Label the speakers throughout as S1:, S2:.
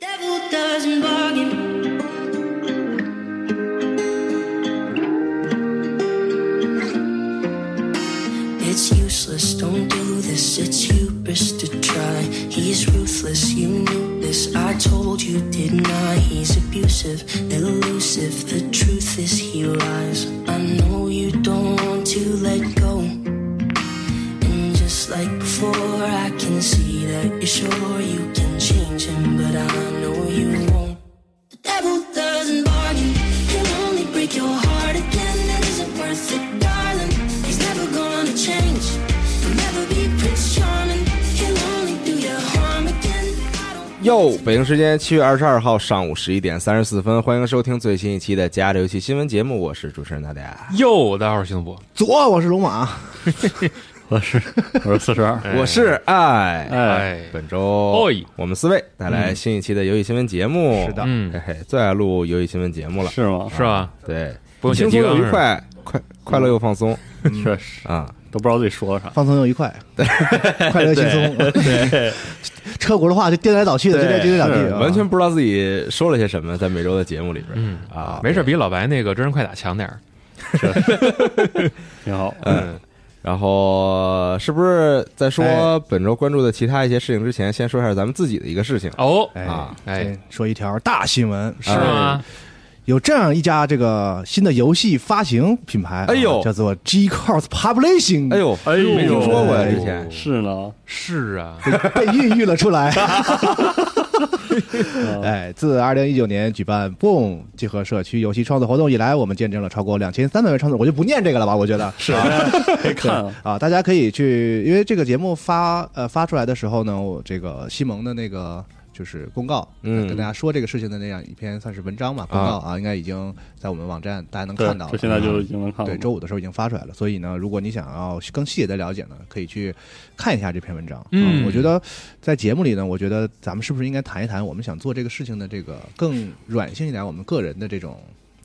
S1: Devil doesn't bargain. It's useless, don't do this. It's hubris to try. He's ruthless, you knew this. I told you, didn't I? He's abusive, elusive. The truth is, he lies. I know you don't want to let go. And just like before, I can see that you're sure you can change him, but I know you won't. The devil doesn't bargain, he'll only break your heart again. It isn't worth it, darling. He's never gonna change. He'll never be Prince Charming, he'll only do you harm again. I don't
S2: 哟，北京时间七月二十二号上午十一点三十四分，欢迎收听最新一期的《家里游戏新闻节目》，我是主持人大家。
S3: 哟，大家好，我是星博，
S4: 左，我是龙马，
S5: 我是我是四十二，
S2: 我是爱
S5: 哎
S2: 本周
S3: 哎
S2: 我们四位带来新一期的游戏新闻节目。是
S4: 的
S3: 嗯
S2: 嘿嘿，最爱录游戏新闻节目了。
S5: 是吗？
S3: 是吧？
S2: 对，
S3: 不用
S2: 轻
S3: 写
S2: 松
S3: 提纲
S2: 又愉
S3: 是吧？
S2: 快，快快乐又放松
S5: 确实
S2: 啊！
S6: 嗯
S5: 都不知道自己说了啥。
S4: 放松又愉快， 快乐轻松。对，车轱辘话就颠来倒去的，就
S5: 对
S4: 这就这两句
S5: 是
S4: 啊，
S2: 呃完全不知道自己说了些什么，在每周的节目里边，
S3: 嗯
S2: 啊，
S3: 没事，比老白那个真人快打强点儿。
S5: 挺好，
S3: 嗯，
S2: 然后是不是在说
S4: 哎
S2: 本周关注的其他一些事情之前，先说一下咱们自己的一个事情
S3: 哦，
S2: 啊？
S3: 哎
S4: 对，说一条大新闻
S5: 哎
S3: 是吗？
S4: 有这样一家这个新的游戏发行品牌，
S2: 哎呦
S4: 啊叫做 G Cross Publishing，
S2: 哎，呦，
S5: 哎呦
S2: 没听说过呀，之前
S3: 哎
S5: 是呢，
S3: 是啊，
S4: 被 孕育了出 来。哎，自二零一九年举办 Boom 集合社区游戏创作活动以来，我们见证了超过两千三百位创作，我就不念这个了吧，我觉得哎
S5: 是啊可以看啊，
S4: 啊，大家可以去，因为这个节目发呃发出来的时候呢，我这个西蒙的那个就是公告，
S2: 嗯
S4: 跟大家说这个事情的那样一篇算是文章嘛，公告啊，应该已经在我们网站大家能
S5: 对
S4: 看到，了。嗯
S5: 这现在就已经能看
S4: 对，
S5: 了。
S4: 周五的时候已经发出来了，所以呢，如果你想要更细节的了解呢，可以去看一下这篇文章。
S3: 嗯
S4: 我觉得在节目里呢，我觉得咱们是不是应该谈一谈我们想做这个事情的这个更软性一点，我们个人的这种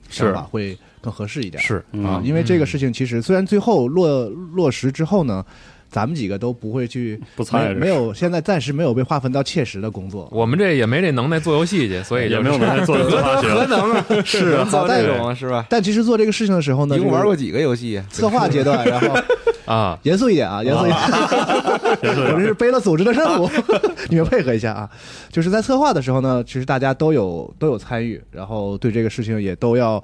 S4: 想法会更合适一点。
S3: 是
S4: 啊
S5: 嗯，
S4: 因为这个事情其实虽然最后落落实之后呢，咱们几个都不会去
S5: 不参与
S4: 没
S5: 这
S4: 没有现在暂时没有被划分到切实的工作。
S3: 我们这也没这能耐做游戏去，所以
S5: 哎也
S3: 就
S5: 没有
S3: 是
S5: 人在做做大学
S2: 何能啊？是啊，这
S4: 早带
S2: 种是吧？
S4: 但其实做这个事情的时候呢，
S2: 一共玩
S4: 这个
S2: 过几个游戏？
S4: 策划阶段，然后
S3: 啊，
S4: 严肃一点啊，严肃一点。我 们是背了组织的任
S5: 啊
S4: 务， 你们配合一下啊。就是在策划的时候呢，其实大家都有都有参与，然后对这个事情也都要。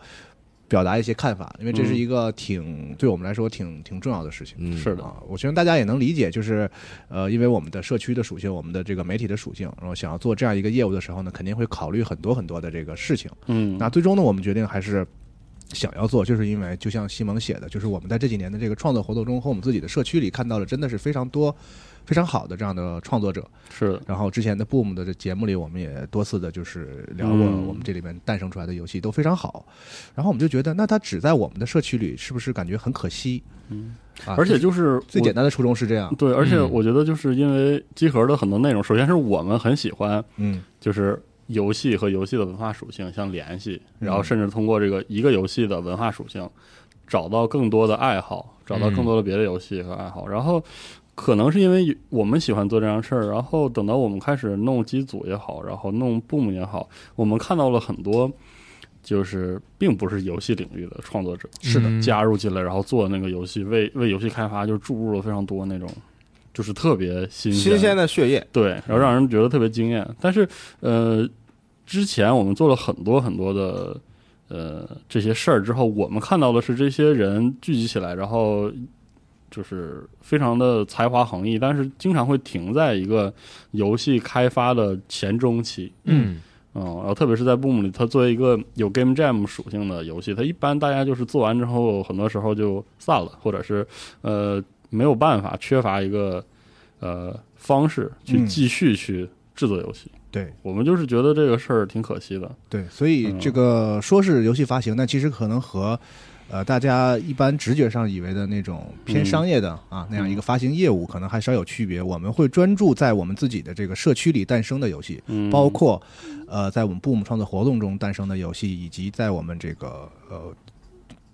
S4: 表达一些看法，因为这是一个挺对我们来说挺挺重要的事情。
S2: 嗯
S5: 嗯是的，
S4: 啊，我希望大家也能理解，就是，呃，因为我们的社区的属性，我们的这个媒体的属性，然后想要做这样一个业务的时候呢，肯定会考虑很多很多的这个事情。
S5: 嗯，
S4: 那最终呢，我们决定还是想要做，就是因为就像西蒙写的，就是我们在这几年的这个创作活动中和我们自己的社区里看到了真的是非常多、非常好的这样的创作者。
S5: 是的，
S4: 然后之前的 Boom 的这节目里，我们也多次的就是聊过，
S5: 嗯
S4: 我们这里面诞生出来的游戏都非常好。然后我们就觉得，那它只在我们的社区里，是不是感觉很可惜？嗯，
S5: 而且就是
S4: 最
S5: 我
S4: 简单的初衷是这样，
S5: 对，而且
S3: 嗯
S5: 我觉得就是因为集合的很多内容，首先是我们很喜欢，
S4: 嗯，
S5: 就是游戏和游戏的文化属性相联系，
S4: 嗯
S5: 然后甚至通过这个一个游戏的文化属性，找到更多的爱好，找到更多的别的游戏和爱好，然后。可能是因为我们喜欢做这样的事儿，然后等到我们开始弄机组也好，然后弄 Boom 也好，我们看到了很多就是并不是游戏领域的创作者，
S3: 是的嗯
S5: 加入进来，然后做那个游戏，为为游戏开发就是注入了非常多那种，就是特别新鲜
S2: 新鲜的血液，
S5: 对，然后让人觉得特别惊艳。但是呃，之前我们做了很多很多的呃这些事儿之后，我们看到的是这些人聚集起来，然后就是非常的才华横溢，但是经常会停在一个游戏开发的前中期，
S3: 嗯
S5: 嗯，然后特别是在 Boom 里，它作为一个有 Game Jam 属性的游戏，它一般大家就是做完之后，很多时候就散了，或者是呃没有办法，缺乏一个呃方式去
S4: 嗯
S5: 继续去制作游戏。
S4: 对
S5: 我们就是觉得这个事儿挺可惜的，
S4: 对，所
S3: 嗯
S4: 以这个说是游戏发行，但其实可能和呃大家一般直觉上以为的那种
S3: 嗯
S4: 偏商业的、啊那样一个发行业务，可能还稍有区别。我们会专注在我们自己的这个社区里诞生的游戏，
S5: 嗯
S4: 包括呃在我们 Boom 创作活动中诞生的游戏，以及在我们这个呃。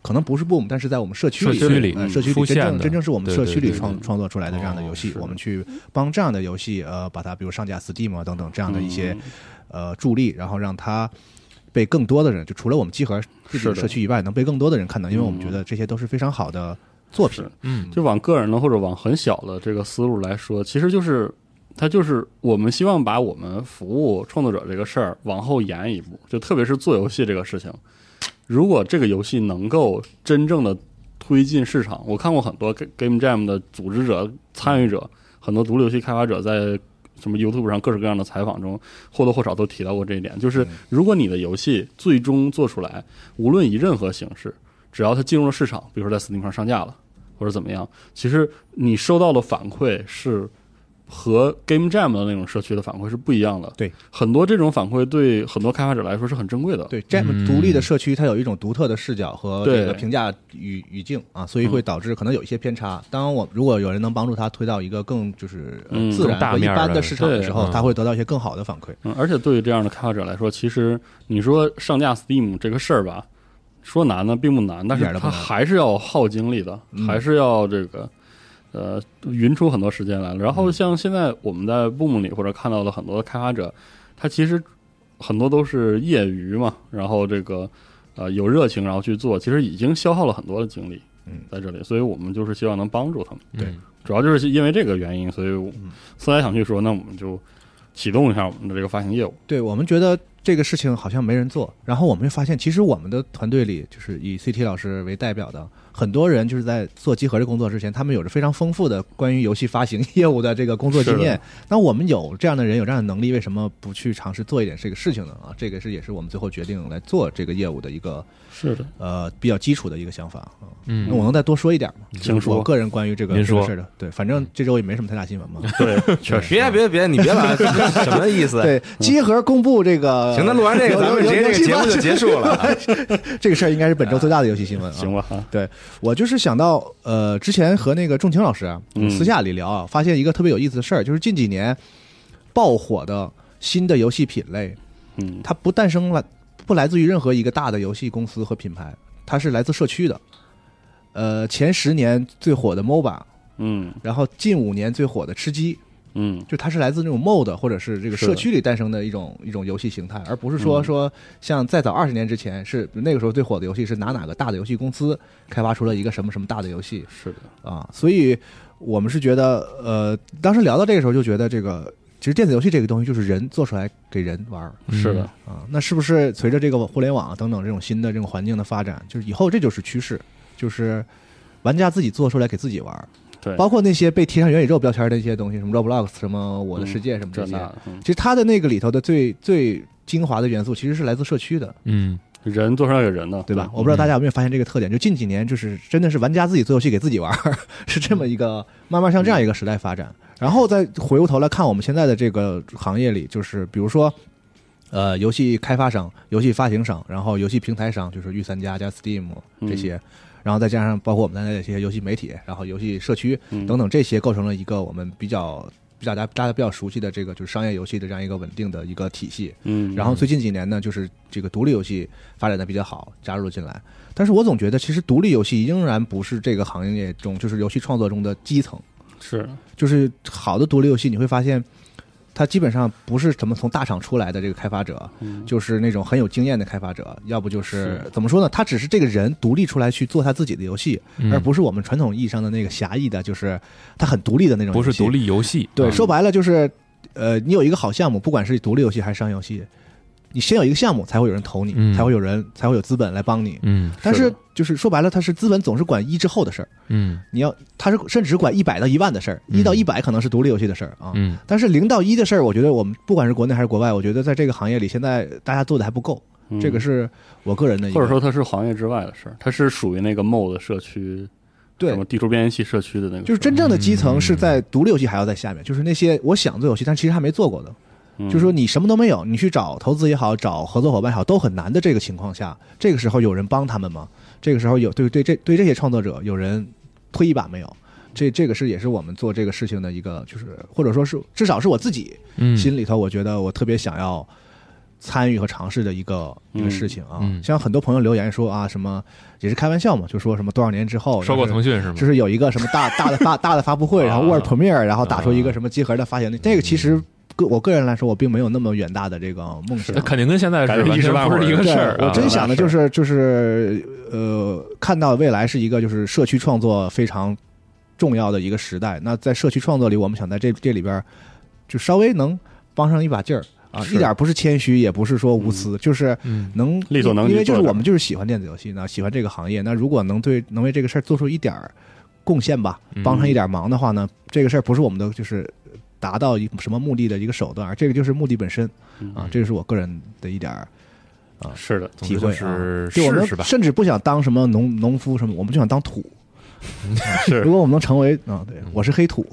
S4: 可能不是 Boom，但是在我们社区里，
S3: 社区里
S4: 呃
S3: 嗯
S4: 社区里
S3: 出
S4: 真
S3: 现
S4: 正
S3: 的
S4: 真正是我们
S3: 对
S4: 社
S3: 对
S4: 区里
S3: 对
S4: 创
S3: 对
S4: 创作出来的这样的
S5: 哦
S4: 游戏
S5: 是，的
S4: 我们去帮这样的游戏，呃，把它比如上架 Steam 啊等等这样的一些、呃助力，然后让它被更多的人，就除了我们集合自己
S5: 是
S4: 的
S5: 的
S4: 社区以外，能被更多的人看到，因为我们
S5: 嗯
S4: 觉得这些都是非常好的作品
S5: 是。
S3: 嗯，
S5: 就往个人的或者往很小的这个思路来说，其实就是它就是我们希望把我们服务创作者这个事儿往后延一步，就特别是做游戏这个事情，如果这个游戏能够真正的推进市场，我看过很多 Ga- Game Jam 的组织者、参与者，很多独立游戏开发者在。什么 YouTube 上各式各样的采访中，或多或少都提到过这一点，就是如果你的游戏最终做出来，无论以任何形式，只要它进入了市场，比如说在 Steam 上上架了，或者怎么样，其实你收到的反馈是和 Game Jam 的那种社区的反馈是不一样的。
S4: 对，
S5: 很多这种反馈对很多开发者来说是很珍贵的。，
S4: 对这样
S3: 嗯
S4: 独立的社区，它有一种独特的视角和
S5: 对
S4: 这个评价语语境啊，所以
S5: 嗯
S4: 会导致可能有一些偏差。当我如果有人能帮助他推到一个更就是呃
S5: 嗯
S4: 自然
S3: 更大
S4: 和一
S3: 面儿
S4: 般
S3: 的
S4: 的市场的
S5: 对
S4: 时候，
S3: 嗯
S4: 他会得到一些更好的反馈。
S5: 嗯，而且对于这样的开发者来说，其实你说上架 Steam 这个事儿吧，说难呢并不难，但是
S4: 一点都不
S5: 它
S4: 难嗯
S5: 还是要耗精力的，还是要这个。呃，匀出很多时间来了。然
S4: 嗯
S5: 后像现在我们在 Boom 里或者看到的很多的开发者，他其实很多都是业余嘛，然后这个呃有热情，然后去做，其实已经消耗了很多的精力，
S4: 嗯，
S5: 在这里，所以我们就是希望能帮助他们。
S3: 对，
S5: 主要就是因为这个原因，所以我
S4: 嗯
S5: 思来想去说，那我们就启动一下我们的这个发行业务。
S4: 对我们觉得这个事情好像没人做，然后我们会发现，其实我们的团队里，就是以 CT 老师为代表的很多人，就是在做集合这工作之前，他们有着非常丰富的关于游戏发行 业务的这个工作经
S5: 是
S4: 验。那我们有这样的人，有这样的能力，为什么不去尝试做一点这个事情呢？啊，这个是也是我们最后决定来做这个业务的一个
S5: 是的，
S4: 呃比较基础的一个想法啊。那
S3: 嗯，
S4: 我能再多说一点吗？
S5: 请
S4: 就是我
S5: 说
S4: 个人关于这个
S3: 您
S4: 这个
S3: 说
S4: 事儿的，对，反正这周也没什么太大新闻嘛。
S5: 对，确实，
S2: 别别别，你别 把什么意思？
S4: 对，集合公布这个，
S2: 行，那录完这个，咱们直接这个节目就结束了 啊。
S4: 这个事儿应该是本周最大的游戏新闻啊。
S5: 行吧，啊
S4: 对我就是想到，呃，之前和那个仲晴老师啊，
S5: 嗯
S4: 私下里聊啊，发现一个特别有意思的事儿，就是近几年爆火的新的游戏品类，
S5: 嗯，
S4: 它不诞生了，不来自于任何一个大的游戏公司和品牌，它是来自社区的。呃，前十年最火的 MOBA，
S5: 嗯
S4: 然后近五年最火的吃鸡，
S5: 嗯，
S4: 就它是来自那种 mod 或者是这个
S5: 是的
S4: 社区里诞生的一种一种游戏形态，而不是说说像再早二十年之前是那个时候最火的游戏是哪哪个大的游戏公司开发出了一个什么什么大的游戏
S5: 是的，
S4: 啊，所以我们是觉得呃，当时聊到这个时候就觉得这个其实电子游戏这个东西就是人做出来给人玩儿
S5: 是的，
S4: 啊。那是不是随着这个互联网啊等等这种新的这种环境的发展，就是以后这就是趋势，就是玩家自己做出来给自己玩儿，
S5: 对，
S4: 包括那些被贴上元宇宙标签儿的一些东西，什么 Roblox、什么我的世界什么
S5: 这
S4: 这些，
S5: 那的，嗯
S4: 其实它的那个里头的最最精华的元素其实是来自社区的，
S3: 嗯，
S5: 人做出来给人的，
S4: 对吧？？哦我不知道大家有没有发现这个特点，就近几年就是真的是玩家自己做游戏给自己玩儿， 是这么一个慢慢向这样一个时代发展。然后再回过头来看我们现在的这个行业里，就是比如说，呃，游戏开发商、游戏发行商，然后游戏平台商，就是御三家加 Steam 这些，然后再加上包括我们现在的一些游戏媒体，然后游戏社区
S5: 嗯
S4: 等等这些，构成了一个我们比较。比较大大家比较熟悉的这个就是商业游戏的这样一个稳定的一个体系，
S5: 嗯，
S4: 然后最近几年呢，就是这个独立游戏发展的比较好，加入了进来。但是我总觉得，其实独立游戏仍然不是这个行业中，就是游戏创作中的基层。
S5: 是
S4: 就是好的独立游戏，你会发现，它基本上不是什么从大厂出来的这个开发者，
S5: 嗯
S4: 就是那种很有经验的开发者，要不就是怎么说呢？他只是这个人独立出来去做他自己的游戏，
S3: 嗯
S4: 而不是我们传统意义上的那个狭义的，就是他很独立的那种游
S3: 不
S4: 戏。
S3: 是独立游戏，
S4: 对，
S3: 嗯
S4: 说白了就是，呃，你有一个好项目，不管是独立游戏还是商业游戏，你先有一个项目，才会有人投你，
S3: 嗯
S4: 才会有人，才会有资本来帮你。
S3: 嗯
S4: 但
S5: 是
S4: 是
S5: 的
S4: 就是说白了，它是资本总是管一之后的事儿，
S3: 嗯
S4: 你要它是甚至是管一百到一万的事儿，一到一百可能是独立游戏的事儿啊。
S3: 嗯
S4: 但是零到一的事儿，我觉得我们不管是国内还是国外，我觉得在这个行业里，现在大家做的还不够，这个是我个人的一个，
S5: 嗯或者说它是行业之外的事儿，它是属于那个 MOD 社区，
S4: 对
S5: 什么地图编辑器社区的那个事儿，
S4: 就是真正的基
S3: 嗯
S4: 层是在独立游戏还要在下面，就是那些我想做游戏，但其实还没做过的，
S5: 嗯
S4: 就是说你什么都没有，你去找投资也好，找合作伙伴也好，都很难的这个情况下，这个时候有人帮他们吗？这个时候有对对这对这些创作者有人推一把没有？这这个是也是我们做这个事情的一个，就是或者说是至少是我自己
S3: 嗯，
S4: 心里头，我觉得我特别想要参与和尝试的一个、一个事情啊。
S3: 嗯
S4: 像很多朋友留言说啊，什么也是开玩笑嘛，就说什么多少年之后
S3: 收购
S4: 就是
S3: 腾讯是吗？
S4: 就是有一个什么大大的发大的发布会，然后 Word Premiere，然后打出一个什么集合的发行，那个其实个我个人来说，我并没有那么远大的这个梦想
S3: 那。肯定跟现在
S5: 感
S3: 是
S5: 觉
S3: 完
S5: 一时
S3: 全
S5: 半
S3: 不
S5: 会儿
S3: 是一个
S4: 对
S3: 事儿啊。
S4: 我真想的就是就是呃，看到未来是一个就是社区创作非常重要的一个时代。那在社区创作里，我们想在这这里边儿就稍微能帮上一把劲儿啊，
S5: 是
S4: 一点儿不是谦虚，也不是说无私，就是
S3: 嗯
S4: 能
S5: 力所能及
S4: 因为就是
S5: 做点
S4: 我们就是喜欢电子游戏呢，喜欢这个行业。那如果能对能为这个事儿做出一点儿贡献吧，帮上一点忙的话呢，这个事儿不是我们的就是达到一什么目的的一个手段，而这个就是目的本身啊。这是我个人的一点儿
S5: 嗯是的，
S4: 体会啊。
S3: 是
S4: 就我
S3: 试
S4: 们
S3: 试吧，
S4: 甚至不想当什么农农夫什么，我们就想当 土。
S5: 是
S4: 如果我们能成为啊，
S3: 嗯
S4: 对，我是黑土，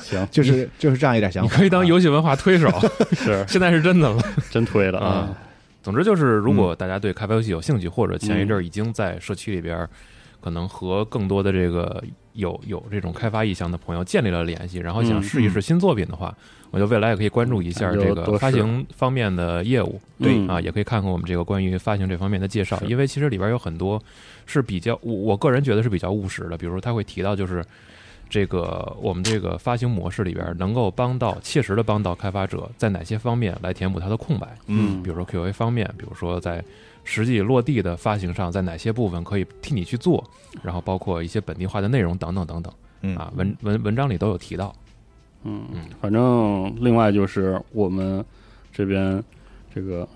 S5: 行，
S4: 就是就是这样一点想
S3: 你
S4: 法。啊
S3: 可以当游戏文化推 手，
S5: 是
S3: 现在是真的了。
S5: 真推了
S3: 啊
S5: 啊，
S3: 总之就是，
S5: 嗯
S3: 如果大家对开发游戏有兴趣，或者前一阵儿已经在社区里边儿，可能和更多的这个有有这种开发意向的朋友建立了联系，然后想
S5: 嗯
S3: 试一试新作品的话，我觉得未来也可以关注一下
S5: 那就
S3: 这
S5: 多
S3: 个
S5: 试
S3: 发行方面的业务，
S5: 对
S3: 啊，也可以看看我们这个关于发行这方面的介绍，
S5: 是
S3: 因为其实里边有很多是比较我我个人觉得是比较务实的，比如他会提到就是。这个我们这个发行模式里边儿能够帮到切实的帮到开发者在哪些方面来填补它的空白？
S5: 嗯
S3: 比如说 QA 方面，比如说在实际落地的发行上，在哪些部分可以替你去做，然后包括一些本地化的内容等等等等
S4: 嗯
S3: 啊，文文文章里都有提到。
S5: 反正另外就是我们这边这个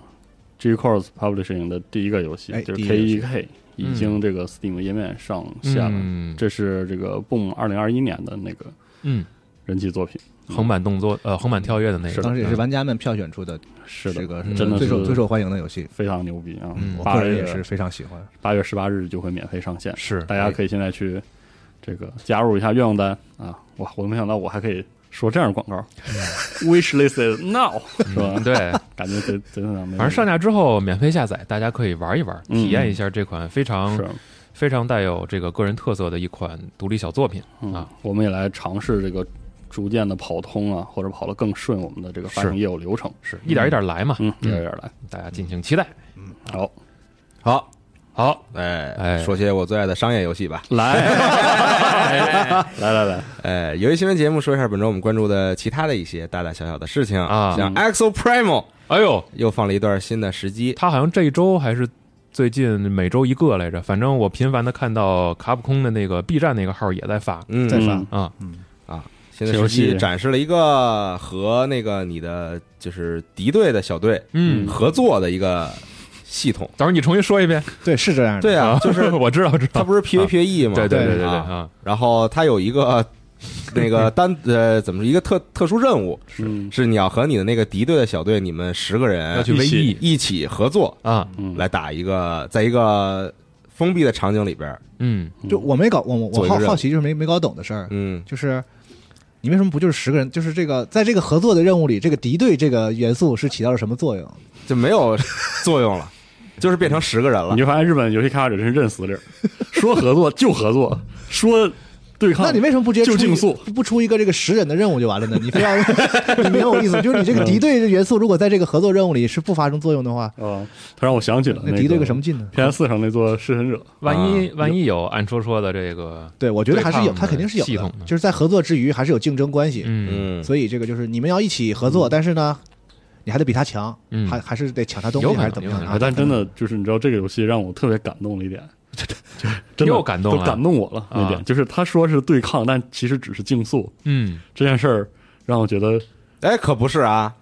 S5: G Course Publishing 的第一个游戏
S4: 哎
S5: 就是
S4: 第一个游
S5: K
S4: 戏
S5: E K，已经这个 Steam 页面上线了，
S3: 嗯
S5: 这是这个 Boom 二零二一年的那个
S3: 嗯，
S5: 人气作品，
S3: 横版动作呃横版跳跃的那个，
S4: 当时也是
S3: 嗯
S4: 玩家们票选出的
S5: 是
S4: 这
S5: 的，
S4: 个嗯
S5: 真的
S4: 最受
S5: 是
S4: 最受欢迎的游戏，
S5: 非常牛逼啊
S3: 嗯！
S4: 我
S5: 八
S4: 个人也
S5: 月
S4: 是非常喜欢。
S5: 八月十八日就会免费上线，
S3: 是
S5: 大家可以现在去这个加入一下愿望单啊！哇，我都没想到我还可以说这样的广告、w i s h list is now 是吧？
S3: 嗯对，
S5: 感觉贼贼能
S3: 反正上架之后免费下载，大家可以玩一玩，
S5: 嗯
S3: 体验一下这款非常
S5: 是
S3: 非常带有这个个人特色的一款独立小作品
S5: 嗯
S3: 啊。
S5: 我们也来尝试这个逐渐的跑通啊，或者跑得更顺我们的这个发
S3: 是
S5: 行业务流程，
S3: 是一点一点来嘛，
S5: 嗯，一点一点来。
S3: 大家敬请期待。
S5: 好，
S2: 好，
S3: 好，
S2: 哎，
S3: 哎
S2: 说些我最爱的商业游戏吧。
S5: 来来来 来，
S2: 哎，由于新闻节目说一下本周我们关注的其他的一些大大小小的事情
S3: 啊
S5: 嗯
S2: 像 EXO Primal
S3: 哎呦，
S2: 又放了一段新的时机，
S3: 他好像这一周还是最近每周一个来着，反正我频繁的看到卡普空的那个 B 站那个号也在发
S2: 嗯
S4: 再发
S5: 嗯
S3: 啊，
S2: 啊，现在
S5: 这游
S2: 实
S5: 戏
S2: 际展示了一个和那个你的就是敌对的小队
S3: 嗯，
S2: 合作的一个系统。
S3: 等会儿你重新说一遍。
S4: 对，是这样的。
S2: 对啊，就是
S3: 我知道，知
S2: 它
S3: 道，
S2: 不是 PVPE 吗？
S3: 对对对对对
S2: 啊
S3: 啊，
S2: 然后它有一个那个单呃怎么说一个特特殊任务，
S5: 嗯
S2: 是你要和你的那个敌对的小队，你们十个人
S3: 要去维
S5: 一
S3: 艺
S2: 一起合作
S3: 啊，
S5: 嗯，
S2: 来打一个，在一个封闭的场景里边儿，
S3: 嗯，
S4: 就我没搞，我我
S2: 做
S4: 我
S2: 一个
S4: 好
S2: 任务
S4: 好奇就是没没搞懂的事儿，
S2: 嗯，
S4: 就是你为什么不就是十个人？就是这个在这个合作的任务里，这个敌对这个元素是起到了什么作用？
S2: 就没有作用了，就是变成十个人了
S5: 你。就发现日本游戏开发者真是认死理儿，说合作就合作，说对抗
S4: 那你为什么不直接
S5: 啊就
S4: 出一
S5: 竞速？
S4: 不出一个这个十人的任务就完了呢？你非要 你没有意思，就是你这个敌对的元素如果在这个合作任务里是不发生作用的话，
S5: 啊，他让我想起了
S4: 那
S5: 个
S4: 敌对个什么劲呢？
S5: PS 上那座弑神者，
S3: 万一万一有暗戳戳的这个，
S4: 对，我觉得还是有，
S3: 对抗的
S4: 它肯定是有
S3: 系统的
S4: 就是在合作之余还是有竞争关系。
S3: 嗯，
S2: 嗯，
S4: 所以这个就是你们要一起合
S5: 嗯
S4: 作，但是呢，你还得比他强，
S3: 嗯
S4: 还还是得抢他东
S3: 有
S4: 西，
S3: 可能
S4: 还是怎么样
S3: 有
S4: 啊
S3: 可？
S5: 哎但真的就是你知道这个游戏让我特别感动了一点，就真 的
S3: 又感动了
S5: 都感动我了那点，
S3: 啊
S5: 就是他说是对抗，但其实只是竞速
S3: 嗯，
S5: 这件事儿，让我觉得
S2: 哎，可不是啊，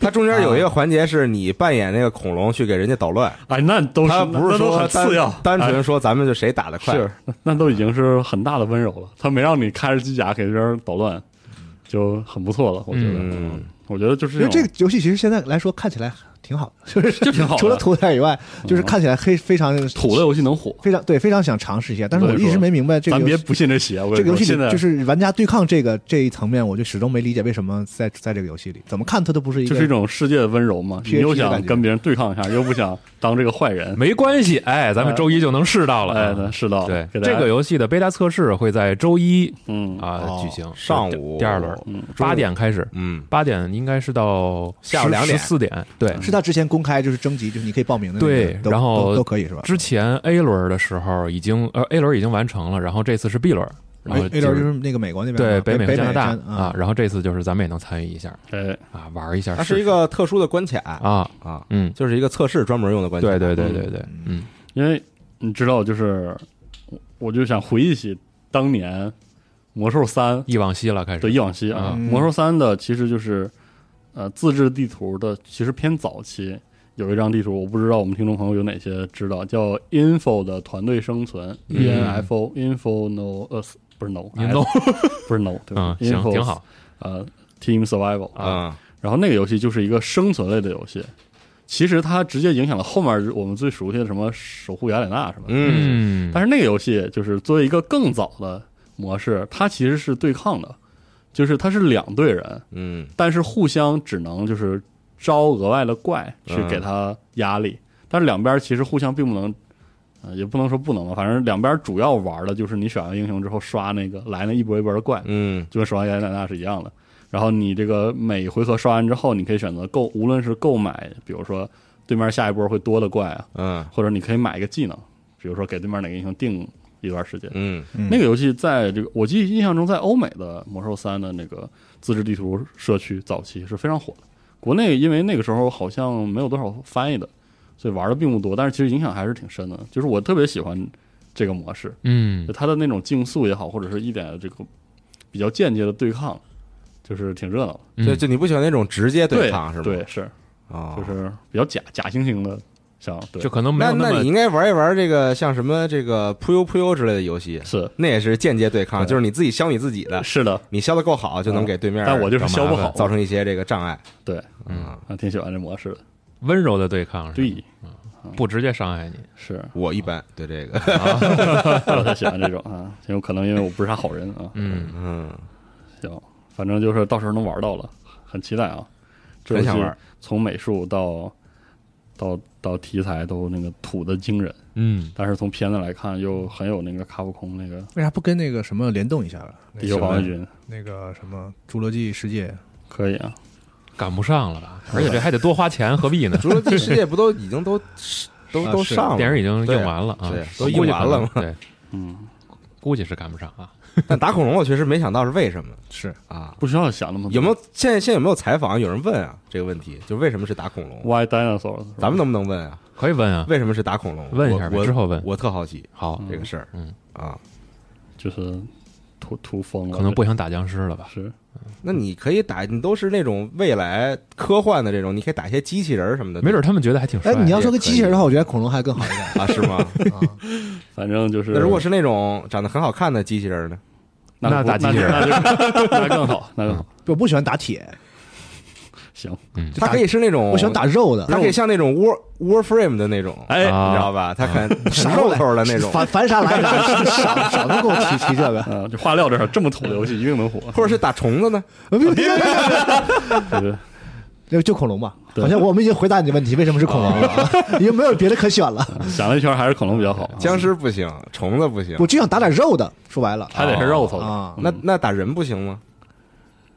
S2: 它中间有一个环节是你扮演那个恐龙去给人家捣乱，
S5: 哎，那都是
S2: 它不
S5: 那
S2: 是
S5: 都
S2: 说
S5: 很次要，
S2: 单单纯说咱们就谁打得
S5: 哎
S2: 快，
S5: 是那那都已经是很大的温柔了，他没让你开着机甲给这边捣乱，就很不错了，我觉得，
S2: 嗯嗯
S5: 我觉得就是
S4: 因为这
S5: 种
S4: 个游戏其实现在来说看起来挺好的，就是
S5: 就挺好的嗯
S4: 除了土点以外，就是看起来黑非常
S5: 土的游戏能火，
S4: 非常对，非常想尝试一下，但是我
S5: 我跟
S4: 一
S5: 你
S4: 直
S5: 说
S4: 没明白这个
S5: 咱
S4: 游
S5: 别
S4: 戏
S5: 不信这邪，我跟
S4: 这
S5: 你
S4: 个游戏
S5: 说现在
S4: 里就是玩家对抗这个这一层面，我就始终没理解为什么在在这个游戏里，怎么看它都不是一个，
S5: 就是一种世界的温柔嘛，你
S4: PhD
S5: 又
S4: 的
S5: 想
S4: 感觉
S5: 跟别人对抗一下，又不想当这个坏人，
S3: 没关系，哎，咱们周一就能试到了，啊
S5: 哎，那是的，
S3: 对，
S5: 给大家
S3: 这个游戏的贝塔测试会在周一
S5: 嗯
S3: 啊
S4: 哦
S3: 举行，
S2: 上
S3: 就是
S2: 午
S3: 第二轮
S5: 嗯
S3: 八点开始，
S2: 嗯，
S3: 八点应该是到
S2: 下午两点
S3: 四点，对，
S4: 是他之前公开就是征集，就是你可以报名的那个，
S3: 对
S4: 都
S3: 然后
S4: 都都可以是吧？
S3: 之前 A 轮的时候已经呃 A 轮已经完成了，然后这次是 B 轮，然后
S4: A A 轮就是那个美国那边
S3: 对
S4: 嘛北
S3: 美和加拿大
S4: 美山啊，
S3: 然后这次就是咱们也能参与一下
S5: 哎，
S3: 啊，玩一下
S2: 它
S3: 试试，
S2: 是一个特殊的关卡
S3: 啊，
S2: 啊，
S3: 嗯，
S2: 就是一个测试专门用的关卡。
S3: 对对对对对，嗯
S5: 因为你知道，就是我我就想回忆起当年魔兽三
S3: 忆往昔了开始，
S5: 对忆往昔啊，
S4: 嗯
S5: 魔兽三的其实就是呃自制地图的，其实偏早期有一张地图，我不知道我们听众朋友有哪些知道，叫 Info 的团队生存、
S3: 嗯
S5: e n f o Info No 呃不是 No 哎
S3: No
S5: 不是 No 对吧
S3: 嗯，行
S5: Info
S3: 挺好，
S5: 呃 Team Survival
S2: 啊，
S5: 然后那个游戏就是一个生存类的游戏，其实它直接影响了后面我们最熟悉的什么守护雅典娜什么的。
S2: 嗯
S3: 嗯，
S5: 但是那个游戏就是作为一个更早的模式，它其实是对抗的，就是它是两队人，
S2: 嗯
S5: 但是互相只能就是招额外的怪去
S2: 嗯
S5: 给它压力，但是两边其实互相并不能。呃，也不能说不能吧，反正两边主要玩的就是你选完英雄之后刷那个来那一波一波的怪，
S2: 嗯
S5: 就跟《守望雅典娜》是一样的。然后你这个每回合刷完之后，你可以选择购，无论是购买，比如说对面下一波会多的怪啊，
S2: 嗯
S5: 或者你可以买一个技能，比如说给对面哪个英雄定一段时间。
S2: 嗯
S4: 嗯
S5: 那个游戏在这个我记忆印象中，在欧美的《魔兽三》的那个呃自制地图社区早期是非常火的。国内因为那个时候好像没有多少翻译的，所以玩的并不多，但是其实影响还是挺深的。就是我特别喜欢这个模式，
S3: 嗯
S5: 就，它的那种竞速也好，或者是一点这个比较间接的对抗，就是挺热闹的。
S2: 嗯，就就你不喜欢那种直接
S5: 对
S2: 抗是吗？
S5: 对，是，
S2: 啊，
S5: 就是比较假假惺惺的，像对
S3: 就，可能没
S2: 那
S3: 有
S2: 那
S3: 么
S2: 你应该玩一玩这个像什么这个扑悠扑悠之类的游戏，
S5: 是
S2: 那也是间接对抗，
S5: 对
S2: 就是你自己削你自己的，
S5: 是的，
S2: 你削的够好就能给对面，
S5: 但我就是
S3: 找
S5: 消
S3: 麻
S5: 不
S3: 烦
S5: 好，
S2: 造成一些这个障碍。
S5: 对，
S3: 嗯
S5: 啊，挺喜欢这模式的。
S3: 温柔的对抗，是吧，
S5: 对，
S3: 不直接伤害你，
S5: 是
S2: 我一般对这个，
S5: 我特喜欢这种啊，因为可能因为我不是啥好人啊，
S3: 嗯，
S2: 嗯，
S5: 行，反正就是到时候能玩到了，很期待啊。这游
S2: 很
S5: 戏
S2: 想玩，
S5: 从美术到到到题材都那个土的惊人，
S3: 嗯，
S5: 但是从片子来看又很有那个卡普空那个
S4: 为啥不跟那个什么联动一下了？
S5: 地球防卫军，
S4: 那个什么《侏罗纪世界》
S5: 可以啊。
S3: 赶不上了吧？而且这还得多花钱，何必呢？
S2: 侏罗纪世界不都已经都都
S4: 啊
S2: 都
S4: 是
S2: 上了，
S3: 电影已经
S2: 对
S3: 用完了啊
S2: 对，都
S3: 我
S2: 印
S3: 估计
S2: 完
S3: 可
S2: 了
S3: 能
S2: 嘛
S3: 对，
S5: 嗯，
S3: 估计是赶不上啊。
S2: 但打恐龙我确实没想到是为什么
S4: 是
S2: 啊？
S5: 不需要想那么多。
S2: 有没有现在现在有没有采访有人问啊这个问题？就为什么是打恐龙？
S5: Why Dinosaurs？
S2: 咱们能不能问啊？
S3: 可以问啊，
S2: 为什么是打恐龙？
S3: 问一下呗嗯
S2: 我我
S3: 之后问
S5: 嗯
S2: 我特好奇
S3: 好，
S2: 这个事儿。
S3: 嗯
S2: 啊，
S5: 就是突突疯了，
S3: 可能不想打僵尸了吧？
S5: 是
S2: 那你可以打，你都是那种未来科幻的这种，你可以打一些机器人儿什么的，
S3: 没准他们觉得还挺帅
S4: 哎
S3: 的。，
S4: 你要说个机器人的话，我觉得恐龙还更好一点
S2: 啊，是吗？
S4: 啊。
S5: 反正就是
S2: 那如果是那种长得很好看的机器人儿呢？
S5: 那
S3: 那
S5: 不
S3: 打机器人
S5: 那就那就 那更好，那更好，
S4: 我不喜欢打铁，
S2: 嗯
S5: 行，
S2: 它可以是那种，
S4: 我喜欢打，肉的。
S2: 它可以像那种 War Warframe 的那种，
S5: 哎
S3: 啊
S2: 你知道吧？它很
S4: 啥
S2: 很肉头的那种，
S4: 反反啥来啥，少少能给我提提这个。
S5: 啊，就化料这儿这么土的游戏一定能火，
S2: 或者是打虫子呢？
S5: 对对
S4: 就就恐龙吧，
S5: 对
S4: 好像我们已经回答你的问题，为什么是恐龙 了？因为没有别的可选了，
S5: 想了一圈还是恐龙比较好，
S2: 僵尸不行，虫子不行，
S4: 我就想打点肉的。说白了
S5: 还得是肉头的，
S4: 啊，
S2: 那那打人不行吗？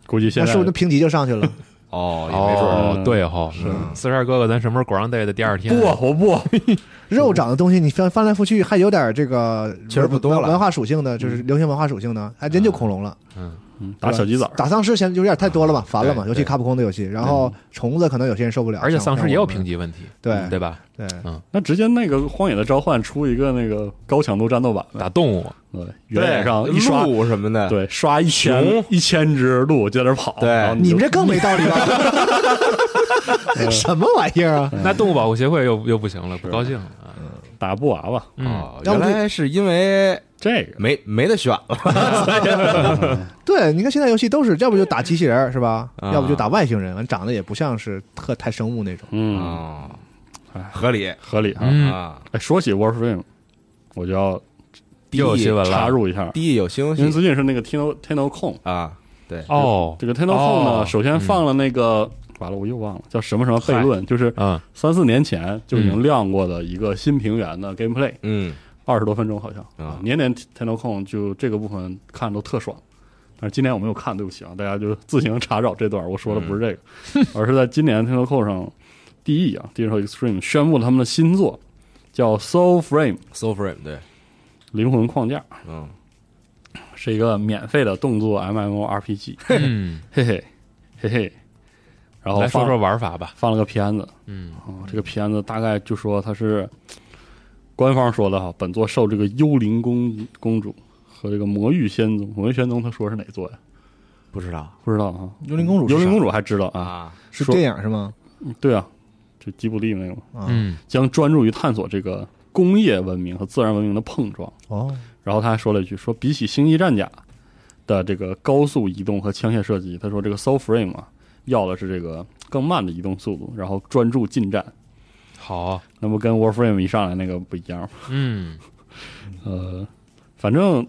S5: 估计现
S4: 那
S5: 在
S4: 是不是评级就上去了？
S2: 哦，也没准儿。
S4: 嗯
S3: 哦，对哈，四十二哥哥，咱什么时候果让 day 的第二天？
S5: 不，我不，
S4: 肉长的东西你翻翻来覆去，还有点这个
S2: 其实不多了
S4: 文文化属性的，就是流行文化属性的，还真就恐龙了。
S5: 嗯打小鸡仔儿，
S4: 打丧尸现在有点太多了嘛，烦了嘛，
S2: 对
S4: 尤其卡普空的游戏。然后虫子可能有些人受不了，
S3: 而且丧尸也有评
S4: 级。
S3: 级问题，
S4: 对
S3: 对吧？
S4: 对，
S5: 那直接那个《荒野的召唤》出一个那个高强度战斗版
S3: 打
S5: 呗，
S3: 动物，
S5: 对，
S2: 对
S5: 原野上一刷，
S2: 鹿什么的，
S5: 对，刷一千
S2: 熊
S5: 一千只鹿就在那儿跑，
S2: 对
S5: 然后
S4: 你
S5: 就
S4: 们这更没道理了， 什么玩意儿啊？
S3: 那动物保护协会又又不行了，不高兴了啊。
S5: 打布娃娃，
S3: 嗯，
S2: 哦，
S4: 要
S2: 原
S4: 不就
S2: 来是因为
S5: 这个
S2: 没没得选了。
S4: 对，你看现在游戏都是，要不就打机器人儿是吧？
S2: 啊
S4: 要不就打外星人，长得也不像是特太生物那种。
S5: 嗯，
S2: 哦，合理
S5: 合理啊。
S3: 嗯
S2: 啊。
S5: 哎，说起 Warframe，我就要
S3: 又有新闻
S5: 插
S3: 了。
S5: 入一下，
S2: 第一有新游
S5: 因为
S2: 戏
S5: 最近是那个 Tino Tino 控，
S2: 啊，对，
S3: 哦，
S5: 这个 Tino 控
S3: 哦
S5: 呢，首先放了那个。完了，我又忘了叫什么什么悖论，就是
S3: 嗯，
S5: 三四年前就已经亮过的一个新平原的 gameplay，
S2: 嗯，
S5: 二十多分钟好像
S2: 啊
S5: 年年 Tino 控就这个部分看着都特爽，但是今年我没有看，对不起啊，大家就自行查找这段我说的不是这
S3: 嗯
S5: 个， 而是在今年 Tino 控上第一啊，Digital Extreme 宣布了他们的新作叫 Soul Frame
S2: Soul Frame 对，
S5: 灵魂框架，
S2: 嗯，
S5: 是一个免费的动作 MMORPG，
S3: 嗯，
S5: 嘿嘿嘿嘿，然后
S3: 来
S5: 放
S3: 说说玩法吧。
S5: 哦放了个片子，
S3: 嗯
S5: 哦，这个片子大概就说它是官方说的哈，本作受这个幽灵公公主和这个魔域仙宗，魔域仙宗他说是哪座呀？
S2: 不知道
S5: 不知道啊，
S4: 幽灵公主是
S5: 幽
S4: 啥，
S5: 灵公主还知道啊？
S2: 啊，
S4: 是
S5: 说
S4: 电影是吗？
S5: 对啊，就吉卜力那种，
S4: 啊，
S3: 嗯，
S5: 将专注于探索这个工业文明和自然文明的碰撞。
S4: 哦，
S5: 然后他还说了一句，说比起星际战甲的这个高速移动和枪械射击，他说这个 Soul Frame 啊，要的是这个更慢的移动速度，然后专注近战。
S3: 好，
S5: 那不跟 Warframe 一上来那个不一样吗？
S3: 嗯，
S5: 呃，反正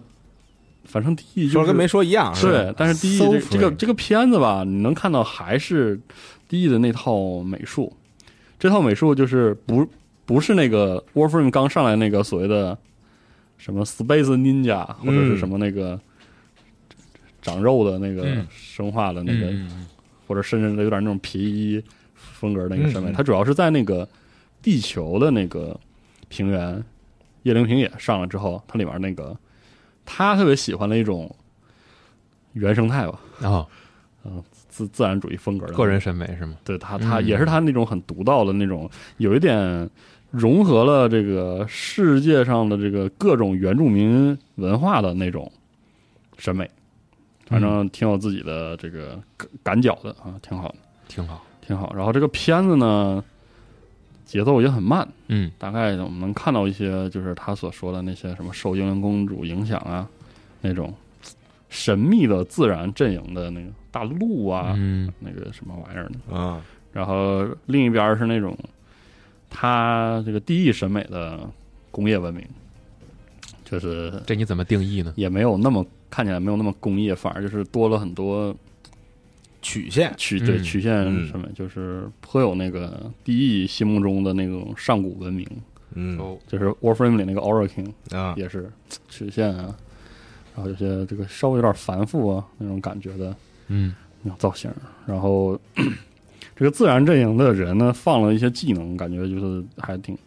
S5: 反正第一就
S2: 说
S5: 是
S2: 跟没说一样，是吧
S5: 对，但是第一
S4: So
S5: 这这个
S4: free
S5: 这个片子吧，你能看到还是第一的那套美术，这套美术就是不不是那个 Warframe 刚上来那个所谓的什么 Space Ninja 或者
S2: 嗯
S5: 是什么那个长肉的那个
S3: 嗯
S5: 生化的那个，
S3: 嗯
S5: 或者甚至有点那种皮衣风格那个审美，
S4: 嗯嗯
S5: 它主要是在那个地球的那个平原夜灵平野上了之后，它里面那个他特别喜欢的一种原生态吧，
S3: 然后
S5: 自自然主义风格的
S3: 哦个人审美是吗？
S5: 对他他
S3: 嗯
S5: 也是他那种很独到的那种，有一点融合了这个世界上的这个各种原住民文化的那种审美，
S3: 嗯
S5: 反正挺有自己的这个感感脚的啊，挺好的。
S3: 挺好。
S5: 挺好。然后这个片子呢，节奏也很慢，
S3: 嗯
S5: 大概我们能看到一些就是他所说的那些什么受《英灵公主》影响啊，那种嘖神秘的自然阵营的那个大陆啊，
S3: 嗯
S5: 那个什么玩意儿的。
S2: 啊，
S5: 然后另一边儿是那种他这个地域审美的工业文明，就是
S3: 这你怎么定义呢？
S5: 也没有那么看起来没有那么工业，反而就是多了很多
S2: 曲线
S5: 曲对
S3: 嗯
S5: 曲线
S2: 嗯
S5: 上面，就是颇有那个地义心目中的那种上古文明，
S2: 嗯
S5: 就是 Warframe 里那个 Aura King
S2: 啊，
S5: 也是嘖曲线啊，然后有些这个稍微有点繁复啊那种感觉的
S3: 嗯
S5: 那种造型，然后 咳这个自然阵营的人呢放了一些技能，感觉就是还挺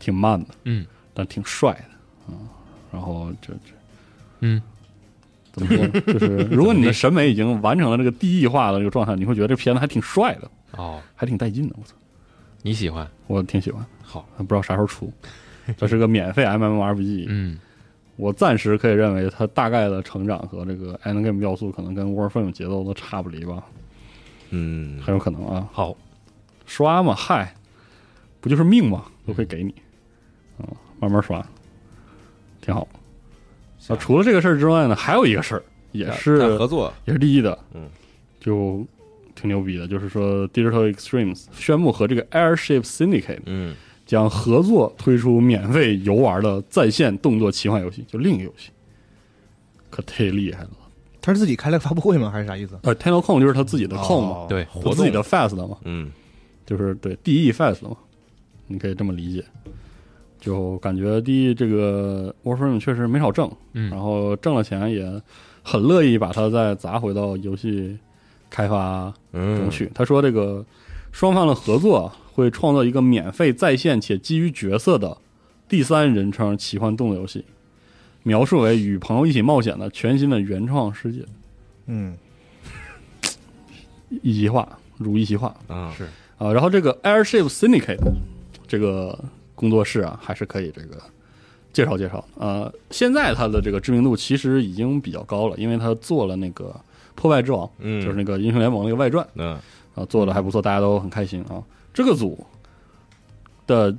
S5: 挺慢的，
S3: 嗯
S5: 但挺帅的啊，然后就就
S3: 嗯，
S5: 怎么说呢？就是如果你的审美已经完成了这个地义化的这个状态，你会觉得这片子还挺帅的，
S3: 哦，
S5: 还挺带劲的，我操！
S3: 你喜欢？
S5: 我挺喜欢。
S3: 好，
S5: 不知道啥时候出，这是个免费 MMORPG，
S3: 嗯
S5: 我暂时可以认为它大概的成长和这个 end game 要素可能跟 Warframe 节奏都差不离吧，
S2: 嗯，
S5: 很有可能啊。
S3: 好，
S5: 刷嘛，嗨，不就是命
S3: 嗯
S5: 嘛，都会给你，啊、慢慢刷，挺好。啊，除了这个事儿之外呢，还有一个事儿也是
S2: 谈合作，
S5: 也是利益的，
S2: 嗯，
S5: 就挺牛逼的，就是说 Digital Extremes 宣布和这个 Airship Syndicate
S2: 嗯，
S5: 将合作推出免费游玩的在线动作奇幻游戏，就另一个游戏，可忒厉害了。
S4: 他是自己开了个发布会吗？还是啥意思？
S5: 呃，Tenno 控就是他自己的控嘛，
S4: 哦
S3: 对，
S5: 他自己的 Fast 嘛，
S2: 嗯，
S5: 就是对 DE Fast 嘛，你可以这么理解。就感觉 DE 这个 Warframe 确实没少挣，
S3: 嗯
S5: 然后挣了钱也很乐意把它再砸回到游戏开发中
S2: 嗯，
S5: 去。他说这个双方的合作会创造一个免费在线且基于角色的第三人称奇幻动作游戏，描述为与朋友一起冒险的全新的原创世界。
S4: 嗯，
S5: 一席话如一席话
S2: 啊，
S5: 啊。然后这个 Airship Syndicate 这个工作室啊，还是可以这个介绍介绍。呃，现在它的这个知名度其实已经比较高了，因为它做了那个破败之王，
S2: 嗯，
S5: 就是那个英雄联盟那个外传。
S2: 嗯，
S5: 啊，做的还不错，大家都很开心啊。这个组的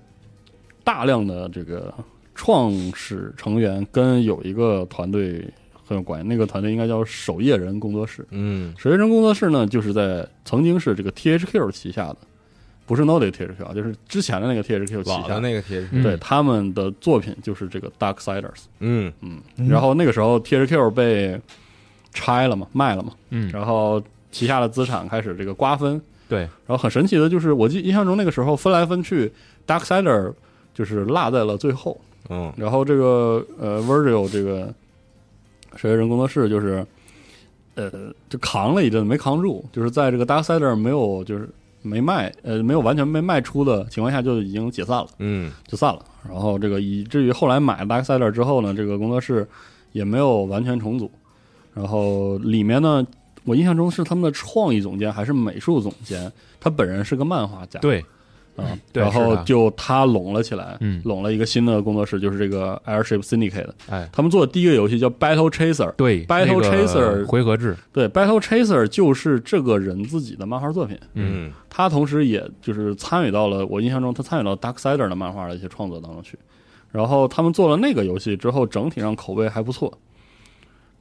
S5: 大量的这个创始成员跟有一个团队很有关系，那个团队应该叫守夜人工作室。
S2: 嗯，
S5: 守夜人工作室呢，就是在曾经是这个 THQ 旗下的，不是 Naughty THQ，啊，就是之前的那个 THQ 旗
S2: 老
S5: 下
S2: 的。那个贴士，
S3: 嗯
S5: 对他们的作品就是这个 Dark Siders，
S2: 嗯，
S5: 嗯，
S4: 嗯
S5: 然后那个时候 THQ 被拆了嘛，卖了嘛，
S3: 嗯，
S5: 然后旗下的资产开始这个瓜分，
S3: 对，
S5: 然后很神奇的就是，我记印象中那个时候分来分去，Darksider 就是落在了最后，
S2: 嗯，
S5: 然后这个呃 Virgil 这个谁人工作室就是呃就扛了一阵没扛住，就是在这个 Darksider 没有就是没卖呃没有完全被卖出的情况下就已经解散了，
S2: 嗯，
S5: 就散了。然后这个以至于后来买 Darksider 之后呢，这个工作室也没有完全重组，然后里面呢。我印象中是他们的创意总监还是美术总监，他本人是个漫画家，
S3: 对，
S5: 啊，
S3: 对
S5: 然
S3: 是
S5: 后
S3: 的
S5: 就他拢了起来，
S3: 嗯
S5: 拢了一个新的工作室，就是这个 Airship Syndicate，
S3: 哎，
S5: 他们做的第一个游戏叫 Battle Chaser，
S3: 对那
S5: Battle
S3: 个
S5: Chaser
S3: 回合制，
S5: 对，Battle Chaser 就是这个人自己的漫画作品，
S2: 嗯，
S5: 他同时也就是参与到了我印象中他参与到 Darksider 的漫画的一些创作当中去，然后他们做了那个游戏之后，整体上口碑还不错。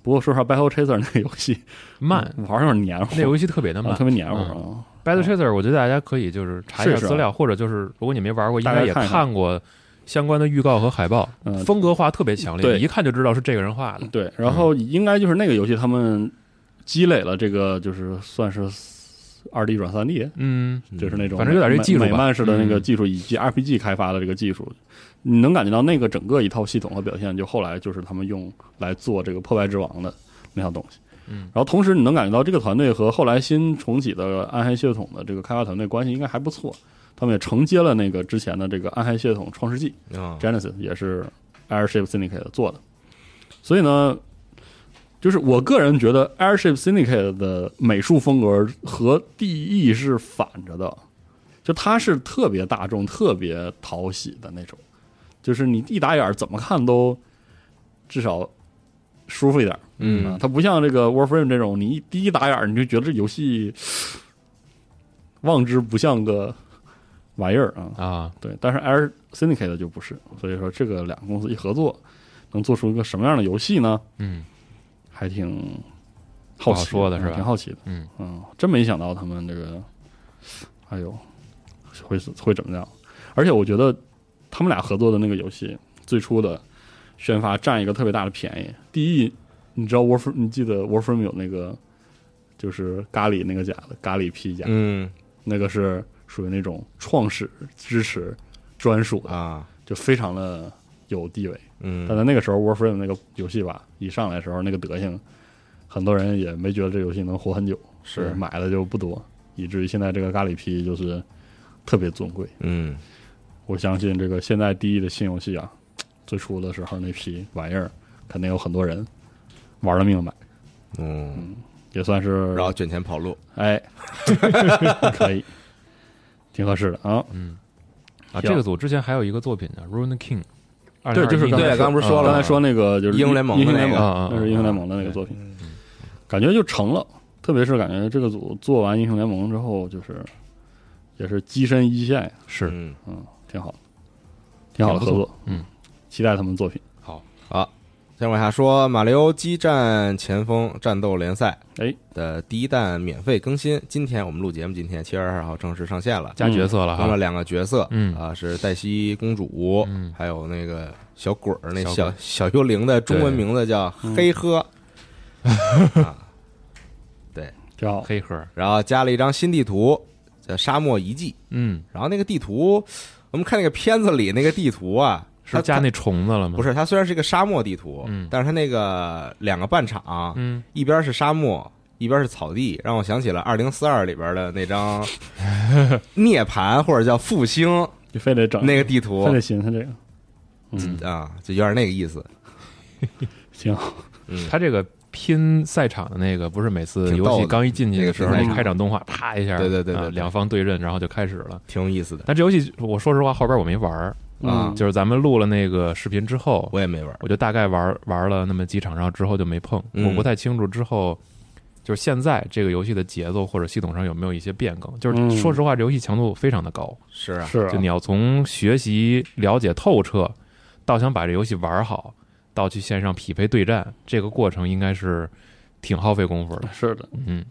S5: 不过说实话，Battle Chaser 那个游戏
S3: 慢，
S5: 玩上有点黏糊，
S3: 那游戏特别的
S5: 嗯啊
S3: 慢
S5: 特。别黏糊
S3: 嗯
S5: 啊。
S3: Battle Chaser，我觉得大家可以就是查一下
S5: 试试啊
S3: 资料，或者就是如果你没玩过，应
S5: 大
S3: 该
S5: 概
S3: 也
S5: 看一看
S3: 看过相关的预告和海报
S5: 嗯，
S3: 风格化特别强烈，
S5: 对
S3: 你一看就知道是这个人画的。
S5: 对，然后应该就是那个游戏，他们积累了这个就是算是二 D 转三 D，
S3: 嗯，
S5: 就是那种
S3: 反正有点这技术吧
S5: 美美漫式的那个
S3: 嗯
S5: 技术，以及 RPG 开发的这个技术，你能感觉到那个整个一套系统和表现，就后来就是他们用来做这个破败之王的那套东西。
S3: 嗯，
S5: 然后同时你能感觉到这个团队和后来新重启的暗黑系统的这个开发团队关系应该还不错，他们也承接了那个之前的这个暗黑系统创世纪，
S2: 啊，
S5: Genesis 也是 Airship Syndicate 做的，所以呢，就是我个人觉得 Airship Syndicate 的美术风格和 DE 是反着的，就它是特别大众、特别讨喜的那种，就是你一打眼儿怎么看都至少舒服一点儿，啊
S2: 嗯，
S5: 它不像这个 Warframe 这种，你一第一打眼儿你就觉得这游戏 望之不像个玩意儿啊，
S3: 啊，
S5: 对，但是 Air Syndicate 就不是，所以说这个两个公司一合作，能做出一个什么样的游戏呢？
S3: 嗯，
S5: 还挺好
S3: 不好
S5: 奇
S3: 说的是
S5: 嗯
S3: 吧
S5: 挺好奇的，
S3: 嗯
S5: 真没想到他们这个，哎呦，会会怎么样？而且我觉得他们俩合作的那个游戏，最初的宣发占一个特别大的便宜。第一，你知道 Warframe，你记得 Warframe 有那个就是咖喱那个甲的咖喱披甲，
S2: 嗯，
S5: 那个是属于那种创始支持专属的，
S2: 啊，
S5: 就非常的有地位。但
S2: 嗯，
S5: 在那个时候，Warframe 那个游戏吧，一上来的时候那个德行，很多人也没觉得这游戏能活很久，
S2: 是
S5: 买的就不多，以至于现在这个咖喱皮就是特别尊贵。
S2: 嗯，
S5: 我相信这个现在第一的新游戏啊，最初的时候那批玩意儿，肯定有很多人玩了命买，
S2: 嗯，
S5: 也算是
S2: 然后卷钱跑路，
S5: 哎， 可以，挺合适的啊。
S3: 啊，
S5: 行
S3: 这个组之前还有一个作品呢，《Rune King》， 2021
S5: 对就是
S3: 年
S5: 刚才
S2: 对刚不是说了
S5: 刚才说那个就是
S2: 英雄联盟
S5: 英雄
S2: 的那
S5: 联
S2: 个
S5: 盟，
S3: 啊啊
S5: 那是英雄联盟的那个作品，感觉就成了。特别是感觉这个组做完英雄联盟之后，就是也是跻身一线呀，
S3: 是
S2: 嗯，
S5: 嗯，挺好的，挺好
S3: 挺
S5: 的合
S3: 不错
S5: 作，
S3: 嗯，
S5: 期待他们作品。
S2: 再往下说，马里奥激战前锋战斗联赛
S5: 哎，
S2: 的第一弹免费更新，今天我们录节目，今天七月二十二号正式上线了。
S3: 加角色了
S2: 用了
S3: 哈，
S2: 两个角色，
S3: 啊嗯
S2: 啊，是黛西公主，
S3: 嗯
S2: 还有那个小鬼儿，那
S3: 小
S2: 小小幽灵的中文
S3: 对
S2: 名字叫黑喝，
S5: 挺好，
S3: 黑盒，
S2: 然后加了一张新地图，叫沙漠遗迹。
S3: 嗯，
S2: 然后那个地图，我们看那个片子里那个地图啊，
S3: 是
S2: 它
S3: 加
S2: 它
S3: 那虫子了吗？
S2: 不，是它虽然是一个沙漠地图，
S3: 嗯
S2: 但是它那个两个半场，
S3: 嗯，
S2: 一边是沙漠，一边是草地，让我想起了二零四二里边的那 张涅槃或者叫复兴
S5: 你非得
S3: 嗯
S5: 整
S2: 那个地图
S5: 非得寻思这个，嗯，
S2: 啊，就有点那个意思。
S5: 挺好，
S3: 他这个拼赛场的那个，不是每次
S2: 嗯挺
S3: 游
S2: 逗
S3: 戏
S2: 的
S3: 刚一进去
S2: 那
S3: 的
S2: 个
S3: 时候，
S2: 拼赛
S3: 那
S5: 场
S3: 开场动画啪一下，
S2: 对对对
S3: 啊
S2: 对对
S3: 两方对阵，然后就开始了。
S2: 挺有意思的
S3: 但这游戏，我说实话，后边我没玩儿，
S2: 啊
S5: 嗯
S3: 就是咱们录了那个视频之后，
S2: 我也没玩儿，
S3: 我就大概玩玩了那么几场，然后之后就没碰。
S2: 嗯
S3: 我不太清楚之后就是现在这个游戏的节奏或者系统上有没有一些变更。就
S5: 嗯
S3: 是说实话，这游戏强度非常的高，
S2: 是啊，
S5: 是啊
S3: 就你要从学习了解透彻，到想把这游戏玩好，到去线上匹配对战，这个过程应该是挺耗费功夫的。
S5: 是的，
S3: 嗯，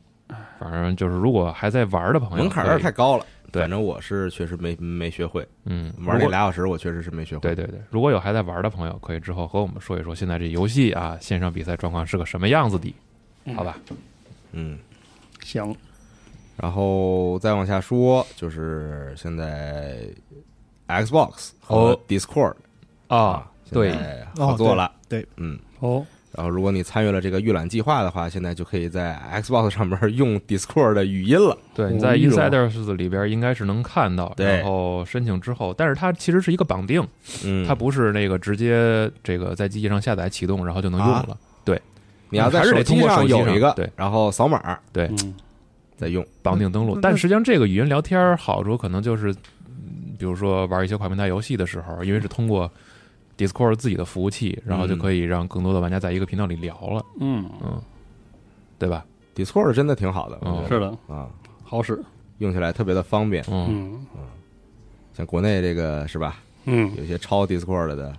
S3: 反正就是如果还在玩的朋友，
S2: 门槛有点太高了。
S3: 哎对
S2: 反正我是确实没没学会，
S3: 嗯，
S2: 玩
S3: 如
S2: 那
S3: 果
S2: 俩小时我确实是没学会。
S3: 对对对，如果有还在玩的朋友，可以之后和我们说一说现在这游戏啊，线上比赛状况是个什么样子的，好吧？
S2: 嗯，
S5: 行，
S2: 然后再往下说，就是现在 Xbox 和
S3: 哦
S2: Discord
S3: 啊，对
S2: 现，在合作了。
S4: 哦对，
S2: 嗯，
S5: 哦，
S2: 然后如果你参与了这个预览计划的话，现在就可以在 Xbox 上面用 Discord 的语音了。
S3: 对，
S5: 红
S3: 你在
S5: 衣绒
S3: Insiders 里边应该是能看到，
S2: 对
S3: 然后申请之后，但是它其实是一个绑定，
S2: 嗯，
S3: 它不是那个直接这个在机器上下载启动然后就能用
S2: 啊
S3: 了，
S2: 你要在
S3: 还是
S2: 手
S3: 得通
S2: 机
S3: 过
S2: 上
S3: 手机
S2: 有
S3: 上
S2: 一个，
S3: 对，
S2: 然后扫码
S5: 嗯，
S2: 再用。
S3: 绑定登录。但实际上这个语音聊天好处可能就是，嗯比如说玩一些跨平台游戏的时候，因为是通过 Discord 自己的服务器，然后就
S2: 嗯
S3: 可以让更多的玩家在一个频道里聊了，
S5: 嗯，
S3: 嗯，对吧？
S2: Discord 真的挺好的，
S3: 嗯
S2: 我觉得
S5: 哦是的，
S2: 啊，
S5: 好使，
S2: 用起来特别的方便。
S3: 嗯，
S5: 嗯
S2: 像国内这个是吧，
S5: 嗯，
S2: 有些超 Discord 的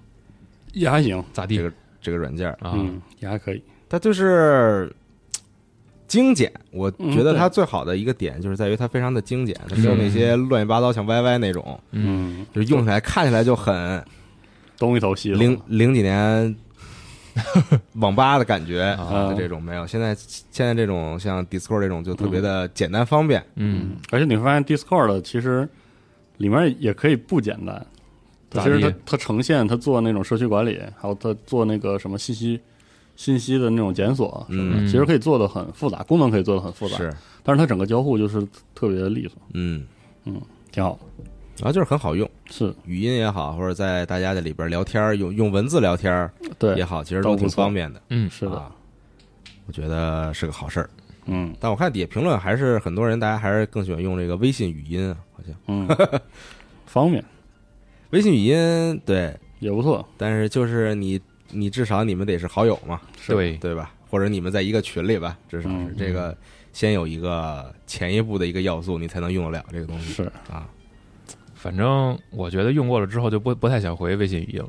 S5: 也还行，
S3: 咋地
S2: 这？个这个软件儿，
S3: 啊，
S5: 嗯，也还可以，
S2: 它就是嘖精简。我觉
S5: 嗯
S2: 得
S5: 对
S2: 它最好的一个点就是在于它非常的精简，它没有
S3: 嗯
S2: 那些乱七八糟像 YY 那种，
S3: 嗯，
S5: 嗯，
S2: 就是用起来看起来就很
S5: 东一头西一头，
S2: 零零几 年网吧的感觉
S3: 啊
S2: 的这种没有。现在现在这种像 Discord 这种就特别的简单方便，
S3: 嗯，
S5: 而且你会发现 Discord 其实里面也可以不简单，它
S3: 咋
S5: 其
S3: 地
S5: 实它它呈现它做那种社区管理，还有它做那个什么信息信息的那种检索什么的，
S3: 嗯
S5: 其实可以做的很复杂，功能可以做的很复杂，
S2: 是
S5: 但是它整个交互就是特别的利索，
S2: 嗯，
S5: 挺好的。
S2: 然后就是很好用。
S5: 是
S2: 语音也好，或者在大家在里边聊天儿，用用文字聊天儿
S5: 对
S2: 也，好，其实
S5: 都
S2: 都
S5: 不
S2: 挺
S5: 错
S2: 方便的。
S5: 是的，
S2: 啊，我觉得是个好事儿。
S5: 嗯
S2: 但我看底下评论还是很多人，大家还是更喜欢用这个微信语音啊，好像
S5: 嗯，方便
S2: 微信语音对，
S5: 也不错，
S2: 但是就是你你至少你们得是好友嘛，
S3: 对，
S2: 对吧？或者你们在一个群里吧，至少
S5: 嗯
S2: 是这个先有一个前一步的一个要素，你才能用得了这个东西
S5: 是
S2: 啊。
S3: 反正我觉得用过了之后就不不太想回微信语音了，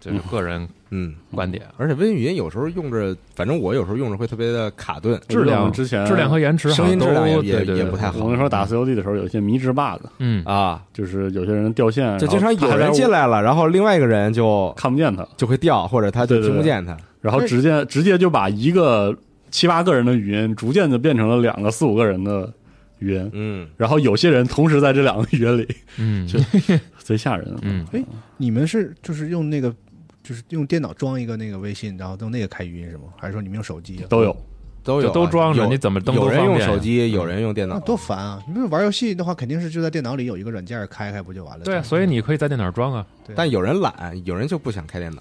S3: 这是个人
S2: 嗯，
S3: 观点啊。
S2: 而且微信语音有时候用着，反正我有时候用着会特别的卡顿，
S3: 质
S5: 我记得我
S3: 量
S5: 们之前
S3: 质量和延迟好像
S2: 声音质量也
S3: 都
S2: 也
S3: 对对
S2: 也
S3: 对
S2: 不太好
S5: 我跟你说，打 COD 的时候有一些迷之 bug，
S3: 嗯
S2: 啊，
S5: 就是有些人掉线，
S2: 就经常
S5: 嗯然后
S2: 有人进来了，然后另外一个人就
S5: 看不见他，
S2: 就会掉，或者他就
S5: 对对
S2: 听不
S5: 对
S2: 见他。
S5: 然后直接直接就把一个七八个人的语音，逐渐就变成了两个四五个人的语音，
S2: 嗯，
S5: 然后有些人同时在这两个语音里，
S3: 嗯
S5: 就贼吓人。
S3: 嗯，
S4: 你们是就是用那个，就是用电脑装一个那个微信，然后用那个开语音是吗？还是说你们用手机啊？
S5: 都有，
S2: 都有
S3: 就
S2: 啊
S3: 都装着
S2: 有
S3: 你怎么登都
S2: 有人
S3: 方
S2: 用
S3: 便呀
S2: 手机，有人用电
S4: 那
S2: 脑，
S4: 多烦啊！你不是玩游戏的话，肯定是就在电脑里有一个软件儿开开不就完了？
S3: 对啊，所以你可以在电脑装啊。
S2: 但有人懒，有人就不想开电脑。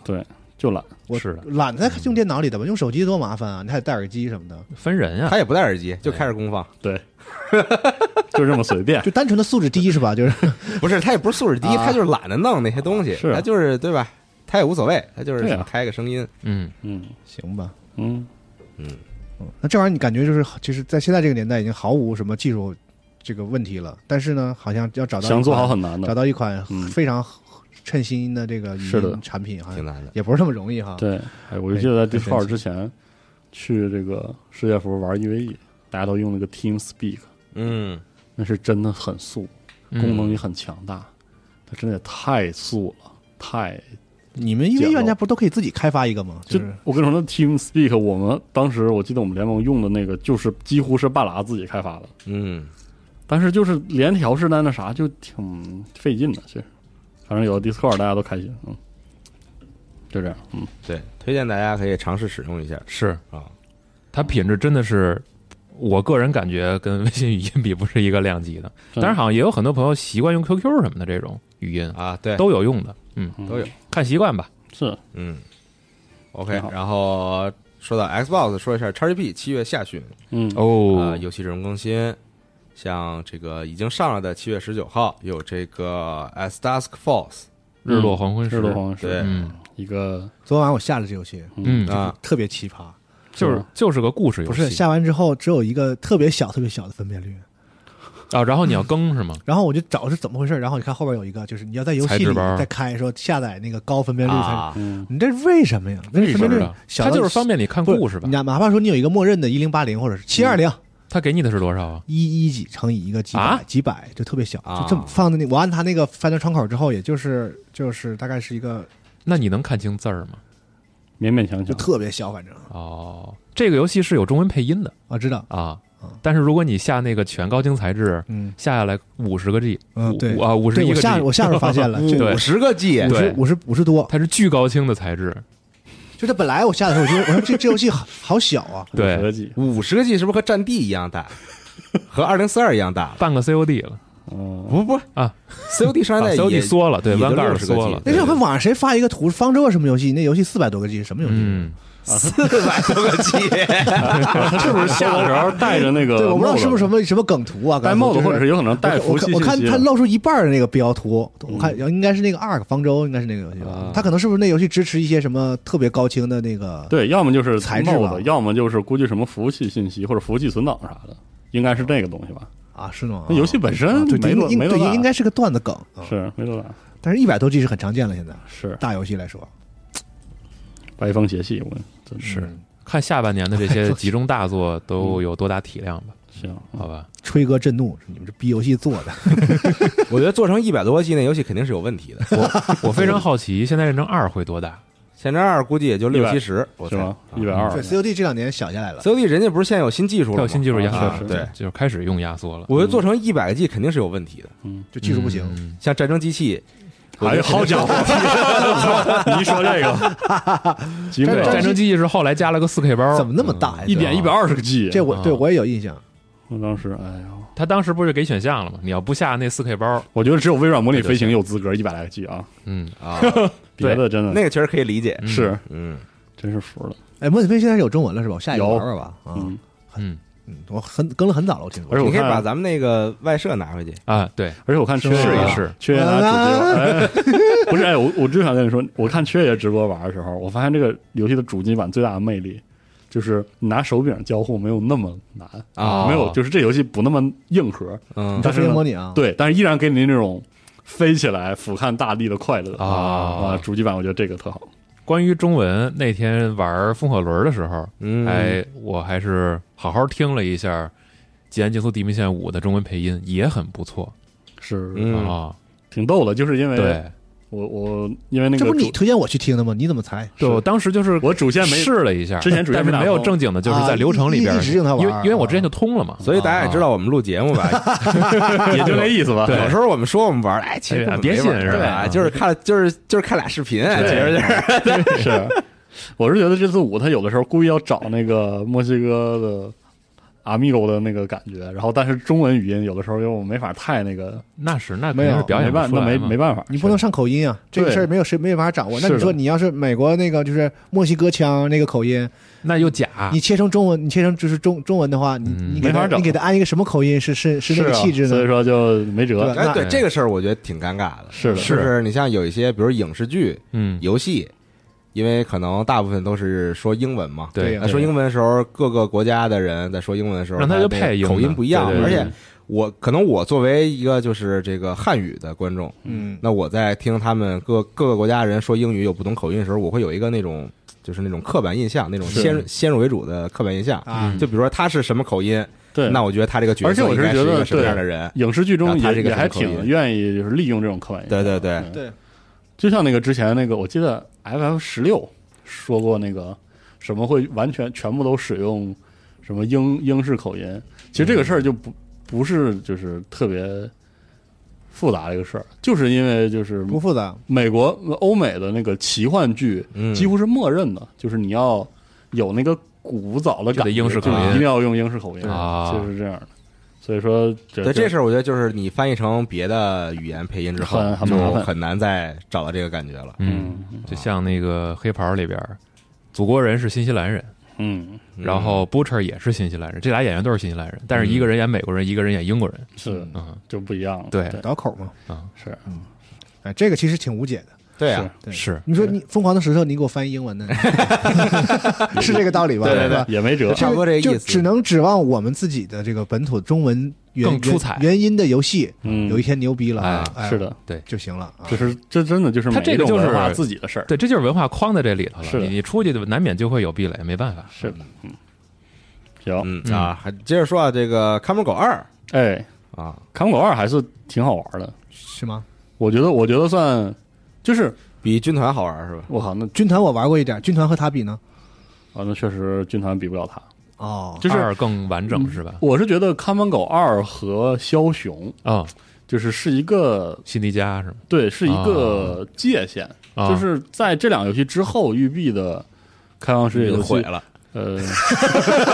S5: 就懒，
S4: 我
S3: 是的，
S4: 懒得用电脑里的吧，用手机多麻烦啊！你还得戴耳机什么的，
S3: 分人啊
S2: 他，也不戴耳机，就开着功放。
S5: 对，就这么随便
S4: 就。单纯的素质低是吧？就是
S2: 不是，他也不是素质低，
S4: 啊
S2: 他就是懒得弄那些东西，
S5: 是
S2: 他就是对吧？他也无所谓，他就是
S5: 对啊
S2: 想开个声音。
S3: 嗯，
S5: 嗯
S4: 行吧。
S5: 嗯，
S4: 那这玩意儿你感觉就是就是在现在这个年代已经毫无什么技术这个问题了，但是呢，好像要找到一
S5: 想做好
S4: 款
S5: 很难
S4: 找
S5: 的，
S4: 到一款
S5: 嗯
S4: 非常称心的这个语
S5: 是的
S4: 音产品，好
S2: 挺
S4: 像
S2: 难的，
S4: 也不是那么容易哈。
S5: 对，哎，我就
S4: 哎
S5: 记得在
S4: 很神奇
S5: Discord 之前去这个世界服玩 EVE，大 E，家都用那个 Team Speak，
S2: 嗯，
S5: 那是真的很素，
S3: 嗯
S4: 嗯
S5: 功能也很强大，它真的也太素了，太
S4: 你们因为
S5: 简陋
S4: 玩家不都可以自己开发一个吗？
S5: 就
S4: 就是
S5: 我跟你说，那 Team Speak，我们当时我记得我们联盟用的那个，就是几乎是半拉自己开发的，
S2: 嗯，
S5: 但是就是连调试那那啥，就挺费劲的。其实，反正有了 Discord，大家都开心，嗯，就这样，嗯，
S2: 对，推荐大家可以尝试使用一下
S3: 是
S2: 啊。
S3: 它品质真的是，我个人感觉跟微信语音比不是一个量级的。
S5: 真的
S3: 当然，好像也有很多朋友习惯用 QQ 什么的这种语音，
S2: 啊，对，
S3: 都有用的。嗯，
S2: 都有，
S3: 看习惯吧。
S5: 是
S2: 嗯，OK
S5: 挺。好
S2: 然后说到 Xbox，说一下 XGP 七月下旬
S5: 嗯，
S2: 啊、
S3: 哦，
S2: 游戏阵容更新，像这个已经上了的七月十九号有这个 As Dusk Falls，
S3: 日落黄昏时，
S5: 日落黄昏
S2: 对
S5: 是
S3: 嗯
S5: 一个
S4: 昨晚我下了这游戏，
S3: 嗯，
S2: 啊，
S4: 特别奇葩。
S3: 就是就是个故事游
S4: 不
S3: 戏，
S4: 是下完之后只有一个特别小、特别小的分辨率，
S3: 啊？然后你要更是吗？
S4: 然后我就找是怎么回事，然后你看后边有一个就是你要在游
S3: 材
S4: 戏
S3: 质
S4: 里
S3: 包
S4: 再开说下载那个高分辨率才，
S2: 啊，
S5: 嗯
S4: 你这是为什么呀？那是分辨率
S3: 的？
S4: 小
S3: 啊它
S4: 到，
S3: 就是方便你看
S4: 不是
S3: 故事吧
S4: 你？哪哪怕说你有一个默认的一零八零或者是七二零
S3: 它给你的是多少啊？
S4: 一一几乘以一个几百、
S3: 啊
S4: 几百，就特别小，
S2: 啊
S4: 就这么放在那。我按它那个翻到窗口之后，也就是就是大概是一个
S3: 那你能看清字儿吗？
S5: 勉勉强
S3: 嗯
S4: 就
S5: 强，
S4: 特别小，反正
S3: 哦，这个游戏是有中文配音的
S4: 我知道，
S3: 啊
S4: 嗯，
S3: 但是如果你下那个全高清材质，
S4: 嗯
S3: 下下来五十个 G，
S4: 嗯，
S3: 五
S4: 对
S3: 啊五十
S4: 对
S3: 一个
S4: 我
S3: G，
S4: 下我下边发现了，就
S3: 对
S2: 五十个 G，
S4: 五十
S3: 对
S4: 五十五十多，
S3: 它是巨高清的材 质，
S4: 就这本来我下的时候，我觉得我说这这游戏好好小啊，
S3: 对
S5: 合计，
S2: 五十个 G 是不是和战地一样大？和二零四二一样大了？
S3: 半个 COD 了，
S4: 哦
S5: 嗯，
S2: 不不
S3: 啊
S2: ，COD 上
S3: 把
S2: 现在
S3: COD
S2: 也
S3: 缩了，对，
S2: 也就
S3: 弯盖儿
S2: 60个
S3: 缩
S2: G
S3: 了，
S4: 那
S2: 对
S4: 时候看网上谁发一个图，方舟什么游戏？那游戏四百多个 G，什么游戏？
S3: 嗯，
S2: 四百多个 G，
S5: 他是不是下的时候带着那个？
S4: 对，我不知道是不是什么什么梗图啊，
S5: 呃戴
S4: 刚才
S5: 帽子，
S4: 就是
S5: 或者是有可能戴
S4: 我
S5: 服务器
S4: 看我看
S5: 信息啊
S4: 他
S5: 嗯了
S4: 露出一半儿的那个标图，我看应该是那个 Ark 方舟，应该是那个游戏吧
S2: 啊？
S4: 它可能是不是那游戏支持一些什么特别高清的那个？
S5: 对，要么就是
S4: 材质
S5: 帽
S4: 吧
S5: 子，要么就是估计什么服务器信息或者服务器存档啥的，应该是这个东西吧？
S4: 啊，是吗？
S5: 那游戏本身
S4: 啊对
S5: 没
S4: 应
S5: 多
S4: 应
S5: 没多
S4: 对
S5: 大
S4: 应该是个段子梗，啊
S5: 是没多大，
S4: 但是一百多 G 是很常见了，现在
S5: 是
S4: 大游戏来说
S5: 白方邪气，我真
S3: 是看下半年的这些集中大作都有多大体量吧，
S5: 行，
S2: 嗯
S4: 嗯
S3: 好吧，
S4: 吹哥震怒，你们这逼游戏做 的，
S2: 我觉得做成一百多个 G 那游戏肯定是有问题的。
S3: 我我非常好奇现在认证二会多 大，
S2: 现在二估计也就六
S5: 100
S2: 七十，我
S5: 是
S2: 猜啊
S5: 吗？一百二
S4: 对，COD 这两年小下来了，
S2: COD 人家不是现在有新技术了
S3: 它
S2: 吗？
S3: 有新技术压
S2: 啊
S3: 缩，
S5: 是
S2: 对，
S3: 就是开始用压缩了，
S2: 我觉得做成一百个 G 肯定是有问题的，
S4: 就技术不行。
S3: 嗯
S2: 像战争机器，
S5: 哎呀，好家伙！你一说这个， 啊几
S4: 这
S5: 秒
S3: 战争机器是后来加了个四 K 包，
S4: 怎么那么大呀？
S5: 嗯一点一百二十个 G，啊
S4: 这我对我也有印象，
S5: 我当时哎呀，
S3: 他当时不是给选项了吗？你要不下那四 K 包，
S5: 我觉得只有微软模拟飞行有资格一百来个 G 啊，
S3: 嗯，
S2: 啊，
S5: 别的真
S2: 那
S5: 的
S2: 个确实可以理解。
S5: 是
S2: 嗯，
S5: 真是服了，
S4: 哎，模拟飞现在是有中文了是吧？我下一个
S5: 有
S4: 玩玩吧。啊，
S5: 嗯。
S4: 嗯，我很更了很早了，我听说
S5: 而。且
S2: 你
S5: 我
S2: 可以把
S5: 看，
S2: 咱们那个外设拿回去。
S3: 啊，对，
S5: 而且我看缺爷
S3: 试
S5: 啊
S3: 一试
S5: 缺爷拿主机玩，哎 不是哎，我我正想跟你说，我看缺爷直播玩的时候，我发现这个游戏的主机版最大的魅力就是你拿手柄交互没有那么难
S2: 啊
S5: 没有就是这游戏不那么硬核，
S2: 嗯，
S4: 大
S5: 但
S4: 飞
S5: 是
S4: 行
S5: 呢
S4: 模拟啊，，
S5: 对，但是依然给你那种飞起来俯瞰大地的快乐
S3: 啊
S5: 啊！主机版我觉得这个特好，
S3: 关于中文，那天玩风火轮的时候，
S2: 嗯
S3: 哎，我还是好好听了一下《极限竞速：地平线五》的中文配音，也很不错
S5: 是
S3: 啊、
S2: 嗯，
S5: 挺逗的，就是因为
S3: 对，
S5: 我我因为那
S4: 这
S5: 个
S4: 不是你
S5: 主
S4: 推荐我去听的吗？你怎么才？
S3: 对我当时就是
S5: 我主线没
S3: 试了一下，
S5: 之前主页
S3: 但是
S5: 没打
S3: 没有
S5: 通
S3: 正经的，就是在流程里边，
S4: 啊一一直用它玩
S3: 因为因为我之前就通了嘛，
S2: 啊所以大
S3: 啊
S2: 家也知道我们录节目 吧，
S5: 也就那意思吧，
S2: 有时候我们说我们玩，哎，其实
S3: 哎呀
S2: 根本
S3: 别
S2: 没
S3: 信
S2: 玩
S3: 是吧
S2: 对啊就是看了，就是就是看俩视频，其实就是
S5: 啊是，我是觉得这次舞他有的时候故意要找那个墨西哥的 Amigo 的那个感觉，然后但是中文语音有的时候又没法太那个，
S3: 那是那
S4: 没
S3: 肯定是
S4: 有
S3: 表演
S5: 没
S3: 不
S5: 办
S3: 出
S5: 那
S3: 来
S5: 没
S3: 嘛
S5: 没办法，
S4: 你不能上口音啊，这个
S5: 对
S4: 事儿没有谁没法掌握。那你
S5: 是的
S4: 说你要是美国那个就是墨西哥腔那个口音，
S3: 那又假
S4: 你。切成中文，你切成就是中中文的话，你
S3: 嗯
S4: 你给
S5: 啊没法
S4: 他
S5: 整
S4: 你给他安一个什么口音是是是那个
S5: 啊
S4: 气质
S5: 所以
S4: 呢？
S5: 说就
S4: 对
S5: 没辙
S4: 吧。
S2: 哎，
S4: 那
S2: 对这个事儿，我觉得挺尴尬的。
S5: 是的
S2: 是不是？你像有一些，比如影视剧、
S3: 嗯，
S2: 游戏，因为可能大部分都是说英文嘛。
S3: 对
S4: 对呀
S2: 那说英文的时候，各个国家的人在说英文的时候，
S3: 让他就
S2: 那
S3: 配英文
S2: 口音不一样
S3: 对对，
S2: 而
S3: 对
S2: 且我可能我作为一个就是这个汉语的观众，
S4: 嗯，
S2: 那我在听他们各各个国家人说英语有不同口音的时候，我会有一个那种就是那种刻板印象，那种
S5: 是
S2: 先先入为主的刻板印象。
S4: 啊
S3: 嗯
S2: 就比如说他是什么口音，
S5: 对，
S2: 那我觉得他这个角色
S5: 而且我
S2: 应
S5: 是
S2: 该
S5: 觉
S2: 是一
S5: 得
S2: 个什么样的
S5: 对
S2: 人？
S5: 影视剧中
S2: 那他
S5: 也
S2: 这个
S5: 也还
S2: 什么口
S5: 挺
S2: 音
S5: 愿意就是利用这种刻板印象。
S2: 对对对
S5: 嗯
S4: 对，
S5: 就像那个之前那个，我记得 FF 十六说过那个什么会完全全部都使用什么英英式口音，其实这个事儿就不不是就是特别复杂的一个事儿，就是因为就是
S4: 不复杂，
S5: 美国欧美的那个奇幻剧
S2: 嗯
S5: 几乎是默认的，就是你要有那个古早的
S3: 就
S5: 感
S3: 得
S5: 觉，
S3: 英式口
S5: 就
S3: 音
S5: 一定要用英式口音，
S3: 啊
S5: 就是这样的。所以说这
S2: 对这事儿，我觉得就是你翻译成别的语言配音之后
S5: 很，很
S2: 就
S5: 麻烦
S2: 很难再找到这个感觉了。
S3: 嗯，
S5: 嗯
S3: 就像那个黑袍里边，祖国人是新西兰人，
S5: 嗯
S3: 然后 Butcher 也是新西兰人，这俩演员都是新西兰人，但
S2: 嗯
S3: 是一个人演美国人，一个人演英国人。
S5: 是
S3: 嗯，
S5: 就不一样了，
S3: 对
S4: 倒口嘛。
S5: 啊是
S4: 哎，这个其实挺无解的。
S2: 对啊，
S4: 对
S3: 是
S4: 你说你疯狂的石头，你给我翻译英文呢？ 是这个道理吧？
S2: 对对
S4: 是吧
S5: 也没辙
S4: 这个，
S2: 差不多这个意思
S4: 就只能指望我们自己的这个本土中文原
S3: 更出彩
S4: 原原音的游戏，
S5: 嗯，
S4: 有一天牛逼了，
S3: 哎
S4: 哎
S5: 是的，
S4: 就行了啊。
S5: 就是这真的就是
S3: 他
S5: 每
S3: 这
S5: 一
S3: 个
S5: 种
S3: 就是
S5: 文化自己的事儿，
S3: 对，这就是文化框在这里头
S5: 是
S3: 了。
S5: 的
S3: 你你出去就难免就会有壁垒，没办法。
S5: 是的，嗯，行，
S2: 嗯
S3: 嗯
S2: 啊，还接着说啊，这个《看门狗二
S5: 哎，》
S2: 啊，
S5: 看门狗二还是挺好玩的，
S4: 是吗？
S5: 我觉得，我觉得算就是
S2: 比军团好玩是吧？
S5: 我靠，那
S4: 军团我玩过一点，军团和他比呢？
S5: 啊，那确实军团比不了他，
S4: 哦，
S5: 就是嗯
S3: 二更完整是吧？
S5: 我是觉得看门狗二和枭雄
S3: 啊，
S5: 就是是一个
S3: 辛迪加是吗？
S5: 对，是一个界限，
S3: 啊
S5: 就是在这两个游戏之后，育碧的开放世界游戏
S2: 毁了，
S5: 呃，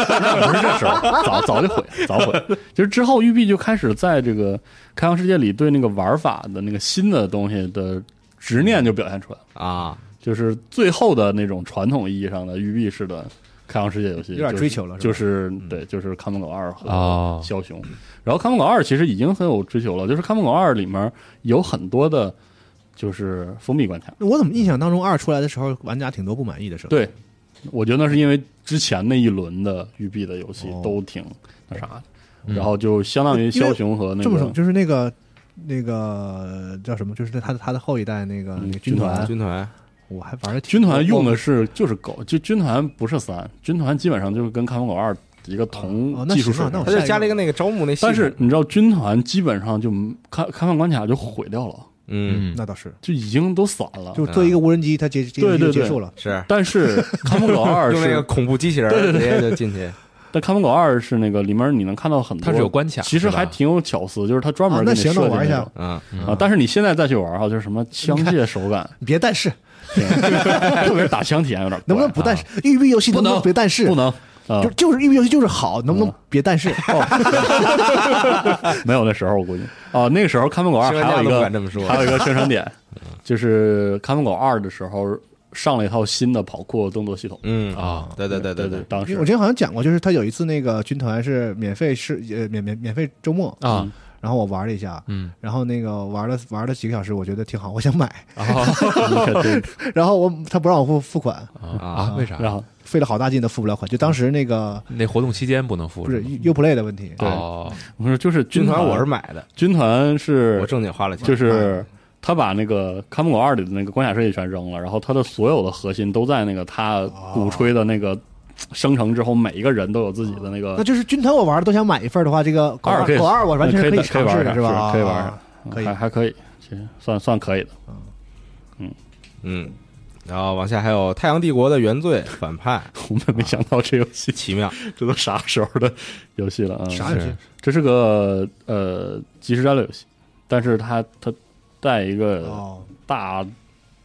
S5: 那不是这时候，早早就毁，早毁。就是之后，育碧就开始在这个开放世界里对那个玩法的那个新的东西的执念就表现出来了，
S2: 啊，
S5: 就是最后的那种传统意义上的育碧式的开放世界游戏，
S4: 有点
S5: 就是
S4: 追求了
S5: 就是是对，就是《看门狗二》和
S3: 哦
S5: 《枭雄》然后《看门狗二》其实已经很有追求了，就是《看门狗二》里面有很多的，就是封闭关卡。
S4: 那我怎么印象当中二出来的时候，玩家挺多不满意的是吧？
S5: 对，我觉得那是因为之前那一轮的育碧的游戏
S4: 哦
S5: 都挺那啥的，
S2: 嗯
S5: 然后就相当于枭雄和那
S4: 这么说
S5: 个
S4: 就是那个那个叫什么，就是他的他的后一代那个
S5: 嗯
S4: 那个军
S5: 啊
S4: 团，
S2: 军团
S4: 我还玩的
S5: 军团用
S4: 哦
S5: 的是就是狗，就军团不是三，军团基本上就是跟看门狗二一个
S4: 哦哦
S5: 同
S4: 那
S5: 技
S4: 行
S5: 术水
S4: 啊那我。
S5: 平
S2: 他就加了一个那个招募那系统，
S5: 但是你知道，军团基本上就开开放关卡就毁掉了，
S2: 嗯
S3: 嗯，
S4: 那倒是，
S5: 就已经都散了。
S4: 就是做一个无人机，它结结
S5: 啊对对
S4: 就
S5: 对
S4: 结束了。
S2: 是
S5: 但是看门狗 二
S2: 用那个
S5: 是，
S2: 恐怖机器人儿直接就进去，
S5: 但看门狗二是那个里面你能看到很多，
S3: 它是有关卡
S5: 其实
S3: 是吧
S5: 还挺有巧思，就是它专门
S4: 啊
S5: 给
S4: 那
S5: 你
S4: 行
S5: 设计
S4: 那我玩一下
S5: 种
S2: 嗯，
S5: 啊，但是你现在再去玩哈，就是什么枪械手 感，
S4: 你别但是，
S5: 特别是打枪体验有点怪，
S4: 能不能不但是？育碧游戏能不能
S5: 能
S4: 别但是？
S5: 啊不能嗯啊
S4: 就，就是育碧游戏就是好，能不能别但是？哦
S5: 没有那时候我估计啊，那个时候看门狗二
S2: 新闻
S5: 还
S2: 家
S5: 有
S2: 都
S5: 一
S2: 不
S5: 个
S2: 敢这么说，嗯
S5: 还有一个宣 传点，就是看门狗二的时候上了一套新的跑酷动作系统，
S2: 嗯，
S3: 啊，
S2: 对对对
S5: 对
S2: 对，
S5: 当
S4: 因为
S5: 时
S4: 我之前好像讲过，就是他有一次那个军团是免费是呃免免免费周末
S3: 啊，
S4: 然后我玩了一下，
S3: 嗯，
S4: 然后那个玩了玩了几个小时，我觉得挺好，我想买，
S5: 你看 对
S4: 然后我他不让我付付款，
S3: 啊，为啥？
S5: 然后
S4: 费了好大劲的付不了款，就当时那个
S3: 那活动期间不能付
S4: 不是
S3: 是吗
S4: U Play 的问题，
S5: 对
S3: 哦，
S5: 我说就是
S2: 军
S5: 军
S2: 团
S5: 团，
S2: 我是买的，
S5: 军团是
S2: 我正经花了钱，
S4: 嗯
S5: 就是他把那个《看门狗二》里的那个关卡设计全扔了，然后他的所有的核心都在那个他
S4: 哦
S5: 鼓吹的那个生成之后，每一个人都有自己的那
S4: 那
S5: 个
S4: 就是军团我玩都想买一份的话，这个狗
S5: 二可以
S4: 狗二我完全
S5: 可以
S4: 以
S5: 可以
S4: 尝
S5: 玩
S4: 试
S5: 一下
S4: 的是吧？
S5: 是可以玩一下
S4: 啊可以
S5: 还还可以，其实算算可以的。
S2: 嗯，然后往下还有《太阳帝国》的原罪反派，
S5: 我们没想到这游戏，
S2: 奇妙，
S5: 这都啥时候的游戏了啊？
S4: 啥游戏？
S5: 这是个呃即时战略游戏，但是它它带一个
S4: 哦，
S5: 大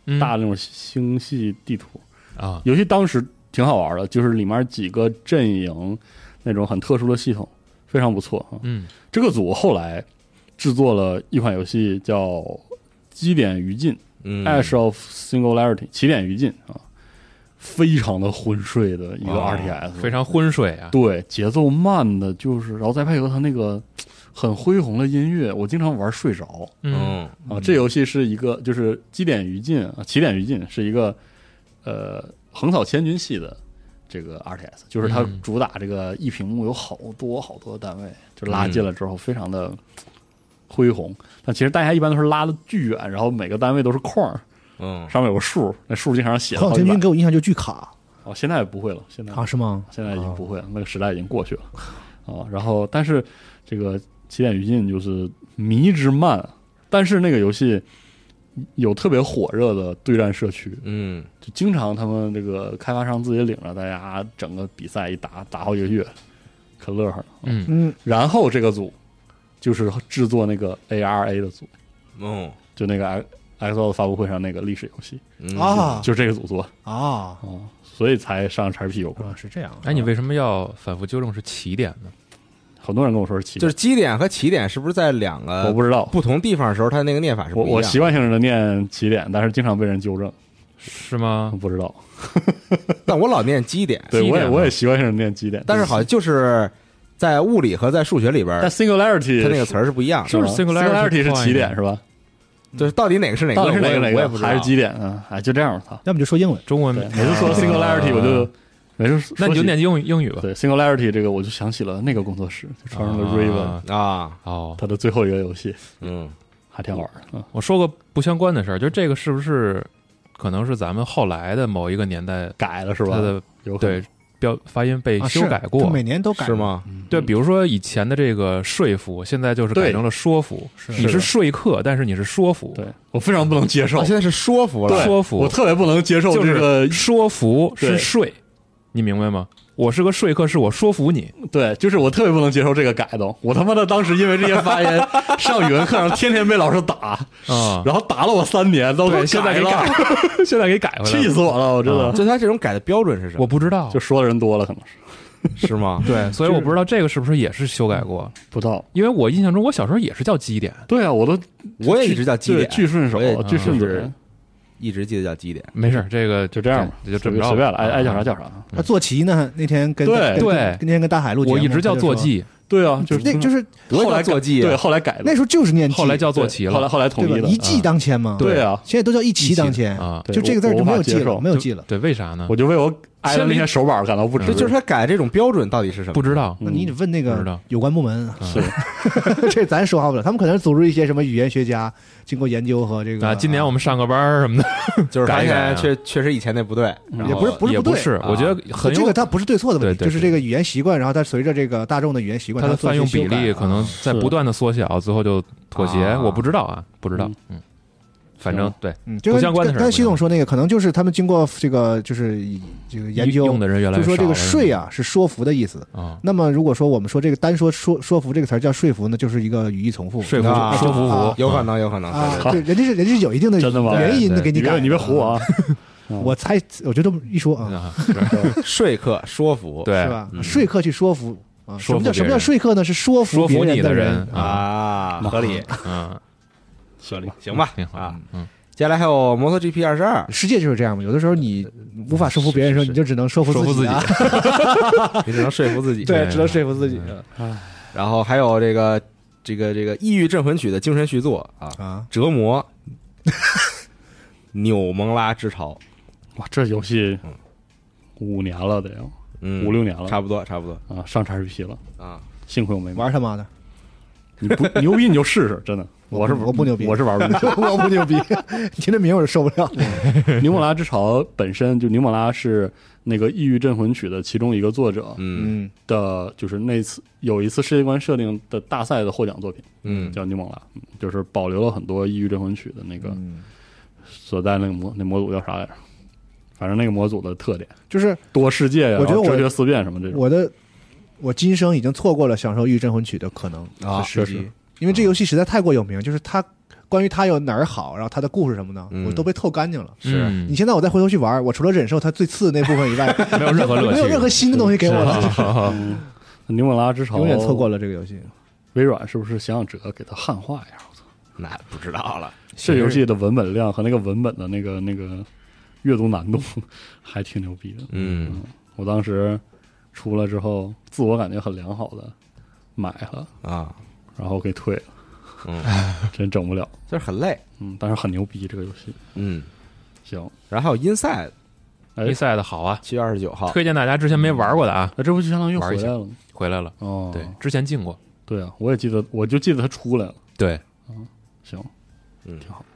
S3: 嗯
S5: 大那种星系地图，
S3: 啊
S5: 游戏当时挺好玩的，就是里面几个阵营，那种很特殊的系统，非常不错啊。
S3: 嗯，
S5: 这个组后来制作了一款游戏叫《基点余烬》
S2: 嗯
S5: （Ash of Singularity），起点余烬啊，非常的昏睡的一个
S3: 哇
S5: RTS，
S3: 哦非常昏睡啊。
S5: 对，节奏慢的，就是，然后再配合它那个很恢宏的音乐，我经常玩睡着
S3: 嗯，
S2: 嗯
S5: 啊。这游戏是一个，就是基点余烬啊，起点余烬是一个呃横扫千军系的这个 RTS，就是它
S3: 嗯
S5: 主打这个一屏幕有好多好多单位，就拉近了之后非常的恢宏。但其实大家一般都是拉的巨远，然后每个单位都是框儿，
S2: 嗯，
S5: 上面有个数，那数经常写
S4: 狂
S5: 好
S4: 想
S5: 几
S4: 天君。
S5: 百
S4: 给我印象就巨卡
S5: 哦，现在也不会了，现在
S4: 啊，是吗？
S5: 现在已经不会了，那个时代已经过去了啊。然后，但是这个《起点余烬》就是迷之慢，但是那个游戏有特别火热的对战社区，
S2: 嗯，
S5: 就经常他们这个开发商自己领着大家整个比赛一打打好几个月，可乐呵了。
S4: 嗯，
S5: 然后这个组就是制作那个 ARA 的组，
S2: 哦，
S5: 就那个 XO 发布会上那个历史游戏，
S2: 嗯
S4: 啊
S5: 就这个组做
S4: 啊
S5: 啊，所以才上 XP 有关
S4: 啊，。是这样。
S3: 哎，你为什么要反复纠正是起点呢？
S5: 很多人跟我说是起
S2: 就
S5: 点，
S2: 是基点和起点是不是在两个
S5: 我不知道，
S2: 不同地方的时候，它那个念法是不
S5: 我
S2: 一样
S5: 我
S2: 的
S5: 习惯性的念起点，但是经常被人纠正，
S3: 是吗？
S5: 不知道。
S2: 但我老念基点，
S5: 对
S3: 基
S5: 我
S3: 点啊
S5: 也
S3: 吗
S5: 我也习惯性的念起点，
S2: 但是好像就是在物理和在数学里边
S5: 但
S2: 儿，
S5: singularity
S2: 它那个词儿是不一样的，
S3: 就是
S5: 是吧
S3: singularity
S5: singularity 是
S3: point
S5: 起点是吧？
S2: 就是到底哪个是哪个，
S5: 到底是哪个
S2: 我也
S5: 哪
S2: 我也
S5: 个
S2: 不知道嗯
S5: 还是基点啊？哎，就这样吧，操！
S4: 要么就说英文，
S3: 中文
S5: 对，每次说到 singularity 我就每次说
S3: 那你就念英语英语吧。
S5: 对 singularity 这个我就想起了那个工作室，就穿上了 Raven
S3: 啊
S2: 啊，
S3: 哦，
S5: 它的最后一个游戏，
S2: 嗯
S5: 还挺好玩的。啊
S3: 我说个不相关的事儿，就这个是不是可能是咱们后来的某一个年代
S5: 改了是吧
S3: 它？的
S5: 有可能
S3: 对标发音被
S4: 啊
S3: 修改过
S4: 是？每年都改
S2: 是？吗？
S3: 对，比如说以前的这个说服，现在就是改
S5: 对
S3: 成了说服。
S4: 是
S3: 你是说客，但是你是说服。
S5: 对，我非常不能接受
S2: 啊，，现在是说服了
S5: 对，
S3: 说服
S5: 我特别不能接受
S3: 就
S5: 这个
S3: 是说服
S5: 对
S3: 是税，你明白吗？我是个说客，是我说服你。
S5: 对，就是我特别不能接受这个改动。我他妈的当时因为这些发言，上语文课上天天被老师打，
S3: 啊
S5: 然后打了我三年，都
S3: 对，现在给改
S5: 了，
S3: 了，现在 给改回来
S5: 气
S3: 了。
S5: 死我了！我真的、
S2: 就它这种改的标准是什
S3: 我
S2: 么？
S3: 不知道，
S5: 就说的人多了，可能是
S2: 是吗？
S3: 对，所以
S5: 就
S3: 我
S5: 是
S3: 不知道这个是不是也是修改过，
S5: 不知道。
S3: 因为我印象中我小时候也是叫基点，
S5: 对啊，我都
S2: 我也一直叫啊基
S5: 对
S2: 点，
S5: 巨顺手
S2: 我也，
S5: 巨顺
S2: 就
S5: 嘴，
S2: 是一直记得叫基点。
S3: 没事儿，这个
S5: 就这样吧，
S3: 就这么着吧，
S5: 随便了，爱哎爱叫啥
S3: 叫。
S5: 叫啥。
S4: 啊，坐骑呢？那天跟
S5: 对
S4: 跟
S3: 对
S4: 跟那天跟大海录节目，
S3: 我一直叫
S4: 他就
S3: 坐
S4: 说，
S3: 骑，嗯
S5: 对啊，就
S4: 就是那就是
S2: 我
S5: 后来
S2: 也叫坐骑
S5: 改对，后来改的，
S4: 那时候就是念骑，
S3: 后来叫坐骑
S5: 后来
S3: 了。
S5: 后来统
S4: 对
S5: 一
S4: 吧？
S5: 的
S4: 一
S3: 嗯
S4: 骑当千嘛，
S5: 对啊，
S4: 现在都叫一骑当千
S3: 啊
S5: 对
S4: 就这个字儿
S5: 我
S4: 就没
S5: 我无
S4: 有
S5: 法
S4: 记
S5: 接
S4: 了，
S5: 受
S4: 没
S3: 嗯
S4: 有记了。
S3: 对，为啥呢？
S5: 我就为我挨的那
S3: 千
S5: 些
S3: 里
S5: 手板感到不值。
S2: 这就是它改这种标准到底是什么？
S3: 不知道，
S4: 那你得问那
S3: 不知
S4: 个
S3: 道
S4: 有关部门 啊，
S5: 是
S4: 这咱说话不了。他们可能组织一些什么语言学家经过研究和这个
S3: 啊，今年我们上个班儿什么的，
S2: 就是发
S3: 改一改啊
S2: 现哎确确实以前那不对，然
S4: 也
S2: 后
S4: 不是不是
S3: 也
S4: 对，
S3: 是，
S2: 啊
S3: 我觉得很
S4: 这
S3: 有
S4: 个它不是对错的问题，
S3: 对对
S4: 就是这个语言习惯，然后它随着这个大众的语言习惯，
S3: 它的
S4: 做
S3: 泛
S4: 一些
S3: 用比
S4: 修改
S3: 例
S4: 啊
S3: 可能在
S5: 是
S3: 不断的缩小，最后就妥协，
S2: 啊
S3: 我不知道啊，不知道，嗯，反正
S5: 行
S3: 对，
S4: 嗯，就
S3: 不
S4: 跟
S3: 相关的事儿不相
S4: 跟
S3: 关
S4: 跟习总说那个，可能就是他们经过这个就是以这个研究
S3: 用，的人越来
S4: 就
S3: 越少
S4: 说
S3: 了。
S4: 这个税啊是说服的意思。
S3: 啊，
S4: 那么如果说我们说这个单说说说服这个词儿叫说服呢，就是一个语义重复。
S3: 说服
S2: 啊
S3: 说服服
S4: 啊，
S2: 有可能有可能。
S4: 啊，
S5: 好
S4: 对，人家是人家是有一定的
S5: 真的吗
S4: 原因的
S3: 对
S4: 给
S5: 你
S4: 改
S5: 别
S4: 的，嗯
S5: 你别唬我啊！
S4: 我猜，我就这么一说啊，
S3: 啊，
S2: 说客说服
S3: 对嗯
S4: 是，吧？说客去说服啊，什
S3: 说服
S4: 么
S3: 别
S4: 叫
S3: 人
S4: 什么叫说客呢？是说服
S3: 说
S4: 别
S3: 服你
S4: 人
S3: 的
S4: 人。
S3: 啊，
S2: 啊，合理，
S3: 嗯，
S2: 合理，行吧
S3: 挺好
S2: 啊。
S3: 嗯，
S2: 接下来还有摩托 GP 二十二，
S4: 世界就是这样嘛，有的时候你无法说服别人的时候，
S3: 是是
S4: 你就只能说服
S3: 说服
S4: 己啊，
S2: 你只能说服自己。
S4: 对，只能说服自己
S3: 嗯
S2: 然后还有这个这个这个《异域镇魂曲》的精神续作啊，
S4: 啊。
S2: 折磨 纽蒙拉之潮，
S5: 哇，这游戏
S4: 嗯
S5: 五年了得要
S2: 嗯，
S5: 五六年了
S2: 差不多差不多
S5: 啊，上 XGP 了，
S2: 啊。
S5: 幸亏我没买。
S4: 玩 他妈的，
S5: 你不牛逼你就试试，真的。我 是
S4: 我不牛逼
S5: 我是玩不牛
S4: 我不牛逼， 听这名我就受不了。
S5: 牛莫拉之潮本身就牛莫拉是那个《异域镇魂曲》的其中一个作者
S2: 嗯
S4: 嗯，
S5: 的，就是那次有一次世界观设定的大赛的获奖作品，
S2: 嗯
S5: 叫牛莫拉，嗯就是保留了很多《异域镇魂曲》的那个
S4: 嗯
S5: 所在那个模那模组叫啥来着？反正那个模组的特点，
S4: 就是
S5: 多世界呀，
S4: 我觉得我
S5: 然后哲学思辨什么这种。
S4: 我的，我今生已经错过了享受《玉镇魂曲》的可能，
S2: 啊，
S5: 是
S2: 是
S5: 是
S4: 因为这游戏实在太过有名，就是它关于它有哪儿好，然后它的故事什么的，
S2: 嗯
S4: 我都被透干净了。
S2: 是
S3: 嗯
S4: 你现在我再回头去玩，我除了忍受它最次的那部分以外，
S3: 没有任何乐趣，
S4: 没有任何新的东西给我了。
S3: 啊
S5: 尼莫拉之 潮
S4: 永远错过了这个游戏。
S5: 微软是不是想想辙给它汉化一下？我操，
S2: 那不知道了。
S5: 这游戏的文本量和那个文本的那个那个阅读难度还挺牛逼的。
S2: 嗯
S5: 我当时出了之后，自我感觉很良好的买了，
S2: 啊，
S5: 然后给退了，
S2: 嗯，
S5: 真整不了。
S2: 就是很累。
S5: 嗯，但是很牛逼这个游戏。
S2: 嗯，
S5: 行，
S2: 然后还有 Inside
S5: 哎
S3: 比赛的好啊，
S2: 七月二十九号，
S3: 推荐大家之前没玩过的啊，
S5: 那这不就相当于
S3: 玩
S5: 回
S3: 一下
S5: 来了吗？
S3: 回来了。
S5: 哦，
S3: 对，之前进过。
S5: 对啊，我也记得，我就记得它出来了。
S3: 对，
S5: 行，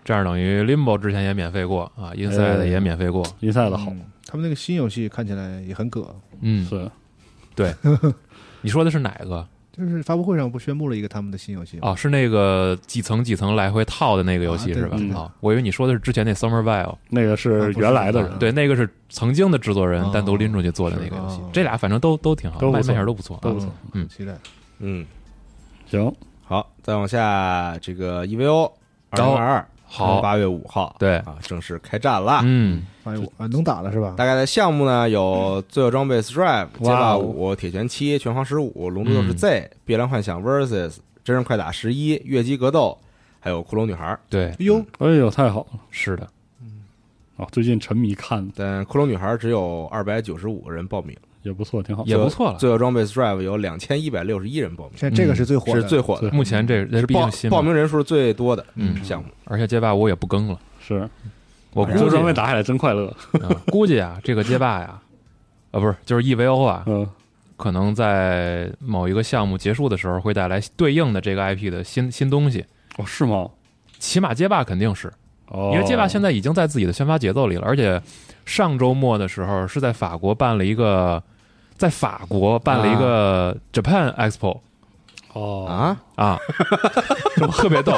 S3: 这样等于 Limbo 之前也免费过啊，Inside 也免费过。
S5: 一赛的好，
S4: 嗯他们那个新游戏看起来也很葛，
S3: 嗯，
S5: 是
S3: 你说的是哪个？
S4: 就是发布会上不宣布了一个他们的新游戏吗？
S3: 哦，是那个几层几层来回套的那个游戏
S4: 啊对
S3: 是吧
S5: 对？对嗯
S3: 哦，我以为你说的是之前那 Somerville，
S5: 那个是原来的人，
S3: 对，那个是曾经的制作人
S4: 哦
S3: 单独拎出去做的那个游戏
S4: 是哦。
S3: 这俩反正都都挺好，
S5: 都不
S3: 卖
S5: 错
S3: 卖相都不错啊。
S5: 都不错
S3: 嗯
S4: 很期待。
S2: 嗯，
S5: 行，
S2: 好，再往下这个 EVO 二零
S3: 然后
S2: 二二，
S3: 好
S2: 八月五号，
S3: 对
S2: 啊，正式开战了。
S3: 嗯，
S4: 八月五啊，能打了是吧？
S2: 大概的项目呢有《罪恶装备 Strive》、《街
S5: 哇
S2: 霸
S5: 哦
S2: 五》、《铁拳七》、《拳皇十五》、《龙珠斗士
S3: 嗯
S2: Z》、《碧蓝幻想 vs》、《真人快打十一》、《越级格斗》，还有《骷髅女孩》。
S3: 对，
S4: 哟，
S5: 哎呦，太好了
S3: 是的，
S5: 啊！最近沉迷看
S2: 但《骷髅女孩》只有二百九十五人报名，
S5: 也不错，挺好。
S3: 也不错了
S2: 《罪恶装备 Strive》有两千一百六十一人报名，
S4: 现在这个是最火的，
S2: 是最火的，
S5: 对
S3: 目前这这
S2: 是
S3: 毕
S2: 报
S3: 竟新嘛
S2: 报，名人数最多的
S3: 嗯
S2: 项目。
S3: 而且街霸我也不更了。
S5: 是，
S3: 我
S5: 哎这
S3: 估计
S5: 装备
S3: 啊
S5: 打起来真快乐。
S3: 嗯估计啊，这个街霸呀，啊不是，就是 EVO 啊，
S5: 嗯，
S3: 可能在某一个项目结束的时候，会带来对应的这个 IP 的新新东西。
S5: 哦，是吗？
S3: 起码街霸肯定是，
S5: 哦，
S3: 因为街霸现
S5: 在
S3: 在已经在自己的宣发节奏里了，而且上周末的时候是在法国办了一个，在法国办了一个 Japan Expo
S5: 哦
S2: 啊，
S3: 啊， 特别逗？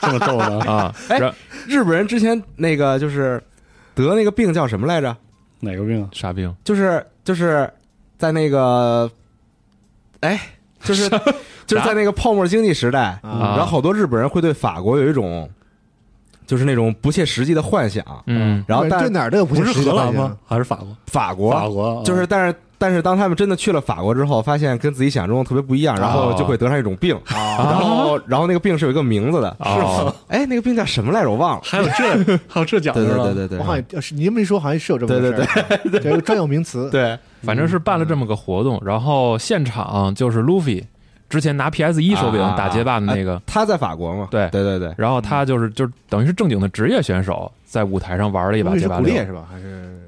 S5: 这么逗呢
S3: 啊！
S2: 哎
S3: 然
S2: 日本人之前那个就是得那个病叫什么来着？
S5: 哪个病啊？
S3: 傻
S2: 哦
S3: 兵，
S2: 就是就是在那个，哎，就是就是在那个泡沫经济时代，
S4: 啊
S2: 然后好多日本人会对法国有一种就是那种不切实际的幻想，
S3: 嗯，
S2: 然后
S4: 对
S2: 但
S4: 哪儿都有不
S5: 不
S4: 切
S5: 是
S4: 实际
S5: 荷
S4: 的幻
S5: 兰
S4: 想
S5: 吗？？还是法国？
S2: 法国
S5: 法国啊
S2: 就是但是但是当他们真的去了法国之后，发现跟自己想象中的特别不一样，然后就会得上一种病，然后然后那个病是有一个名字的，
S3: 哦，
S2: 哎，那个病叫什么来着？我忘了。
S5: 还有这还有这讲究
S2: 对对
S5: 呢
S2: 对对对，
S4: 我好像呃是你这么一说，好像是有这么
S2: 对
S4: 个
S2: 对
S4: 事儿，对对，有个专有名词。
S2: 对，
S3: 反正是办了这
S2: 嗯
S3: 么个活动，然后现场就是 Luffy 之前拿 PS 一手柄
S2: 啊
S3: 打街霸的那个。
S2: 他在法国嘛？
S3: 对
S2: 对对对，
S3: 然后他就是就是等于是正经的职业选手，在舞台上玩了一
S4: 一
S3: 把
S4: 是
S3: 街霸
S4: 骨
S3: 六
S4: 裂。是吧？还是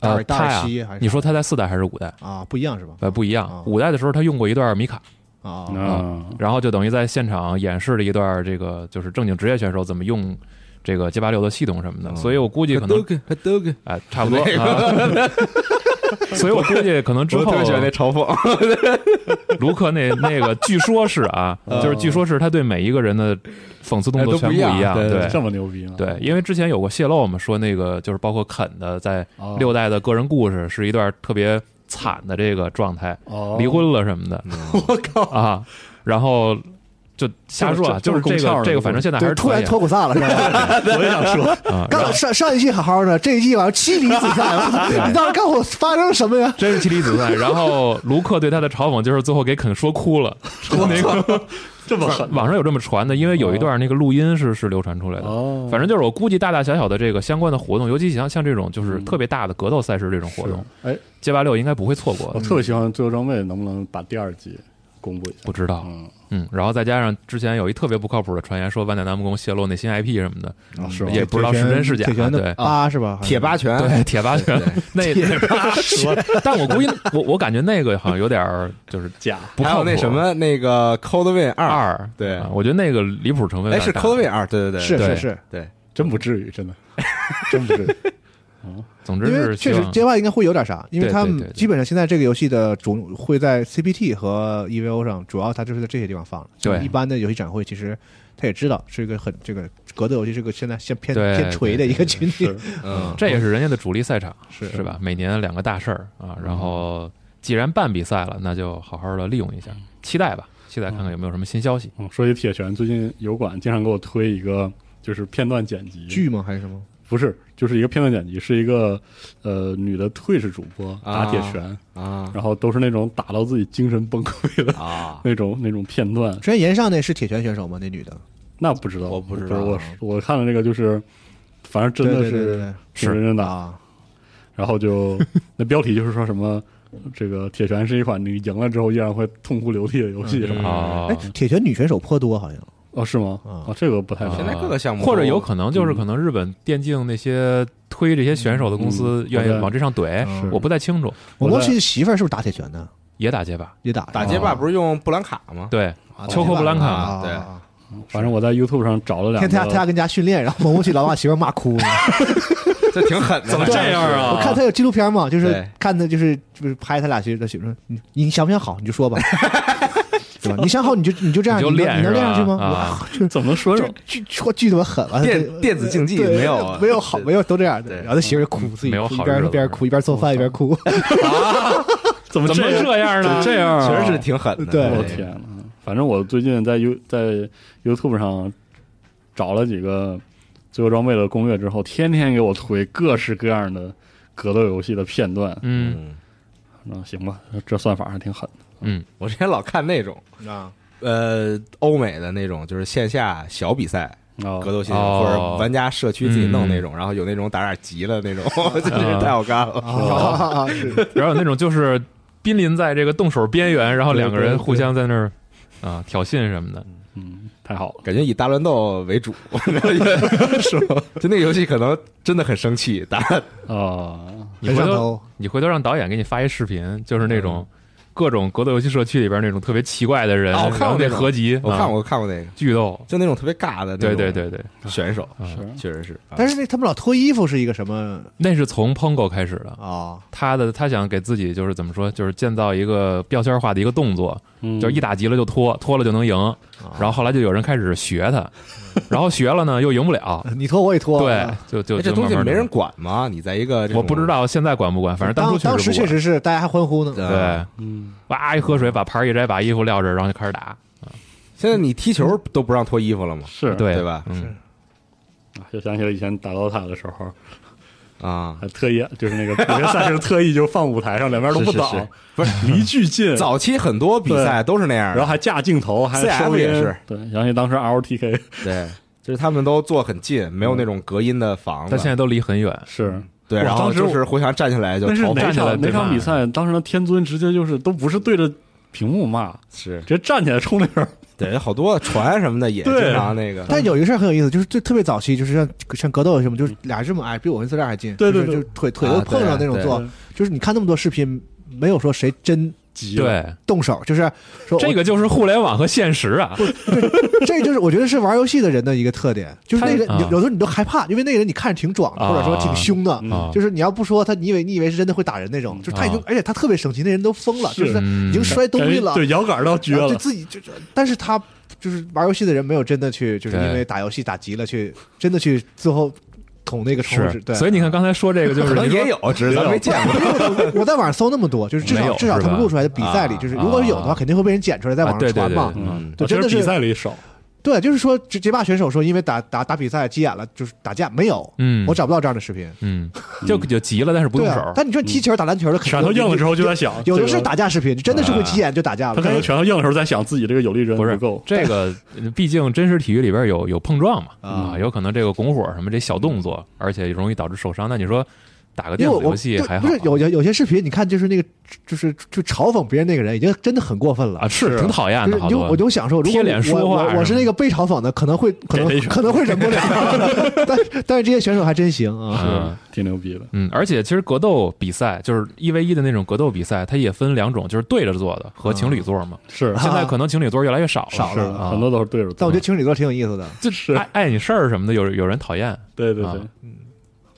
S4: 大
S3: 呃
S4: 耳，大
S3: 他
S4: 耳
S3: 呀
S4: 西还，是
S3: 你说他在四代还是五代？
S4: 啊不一样是吧？
S3: 呃，不一样
S4: 啊，
S3: 五代的时候他用过一段米卡，
S4: 啊，
S5: 啊，
S3: 然后就等于在现场演示了一段这个就是正经职业选手怎么用这个街霸六的系统什么的，所以我估计可能
S2: 嗯都跟都跟，
S3: 哎差不多。啊 所以我估计可能之
S2: 我
S3: 后
S2: 特别喜欢那嘲讽。
S3: 卢克那那个，据说是啊，就是据说是他对每一个人的讽刺
S2: 嗯哎
S3: 动作
S2: 都不
S3: 全不
S2: 一
S3: 一
S2: 样
S3: 样，
S2: 对
S3: 对，
S5: 啊这么牛逼呢？
S3: 对，因为之前有过泄露嘛，说那个就是包括肯的在
S5: 哦
S3: 六代的个人故事是一段特别惨的这个状态，
S5: 哦，
S3: 离婚了什么 的
S5: 我靠，
S3: 嗯啊，然后就瞎说啊，
S5: 这
S3: 就是这
S5: 么这么够呛
S3: 个
S5: 的
S3: 这个，反正现在还
S4: 对，
S3: 是
S4: 突然
S3: 可以
S4: 脱骨萨了 是吧？
S5: 我也想说，
S3: 啊，然后
S4: 刚上上一季好好的，这一季完妻离子散了， 你到底告诉我发生了什么呀？
S3: 真是妻离子 散。然后卢克对他的嘲讽就是最后给肯说哭了，说那个
S5: 这 么狠
S3: 网上有这么传的，因为有一段那个录音是是流传出来的。
S5: 哦
S3: 反正就是我估计大大小小的这个相关的活动，尤其像像这种就是特别大的格斗赛事这种活动，
S5: 哎，
S3: 街霸六应该不会哦错过的。
S5: 我特别喜欢《最后装备》，能不能把第二季公布一下？
S3: 不知道，
S5: 嗯，
S3: 嗯，然后再加上之前有一特别不靠谱的传言，说万代南梦宫泄露那新 IP 什么的，
S5: 啊是
S3: 也不知哦道是真是假。
S4: 铁拳
S3: 对
S4: 的，八是吧？
S2: 铁八拳，
S3: 对，铁八拳 那铁八拳，但我估计我我感觉那个好像有点儿就是
S5: 假
S3: 不
S2: 还
S3: 靠
S2: 有
S3: 谱。
S2: 那什么那个 Cold Win 二，
S3: 二，
S2: 对
S3: 啊我觉得那个离谱成分有
S2: 哎，
S3: 点
S2: 是
S3: 大
S2: Cold Win 二，对对对，
S4: 是
S3: 对
S4: 是是，
S2: 对，
S5: 真不至于，真的， 真不至于。
S3: 总之
S4: 因为
S3: 是
S4: 确
S3: 希
S4: 实
S3: 望
S4: 街霸应该会有点啥，因为
S3: 对
S4: 他
S3: 对对
S4: 们
S3: 对
S4: 基本上现在这个游戏的主会在 CPT 和 EVO 上，主要它就是在这些地方放了。就
S3: 对
S4: 一般的游戏展会其实。他也知道是一个很这个格斗游戏是个现在先偏
S3: 对
S4: 偏锤的一个群体，
S2: 嗯，
S3: 这也是人家的主力赛场，
S4: 是
S3: 是吧？每年两个大事儿啊，
S2: 嗯
S3: 然后既然办比赛了，那就好好的利用一
S2: 嗯
S3: 下，期待吧，期待看看有没有什么新消息。
S5: 嗯，说起铁拳，最近油管经常给我推一个，就是片段剪辑，
S4: 剧吗还是什么？
S5: 不是，就是一个片段剪辑，是一个呃女的 Twitch 主播打铁拳，
S2: 啊
S5: 然后都是那种打到自己精神崩溃的、
S2: 啊！
S5: 那种那种片段，
S4: 之前岩上那是铁拳选手吗？那女的，
S5: 那不知道，
S2: 我不
S5: 不
S2: 知道
S5: 我我看了那个就是，反正真的
S4: 对对对对
S5: 是
S4: 对
S5: 挺认真打，
S4: 啊，
S5: 然后就那标题就是说什么。这个铁拳是一款你赢了之后依然会痛哭流涕的游戏，什
S2: 嗯
S5: 么的
S3: 啊
S4: 哎，，铁拳女选手颇多，好像
S5: 哦，是吗？
S4: 啊
S5: 哦，这个不太
S3: 啊
S5: 知
S2: 哎现
S5: 道
S2: 在各个项目
S3: 或者
S2: 都嗯
S3: 有可能就是可能日本电竞那些推这些选手的公司
S5: 嗯
S3: 愿
S5: 好
S3: 意
S5: 的
S3: 往这上怼
S2: 嗯
S4: 是，
S3: 我不太清楚，
S4: 我
S5: 我
S4: 过
S5: 在
S4: 去媳妇儿是不是打铁拳的？
S3: 也打街霸，
S4: 也打啊
S2: 打街霸
S4: 是
S2: 不是用布兰卡吗？
S3: 对，
S4: 吧？
S3: 秋后布兰
S4: 啊
S3: 卡，
S4: 啊，
S2: 对
S4: 啊啊
S5: 反正我在 YouTube 上找了两
S4: 天天他他跟
S5: 个
S4: 人家训练，然后猛过去老把媳妇儿骂 哭了。
S2: 这挺狠的，怎么
S3: 这样啊
S4: 我看他有纪录片嘛，就是
S2: 对
S4: 看他就是就是拍他俩媳妇儿媳妇儿说你你想不想好你就说吧，对吧？你想好你就你就这样，
S3: 你就
S4: 你能
S3: 练
S4: 你
S3: 是
S4: 能练
S3: 吧
S4: 上去吗？
S3: 啊
S4: 哇就是
S5: 怎么说
S4: 就
S5: 着
S4: 是巨说巨他妈狠了，
S2: 电
S4: 对
S2: 电子竞技
S4: 对
S2: 没有
S4: 没有好
S2: 对
S4: 没有都这样的，
S2: 对嗯
S4: 然后他媳妇儿就哭，自己
S3: 没有
S4: 哭
S3: 好
S4: 一边
S3: 日子
S4: 一边哭一边做饭一边 哭，
S5: 怎么
S3: 怎么
S5: 这
S3: 这样呢？
S5: 这样啊？
S2: 确实是挺狠的。
S4: 对
S5: 我哦天呐，反正我最近在 U 在 YouTube 上找了几个最后装备的攻略之后，天天给我推各式各样的格斗游戏的片段。
S3: 嗯
S2: 嗯，
S5: 那行吧，这算法还挺狠的。
S3: 嗯，
S2: 我之前老看那种
S4: 啊，
S2: 呃欧美的那种，就是线下小比赛
S5: 哦
S2: 格斗系
S3: 哦
S2: 统，或者玩家社区自己弄那种，然后有那种打打急了那种， 真是太好看了。
S4: 啊是
S3: 然后有那种就是濒临在这个动手边缘，然后两个人互相在那儿啊挑衅什么的，
S5: 嗯，太好了。
S2: 感觉以大乱斗为主， 是吧？就那个游戏可能真的很生气，打
S5: 啊，
S3: 你
S4: 很
S3: 回
S4: 上
S3: 头
S4: 头，
S3: 你回头让导演给你发一视频，就是那种
S2: 嗯
S3: 各种格斗游戏社区里边那种特别奇怪的人，
S2: 啊我看过
S3: 然后那
S2: 那种
S3: 合集，
S2: 我
S3: 啊
S2: 看过我看过那个，
S3: 剧斗，
S2: 就那种特别尬的那
S3: 对
S2: 种
S3: 对对对，嗯
S2: 选手，
S5: 是
S2: 确实是。啊哎
S4: 但是那他们老脱衣服是一个什么
S3: 那是从 Pongo 开始的。
S4: 啊？
S3: 他的他想给自己就是怎么说，就是建造一个标签化的一个动作，
S5: 嗯
S3: 就是一打急了就拖，拖了就能赢。
S2: 啊
S3: 然后后来就有人开始学他，然后学了呢又赢不了，
S4: 你脱我也脱，
S3: 对
S4: 啊，
S3: 就就
S2: 哎，这
S3: 就
S2: 东西
S3: 慢慢
S2: 没
S3: 地
S2: 人管吗？你在一个这种
S3: 我不知道现在管不管，反正
S4: 当
S3: 初
S4: 当时
S3: 确
S4: 确
S3: 实
S4: 实是大家还欢呼呢，
S2: 对
S3: 不管
S5: 嗯，
S3: 对，哇一喝水把牌一摘，把衣服撂这儿，然后就开始打，
S2: 现在你踢球都不让脱衣服了吗？
S5: 是
S3: 对
S2: 对吧
S3: 嗯，
S5: 啊就想起了以前打 DOTA 的时候，
S2: 啊，
S5: 还特意就是那个有些赛事特意就放舞台上，两边都不
S2: 是是
S5: 挡
S2: 是，不是
S5: 离 巨近，
S2: 早期很多比赛都是那样
S5: 然后
S2: 的，
S5: 还架镜头，还
S2: CF
S5: 收音
S2: 也是
S5: 对，想起当 时 LTK
S2: 对，就是他们都坐很近，
S5: 嗯
S2: 没有那种隔音的房
S3: 但现
S2: 子。
S3: 在都离很远，
S5: 是
S2: 对，
S5: 哇
S2: 然后
S5: 当时
S2: 就
S5: 我
S2: 是互相站起来就
S5: 那是
S2: 嘲
S5: 哪
S3: 站
S2: 讽，
S3: 起来
S5: 场哪
S3: 对
S5: 场
S3: 骂
S5: 比赛？当时的天尊直接就是都不是对着屏幕骂，
S2: 是
S5: 直接站起来冲那边儿。
S2: 对，好多船什么的也
S5: 对
S2: 经常那 个，
S4: 但有一个事儿很有意思，就是最特别早期，就是像像格斗什么，就是俩人这么矮，比我跟自这儿还近，
S5: 对对
S4: 就是就
S5: 对
S4: 是腿腿
S2: 啊
S4: 都碰上那
S2: 对
S4: 种
S2: 对
S4: 做，就是你看那么多视频，没有说谁真
S5: 急了，
S3: 对，
S4: 动手，就是说
S3: 这
S4: 个
S3: 个就是互联网和现实啊，
S4: 这就是我觉得是玩游戏的人的一个特点，就是那个
S3: 他
S4: 人有有时候你都害怕，因为那个人你看着挺壮的，
S3: 啊
S4: 或者说挺凶的。
S5: 嗯
S3: 啊
S4: 就是你要不说他，你以为你以为是真的会打人那种，就是他已经
S3: 啊，嗯
S4: 而且他特别生气，那人都疯了，
S5: 是
S4: 就是他已经 摔东
S5: 感
S4: 西
S5: 觉
S4: 了，
S5: 对，摇杆都撅
S4: 然后就
S5: 了。嗯
S4: 自己就就，但是他就是玩游戏的人没有真的去，就是因为打游戏打急了去，真的去最后捅那个窗户纸。
S3: 是，
S4: 对，
S3: 所以你看刚才说这个就
S2: 可
S3: 是
S2: 能
S3: 你说
S2: 也有，只是咱没见过。
S4: 我我在网上搜那么多，就是至
S3: 没
S4: 少
S3: 有
S4: 至少
S3: 是
S4: 他
S3: 吧
S4: 们录出来的比赛里，
S2: 啊
S4: 就是如果有的话，
S3: 啊
S4: 肯定会被人剪出来在
S3: 啊
S4: 网
S3: 对
S4: 上
S3: 对
S4: 传
S3: 对
S4: 嘛。
S2: 嗯，
S4: 对
S5: 啊其
S4: 真
S5: 实
S4: 的是
S5: 比赛里少，
S4: 对，就是说街街霸选手说因为打打打比赛急眼了，就是打架没有，
S3: 嗯
S4: 我找不到这样的视频。
S3: 嗯，就就急了，但是不
S4: 对
S3: 动手嗯
S4: 啊，，但你说踢球打篮球的，肯定
S5: 拳头硬了之后就在想，
S4: 有的
S5: 这
S4: 是
S5: 个，
S4: 打架视频，真的
S3: 啊
S4: 是会急眼就打架
S5: 他
S4: 了。
S5: 可能拳头硬的时候在想自己这个有力人
S3: 不是
S5: 够，
S3: 这个，毕竟真实体育里边有有碰撞嘛，
S4: 啊
S3: 啊，有可能这个拱火什么这小动作，而且容易导致受伤。那你说打个
S4: 因
S3: 电子
S4: 为我
S3: 游
S4: 我
S3: 戏
S4: 对
S3: 还好
S4: 不是有有有些视频，你看就是那个就是就嘲讽别人那个人，已经真的很过分了
S3: 啊，是挺讨厌
S4: 就
S3: 的，
S4: 是
S3: 好
S4: 你就
S3: 多
S4: 我就想说，如果
S3: 贴脸说
S4: 我
S3: 话
S4: 我我是
S3: 什么
S4: 那个被嘲讽的，可能会可
S5: 给他
S4: 能
S5: 一拳
S4: 可能会忍 不了，但但是这些选手还真行
S3: 嗯
S4: 啊，
S5: 是挺牛逼的。
S3: 嗯，而且其实格斗比赛就是一 v 一的那种格斗比赛，它也分两种，就是对着坐的和情侣座嘛。
S5: 是
S4: 啊
S3: 现在可能情侣座越来越少了，
S4: 少
S5: 是
S4: 了啊
S5: 啊很多都是对着做，
S4: 但我觉得情侣座挺有意思的，
S3: 就是碍碍你事儿什么的，有有人讨厌
S5: 对对
S3: 啊
S5: 对，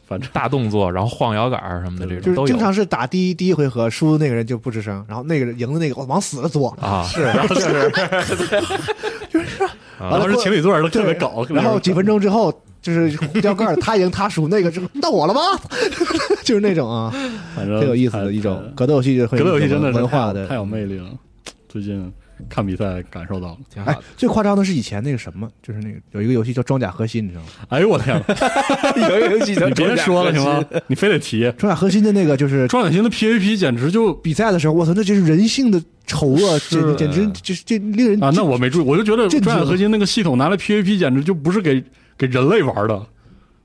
S5: 反正
S3: 大动作，然后晃摇杆儿什么的这
S4: 就
S3: 种
S4: 是
S3: 都
S4: 经
S3: 有啊
S4: 常是打第一第一回合输的那个人就不吱声，然后那个人赢的那个我往死了作，
S3: 啊，
S2: 是，然后 就是
S4: 完了
S5: 当时情侣座都特别
S4: 啊对
S5: 搞，特别
S4: 然后
S5: 搞
S4: 几分钟之后 就是掉盖儿，他赢他输，那个就到我了吗？ 就是那种啊，
S5: 反正
S4: 挺有意思的一种格斗游戏，格
S5: 格斗游戏真的是
S4: 文
S5: 太
S4: 化
S5: 有
S4: 的
S5: 太有魅力了。最近看比赛感受到了。
S2: 挺好
S4: 哎
S2: 的。，
S4: 最夸张的是以前那个什么，就是那个有一个游戏叫《装甲核心》，你知道吗？
S5: 哎呦 我天哪，
S2: 有一个游戏叫
S5: 你别说了行吗？你非得提
S4: 装甲核心的那个就是
S5: 庄远星的 PVP 简直就
S4: 比赛的时候，我操，那就是人性的丑恶，
S2: 是
S4: 简简直就是这令人
S5: 啊，那我没注意，我就觉得
S4: 这
S5: 专业核心那个系统拿来 PVP 简直就不是给给人类玩的，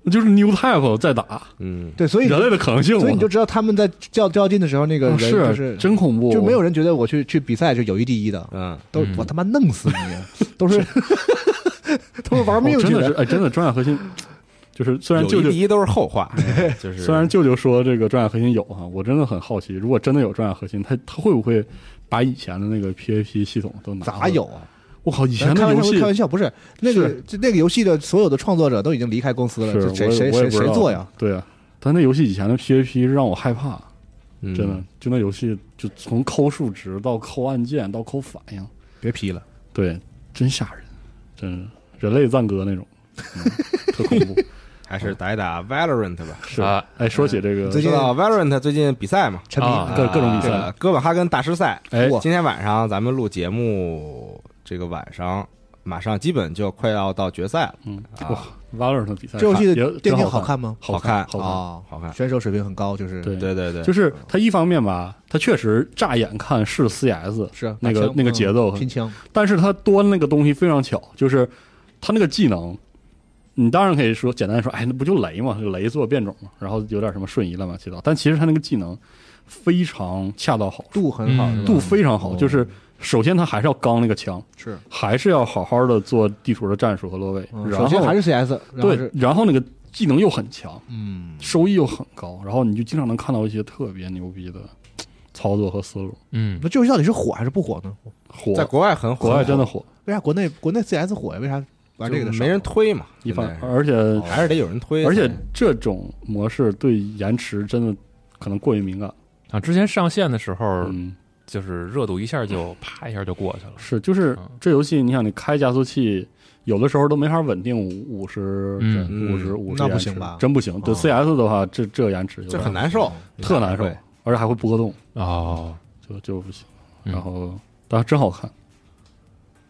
S5: 那就是 New Type 在打
S2: 嗯，
S4: 对，所以
S5: 人类的可能性嘛。
S4: 所以你就知道他们在较较劲的时候，那个
S5: 啊
S4: 人就是
S5: 真恐怖，哦
S4: 就没有人觉得我去去比赛就有一第一的，
S2: 嗯，
S4: 都
S3: 嗯
S4: 我他妈弄死你，啊都是 都是玩
S5: 哦
S4: 命去
S5: 真的是哎，真的专业核心就是虽然舅
S2: 有一
S5: 舅
S2: 第一都是后话，就是
S5: 虽然舅舅说这个专业核心有哈，我真的很好奇，如果真的有专业核心，他他会不会把以前的那个 PVP 系统都拿？
S4: 咋有？啊？
S5: 我靠，以前
S4: 开
S5: 的
S4: 玩
S5: 游
S4: 笑，
S5: 戏
S4: 开玩笑，不是那个
S5: 是
S4: 就那个游戏的所有的创作者都已经离开公司了，
S5: 是
S4: 这
S5: 我
S4: 谁谁
S5: 也我
S4: 谁
S5: 也不知
S4: 谁
S5: 道
S4: 做呀？
S5: 对啊，但那游戏以前的 PVP 让我害怕。
S2: 嗯
S5: 真的，就那游戏就从抠数值到抠按键到抠反应，
S4: 别批了，
S5: 对，真吓人，真是人类赞歌那种， 嗯、特恐怖。
S2: 还是打一打 Valorant 吧。
S5: 是
S3: 啊，
S5: 哎，说起这个
S4: 最
S2: 知
S4: 近
S2: 道 Valorant 最近比赛嘛？
S4: 沉迷
S3: 啊
S5: 各各种比
S2: 这
S5: 赛
S2: 个，哥本哈根大师赛。
S5: 哎
S2: 哇今天晚上咱们录节目，这个晚上马上基本就快要到决赛了，
S5: 嗯，
S2: 啊
S5: 哇，Valorant 的比赛
S4: 这游戏的
S5: 也
S4: 电竞
S5: 真好
S4: 看吗？
S5: 好
S2: 看，
S5: 好看。
S2: 啊，好看。
S4: 选手水平很高，就是
S5: 对
S2: 对对对，
S5: 就是它一方面吧，它确实乍眼看是 E CS，
S4: 是啊
S5: 那个
S4: 打枪
S5: 那个节奏
S4: 嗯拼枪，
S5: 但是它多那个东西非常巧，就是它那个技能，你当然可以说简单地说，哎，那不就雷嘛，就雷做变种嘛，然后有点什么瞬移乱七八糟，但其实它那个技能非常恰到好处，
S4: 度很好，
S3: 嗯
S4: 是吧
S5: 度非常好，
S4: 哦
S5: 就是首先它还是要刚那个枪，
S4: 是，
S5: 还是要好好的做地图的战术和落位，
S4: 嗯
S5: 然
S4: 首先
S5: 后
S4: 还是 CS，然后
S5: 对
S4: 是，
S5: 然后那个技能又很强，
S4: 嗯，
S5: 收益又很高，然后你就经常能看到一些特别牛逼的操作和思路，
S3: 嗯
S4: 那这游戏到底是火还是不火呢？
S5: 火，
S2: 在国外很火，
S5: 国外真的火，
S4: 为啥国内国内 CS 火呀？为啥玩这个的少
S2: 没人推嘛，
S5: 一般
S2: 现在是
S5: 而且
S2: 还是得有人推，
S5: 而且这种模式对延迟真的可能过于敏感。
S3: 啊，之前上线的时候
S5: 嗯，
S3: 就是热度一下就啪一下就过去了，
S5: 是，就是
S3: 嗯
S5: 这游戏，你想你开加速器，有的时候都没法稳定五五十帧、
S2: 嗯
S5: 五十五十，
S4: 那不行吧
S5: 真不行。对
S4: 哦
S5: CS 的话，这这延迟有
S2: 这
S5: 点
S2: 很，难受，
S5: 特难受
S2: 对，
S5: 而且还会波动，
S3: 哦，
S5: 就就不行。
S3: 嗯
S5: 然后，但是真好看，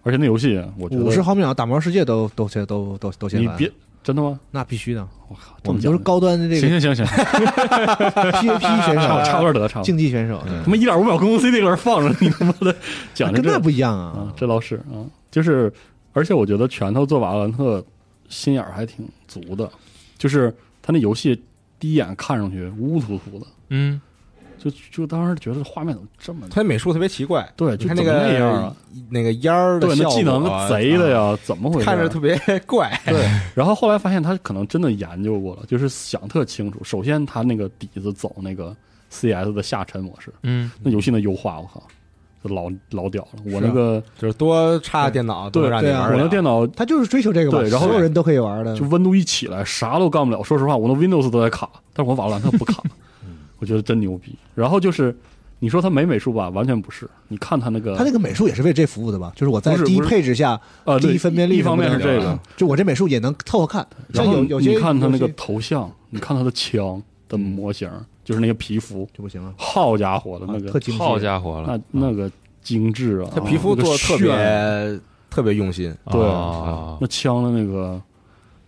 S5: 而且那游戏我觉得
S4: 五十毫啊秒打魔兽世界都都都都都都先
S5: 你
S4: 完
S5: 别真的吗？
S4: 那必须的，
S5: 我靠，这
S4: 我
S5: 么
S4: 们都是
S5: 讲
S4: 高端的这
S5: 行
S4: 个
S5: 行行行，差
S4: PVP 选
S5: 不
S4: 手，
S5: 差不多得了，差不多。
S4: 竞技选手，
S5: 他妈一点五秒公 CD 搁那放着，你他妈的讲的
S4: 跟
S5: 这
S4: 那不一样
S5: 啊
S4: 啊，，
S5: 这倒是啊，就是，而且我觉得拳头做瓦兰特心眼儿还挺足的，就是他那游戏第一眼看上去乌突突的，
S3: 嗯，
S5: 就就当时觉得画面怎么这么
S2: 他美术特别奇怪，
S5: 对，
S2: 你
S5: 就
S2: 看
S5: 怎
S2: 那
S5: 么
S2: 个
S5: 样啊？
S2: 那个烟儿的
S5: 对，那
S2: 效
S5: 技能
S2: 果啊
S5: 贼的，呀，怎么回事？啊
S2: 看着特别怪，
S5: 然后后来发现他可能真的研究过了，就是想特清楚。首先，他那个底子走那个 CS 的下沉模式，
S3: 嗯，
S5: 那游戏那优化，我靠，就老老屌了。我
S4: 是
S5: 那
S4: 啊
S5: 个
S2: 就是多插电脑都
S5: 对
S2: 能让你
S4: 对啊
S2: 玩
S5: 我那
S2: 了
S5: 电脑
S4: 他就是追求这个嘛，
S5: 对然后
S4: 所有人都可以玩的
S5: 就，温度一起来，啥都干不了。说实话，我那 Windows 都在卡，但是我瓦罗兰特不卡，
S2: 嗯
S5: 我觉得真牛逼。然后就是你说他没美术吧，完全不是。你看他那个，
S4: 他那个美术也是为这服务的吧？就是我在
S5: 不是
S4: 低
S5: 不是
S4: 配置下，
S5: 呃，对
S4: 低分辨率
S5: 一方面是这
S4: 什么
S5: 个
S4: 的，，啊就我这美术也能凑合看。
S5: 然
S4: 像
S5: 后
S4: 有有些
S5: 你看他那
S4: 有
S5: 个
S4: 些
S5: 头像，你看他的枪的模型，就是那个皮肤，
S4: 就不行了，
S5: 好家伙的那
S4: 啊特
S5: 个，
S4: 精
S3: 好
S4: 致。
S3: 家伙了，
S5: 那那个精致啊，
S2: 他嗯皮肤
S5: 那个
S2: 做的特别、
S5: 炫啊
S2: 特别用心，
S5: 对啊
S3: 哦
S5: 那枪的那个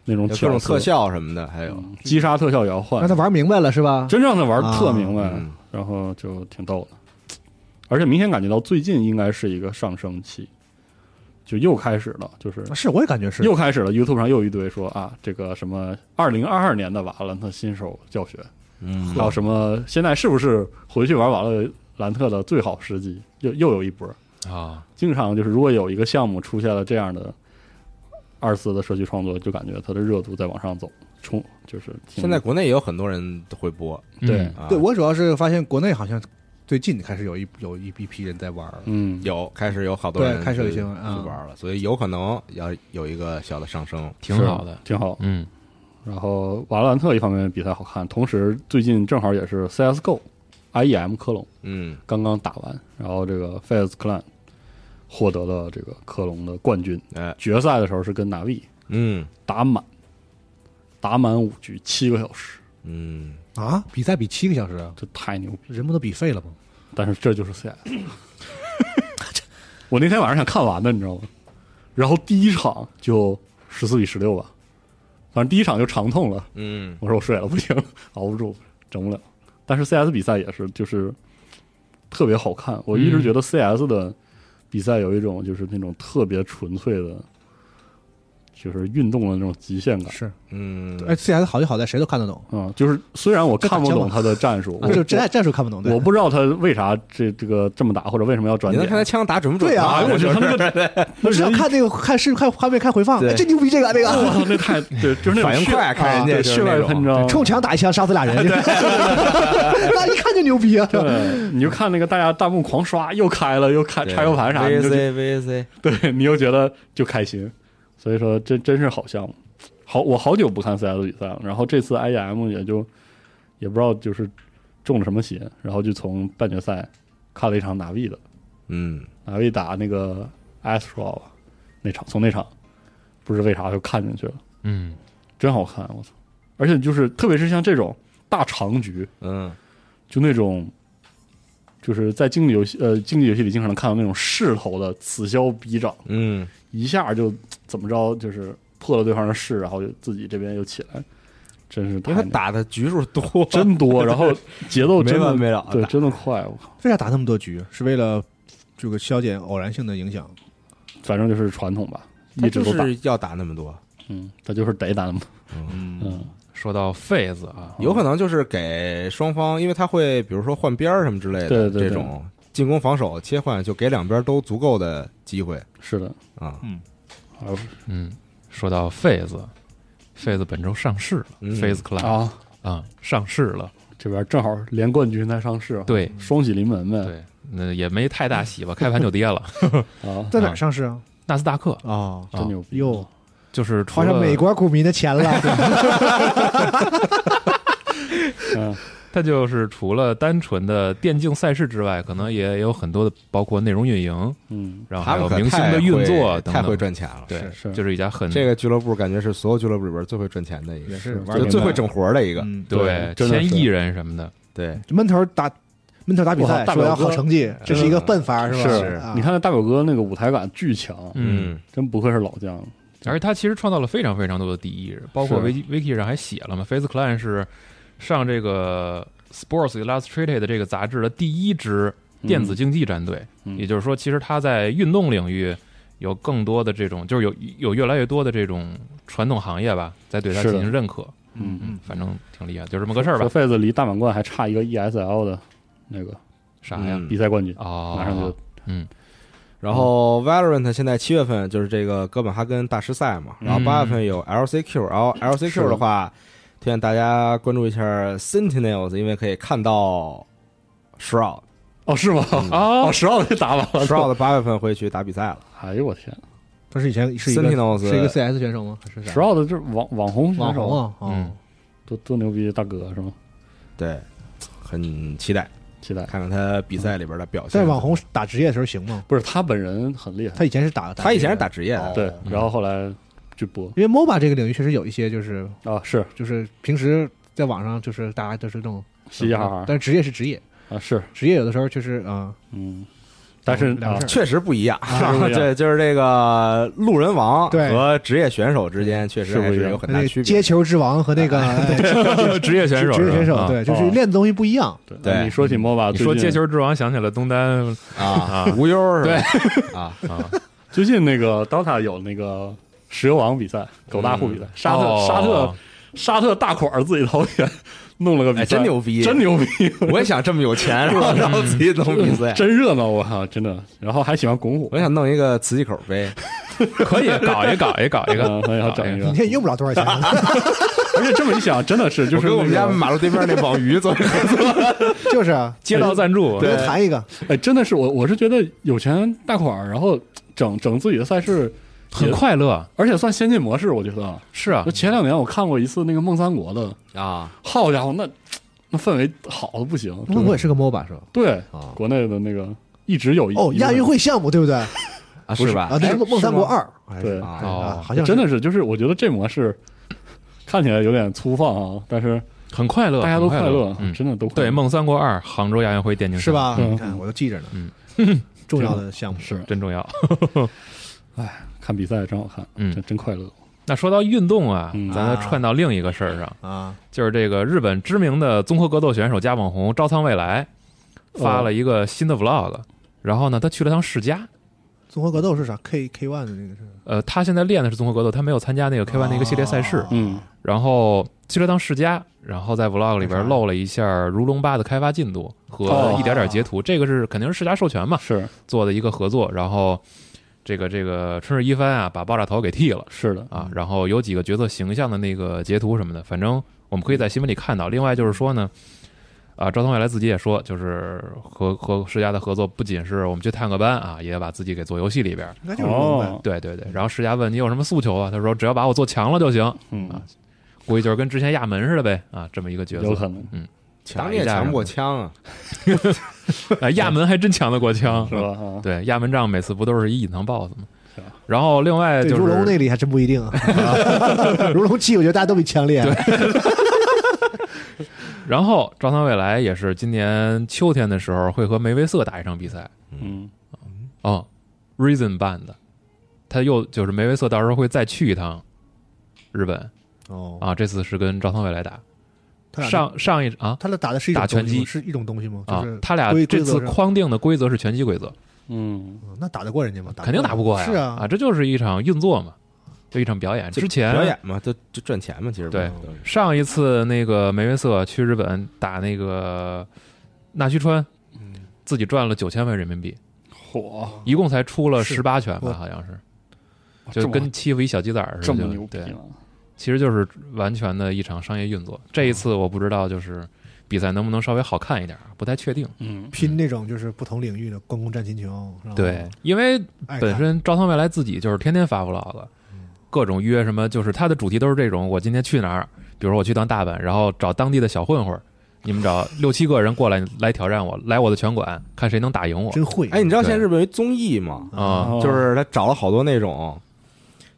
S5: 那种
S2: 有各种
S5: 角色
S2: 特，效什么的，还有
S5: 嗯击杀特效也要换
S4: 让他，玩明白了是吧？
S5: 真让他玩得
S4: 啊
S5: 特明白，
S2: 嗯
S5: 然后就挺逗的。而且明显感觉到最近应该是一个上升期，就又开始了，就是
S4: 啊
S2: 啊
S4: 是，我也感觉是。
S5: 又开始了。YouTube 上又有一堆说啊，这个什么二零二二年的瓦兰特新手教学，
S2: 嗯
S5: 还有什么现在是不是回去玩瓦兰特的最好时机？又又有一波，
S3: 啊，
S5: 经常就是如果有一个项目出现了这样的二次的社区创作，就感觉它的热度在往上走，冲就是挺
S2: 现在国内也有很多人会播，
S3: 对
S5: 对
S2: 啊、
S4: 对我主要是发现国内好像最近开始有一有一一批人在玩了，
S5: 嗯
S2: 有开始有好多
S4: 对
S2: 人
S4: 开始有
S2: 去
S4: 一些啊
S2: 去玩了，所以有可能要有一个小的上升。
S3: 挺
S5: 是
S3: 好的，
S5: 挺好。
S3: 嗯
S5: 然后瓦兰特一方面比赛好看，同时最近正好也是 CSGO、IEM E 科隆
S2: 嗯，
S5: 刚刚打完，然后这个 Fez Clan 获得了这个科隆的冠军。
S2: 哎，
S5: 决赛的时候是跟 Navi
S2: 嗯
S5: 打满，打满五局七个小时，
S2: 嗯，
S4: 啊，比赛比七个小时，啊
S5: 这太牛逼！
S4: 人不都比废了吗？
S5: 但是这就是 CS，我那天晚上想看完的，你知道吗？然后第一场就十四比十六吧，反正第一场就长痛了。
S2: 嗯，
S5: 我说我睡了，不行，熬不住，整不了。但是 CS 比赛也是，就是特别好看。我一
S2: 嗯
S5: 直觉得 CS 的比赛有一种就是那种特别纯粹的，就是运动的那种极限感。
S4: 是，
S2: 嗯，
S4: 哎，CS 好就好在谁都看得懂，
S5: 嗯，就是虽然我看不懂他的战术，
S4: 啊、
S5: 我
S4: 就战战术看不懂。对
S5: 我不知道他为啥这这个这么打，或者为什么要转
S2: 你能
S5: 点
S2: 看。他枪打准不准？
S4: 对呀
S2: 啊，
S5: 我觉得他那
S2: 个
S4: 我只要看那个看视看画面看回放，
S2: 对
S4: 哎，这牛逼，这个那
S5: 我
S4: 个
S5: 啊操，那太对，就是那种
S2: 反应
S5: 血
S2: 快
S5: 啊
S2: 看人家
S5: 对
S2: 就是
S5: 血
S2: 那
S5: 脉
S2: 种
S5: 喷张，
S4: 冲墙打一枪杀死 俩人， 那一看就牛逼啊！
S5: 对，你就看那个大家弹幕狂刷，又开了又开拆 U 盘啥，你就
S2: VC VC，
S5: 对你又觉得就开心，所以说这真是好项目。好，我好久不看 CS 比赛了，然后这次 IEM 也就也不知道就是中了什么邪，然后就从半决赛看了一场拿 V 的，
S2: 嗯，
S5: 拿 V 打那个 Astro 吧，那场从那场不知为啥就看进去了，
S3: 嗯，
S5: 真好看，我操！而且就是特别是像这种大长局，
S2: 嗯，
S5: 就那种，就是在竞技游戏呃竞技游戏里经常能看到那种势头的此消彼长，
S2: 嗯，
S5: 一下就怎么着就是破了对方的势，然后就自己这边又起来，真是
S2: 因
S5: 太
S2: 为他
S5: 牛
S2: 打的局数多，
S5: 哎真多，然后节奏真
S2: 没
S5: 的
S2: 完没了
S5: 对，
S2: 打
S5: 真的快，我靠，
S4: 为啥打那么多局？是为了这个消减偶然性的影响？
S5: 反正就是传统吧，
S2: 他
S5: 一直
S2: 就
S5: 都打，
S2: 是要打那么多，
S5: 嗯，他就是得打嘛，嗯，
S3: 说到 phase 啊，
S2: 有可能就是给双方，因为他会比如说换边儿什么之类的，
S5: 对对
S2: 这
S5: 对
S2: 种进攻防守切换，就给两边都足够的机会
S5: 是的，
S2: 啊。
S5: 啊
S3: 嗯，说到 phase，phase 本周上市了、
S2: 嗯
S3: p h a s e Club
S5: 啊，
S3: 啊、上市了，
S5: 这边正好连冠军在上市，，啊
S3: 对
S5: 双喜临门呗，
S3: 对，那也没太大喜吧，开盘就跌了。
S5: 啊，
S4: 在哪儿上市啊？
S3: 纳斯达克
S4: 哦，
S5: 真
S2: 啊
S5: 牛逼，
S4: 哟，
S3: 就是除
S4: 花上
S3: 了
S4: 美国股民的 钱了。
S5: 嗯，
S3: 它就是除了单纯的电竞赛事之外，可能也有很多的，包括内容运营，
S5: 嗯，
S3: 然后
S2: 他
S3: 还
S2: 们
S3: 有
S2: 可
S3: 明星
S2: 太
S3: 的
S2: 会
S3: 运作等
S2: 太会
S3: 等。
S2: 赚钱了。
S3: 对，
S5: 是
S3: 就是一家很
S2: 这个俱乐部感觉是所有俱乐部里边最会赚钱的一个，
S4: 也是玩
S2: 就
S5: 明白
S2: 最会整活的一个。
S4: 嗯，
S3: 对
S5: 真的
S3: 签
S5: 是
S3: 艺人什么的，
S2: 对，
S4: 闷头打闷头打比
S5: 哇
S4: 赛，
S5: 大
S4: 说
S5: 表
S4: 要
S5: 哥
S4: 好成绩，这是一个笨法儿，是吧？
S5: 是
S4: 啊
S5: 你看那大表哥那个舞台感巨强，
S3: 嗯，
S5: 真不愧是老将，
S3: 而且他其实创造了非常非常多的第一，包括
S5: 是
S3: Wiki Wiki 上还写了嘛，Face Clan 是上这个 Sports Illustrated 的这个杂志的第一支电子竞技战队，
S5: 嗯
S3: 也就是说，其实他在运动领域有更多的这种，就是有有越来越多的这种传统行业吧，在对他
S5: 是
S3: 进
S5: 的
S3: 行认可。
S5: 嗯嗯。
S3: 嗯，反正挺厉害，就这么个事儿吧
S5: 说。费子离大满贯还差一个 ESL 的那个
S3: 啥呀？
S2: 嗯啊
S5: 比赛冠军，
S3: 哦，
S5: 马上就
S3: 嗯，
S2: 然后 Valorant 现在七月份就是这个哥本哈根大师赛嘛，然
S5: 嗯
S2: 后八月份有 LCQ，然后 LCQ 的话，推荐大家关注一下 Sentinels，因为可以看到 Shroud，Shroud
S5: 哦是吗？
S3: 哦
S5: 哦，十奥就打完 了，
S2: 八月份会去打比赛了。
S5: 哎呦我天，
S4: 他是以前是一个
S2: Sentinels
S4: 是一个 CS 选手吗？还是啥啊
S5: 十奥的就是网网红
S4: 网
S5: 选手
S4: 红，啊？哦
S3: 嗯，
S5: 多多牛逼，大哥是吗？
S2: 对，很期待
S5: 期待。
S2: 看看他比赛里边的表现。
S4: 在网红打职业的时候行吗？
S5: 不是他本人很厉害，
S4: 他以前是打，
S2: 他以前是打
S4: 职
S2: 职业的，
S4: 哦
S5: 对，然后后来就播
S4: 业的，因为 MOBA 这个领域确实有一些就是
S5: 啊，是
S4: 就是平时在网上就是大家都是这种
S5: 嘻嘻哈哈
S4: 但是职业是职业，
S5: 啊，是
S4: 职业有的时候确实啊，
S5: 嗯，但是
S4: 两
S5: 啊
S4: 个事儿
S2: 确实不一样。
S5: 是不一样
S2: 这就是这个路人王
S4: 对
S2: 和职业选手之间确实
S5: 是不
S2: 还
S5: 一样
S2: 是有很
S4: 那
S2: 大
S4: 个
S2: 区别。
S4: 接球之王和那个 哎
S3: 职业选手，
S4: 职业选
S3: 是吧啊
S4: 手，，对，就是
S5: 哦
S4: 练的东西不一样。
S5: 对啊
S2: 对
S5: 你说
S4: 嗯
S5: 起 MOBA，
S3: 你说
S5: 最近
S3: 接球之王，想起了东单
S2: 啊，无忧是吧？啊，
S5: 最近那个 DOTA 有那个石油王比赛，狗大户比赛，
S4: 嗯
S5: 沙特
S3: 哦
S5: 沙特沙特大款儿自己掏钱弄了个比
S2: 哎
S5: 赛，
S2: 真牛逼
S5: 真 牛逼，
S2: 我也想这么有钱，然后然后自己弄比赛，
S5: 真热闹，我靠，真的。然后还喜欢拱火
S2: 我，想弄一个瓷器口杯，
S3: 可以搞一搞一搞 一个，
S5: 嗯还要整一
S4: 你
S5: 个。
S4: 这也用不了多少钱，
S5: 而且这么一想，真的是就是
S2: 我跟我们
S5: 那
S2: 家
S5: 个
S2: 马路对面那网鱼做 合作。
S4: 就是啊，
S3: 街道赞助，
S4: 我再谈一个，
S5: 哎，真的是我我是觉得有钱大款儿，然后整整自己的赛事，
S3: 很快乐，
S5: 而且算先进模式，我觉得啊。
S3: 是啊
S5: 就，前两年我看过一次那个孟三国的，
S2: 啊，
S5: 好家伙，那那氛围好的不行。真的
S4: 我也是个 MOBA 是吧？
S5: 对
S3: 哦
S2: 啊，
S5: 国内的那个一直有一
S4: 哦，亚运。会项目对不对？啊，
S2: 啊是吧？
S4: 那是孟三国二，还
S5: 对
S4: 是
S2: 啊
S4: 啊，
S3: 哦，
S4: 好像
S5: 真的
S4: 是
S5: 是，就是我觉得这模式看起来有点粗放啊，但是
S3: 很快乐，
S5: 大家都
S3: 很
S5: 快
S3: 快
S5: 乐，啊
S3: 嗯，
S5: 真的都快
S3: 对，
S5: 乐
S3: 《梦三国二》杭州亚运会电竞
S4: 是吧？
S5: 嗯
S4: 你看我都记着呢。重要的项目。
S5: 是
S3: 真重要。
S5: 看比赛真好看，
S3: 嗯
S5: 真真快乐。
S3: 那说到运动啊，
S5: 嗯
S3: 咱再
S4: 啊
S3: 串到另一个事儿上，
S4: 啊，
S3: 就是这个日本知名的综合格斗选手加网红朝仓未来
S4: 哦
S3: 发了一个新的 vlog，、然后呢，他去了趟世家。
S4: 综合格斗是啥？K K one 的那个是
S3: 呃，他现在练的是综合格斗，他没有参加
S4: 哦
S3: 那个 K ONE 的一个系列赛事，
S5: 嗯，
S3: 然后去了趟世家，然后在 vlog 里边
S4: 啥
S3: 露了一下如龙八的开发进度和
S5: 哦
S3: 一点点截图，这个是肯定是世家授权嘛
S5: 是
S3: 做的一个合作，然后这个这个春日一番啊把爆炸头给剃了。
S5: 是的，
S3: 啊，然后有几个角色形象的那个截图什么的，反正我们可以在新闻里看到。另外就是说呢，啊，赵腾未来自己也说，就是和和世嘉的合作，不仅是我们去探个班啊，也把自己给做游戏里边儿。
S4: 应该就是龙呗。
S5: 哦，
S3: 对对对，然后世嘉问你有什么诉求啊？他说只要把我做强了就行，
S5: 嗯，
S3: 估计就是跟之前亚门似的呗啊，这么一个角
S5: 有
S3: 色。
S5: 可能
S2: 当年也抢不过枪啊，
S3: 哎，亚门还真强得过枪
S5: 是，吧？啊，
S3: 对，亚门仗每次不都是一隐藏 BOSS 吗
S5: 是啊？
S3: 然后另外
S4: 对，
S3: 就是
S4: 如龙那里还真不一定啊。如龙七，我觉得大家都比强烈。啊
S3: 然后招商未来也是今年秋天的时候会和梅威瑟打一场比赛
S5: 嗯，
S3: 啊、r e a s o n 办的，他又就是梅威瑟到时候会再去一趟日本
S4: 哦，
S3: 啊，这次是跟招商未来打
S4: 他俩
S3: 上上一啊
S4: 他俩打的是一种
S3: 打拳
S4: 东西吗
S3: 击
S4: 是一种东西吗？
S3: 啊
S4: 就是，
S3: 他俩
S4: 规
S3: 这
S4: 规则
S3: 次
S4: 上
S3: 框定的规则是拳击规则，
S5: 嗯，
S4: 嗯那打得过人家吗？
S3: 肯定打不过呀，
S4: 是啊，
S3: 啊，这就是一场运作嘛，就一场表演。之前
S2: 表演嘛，就就赚钱嘛，其实不
S3: 对
S2: 都是
S3: 上一次那个梅威瑟去日本打那个纳须川，
S4: 嗯
S3: 自己赚了九千万人民币。
S5: 火，
S3: 一共才出了
S4: 是
S3: 十八拳吧，
S4: 我
S3: 好像是，
S5: 啊这
S3: 就
S5: 么
S3: 跟欺负一小鸡崽儿似
S5: 这
S3: 的。
S5: 么
S3: 就
S5: 牛逼
S3: 对，
S5: 了，
S3: 其实就是完全的一场商业运作。这一次我不知道就是比赛能不能稍微好看一点，啊不太确定。
S2: 哦
S5: 嗯，
S4: 拼那种就是不同领域的关公战秦琼，是吧
S3: 对，，因为
S4: 爱看
S3: 本身招商未来自己就是天天发 vlog，各
S2: 嗯
S3: 种约什么，就是它的主题都是这种。我今天去哪儿？比如说我去趟大阪，然后找当地的小混混儿，你们找六七个人过来来挑战我，来我的拳馆，看谁能打赢我
S4: 真会。
S2: 哎，你知道
S3: 对
S2: 现在日本有一综艺吗？
S3: 啊！
S5: 哦
S2: 就是他找了好多那种，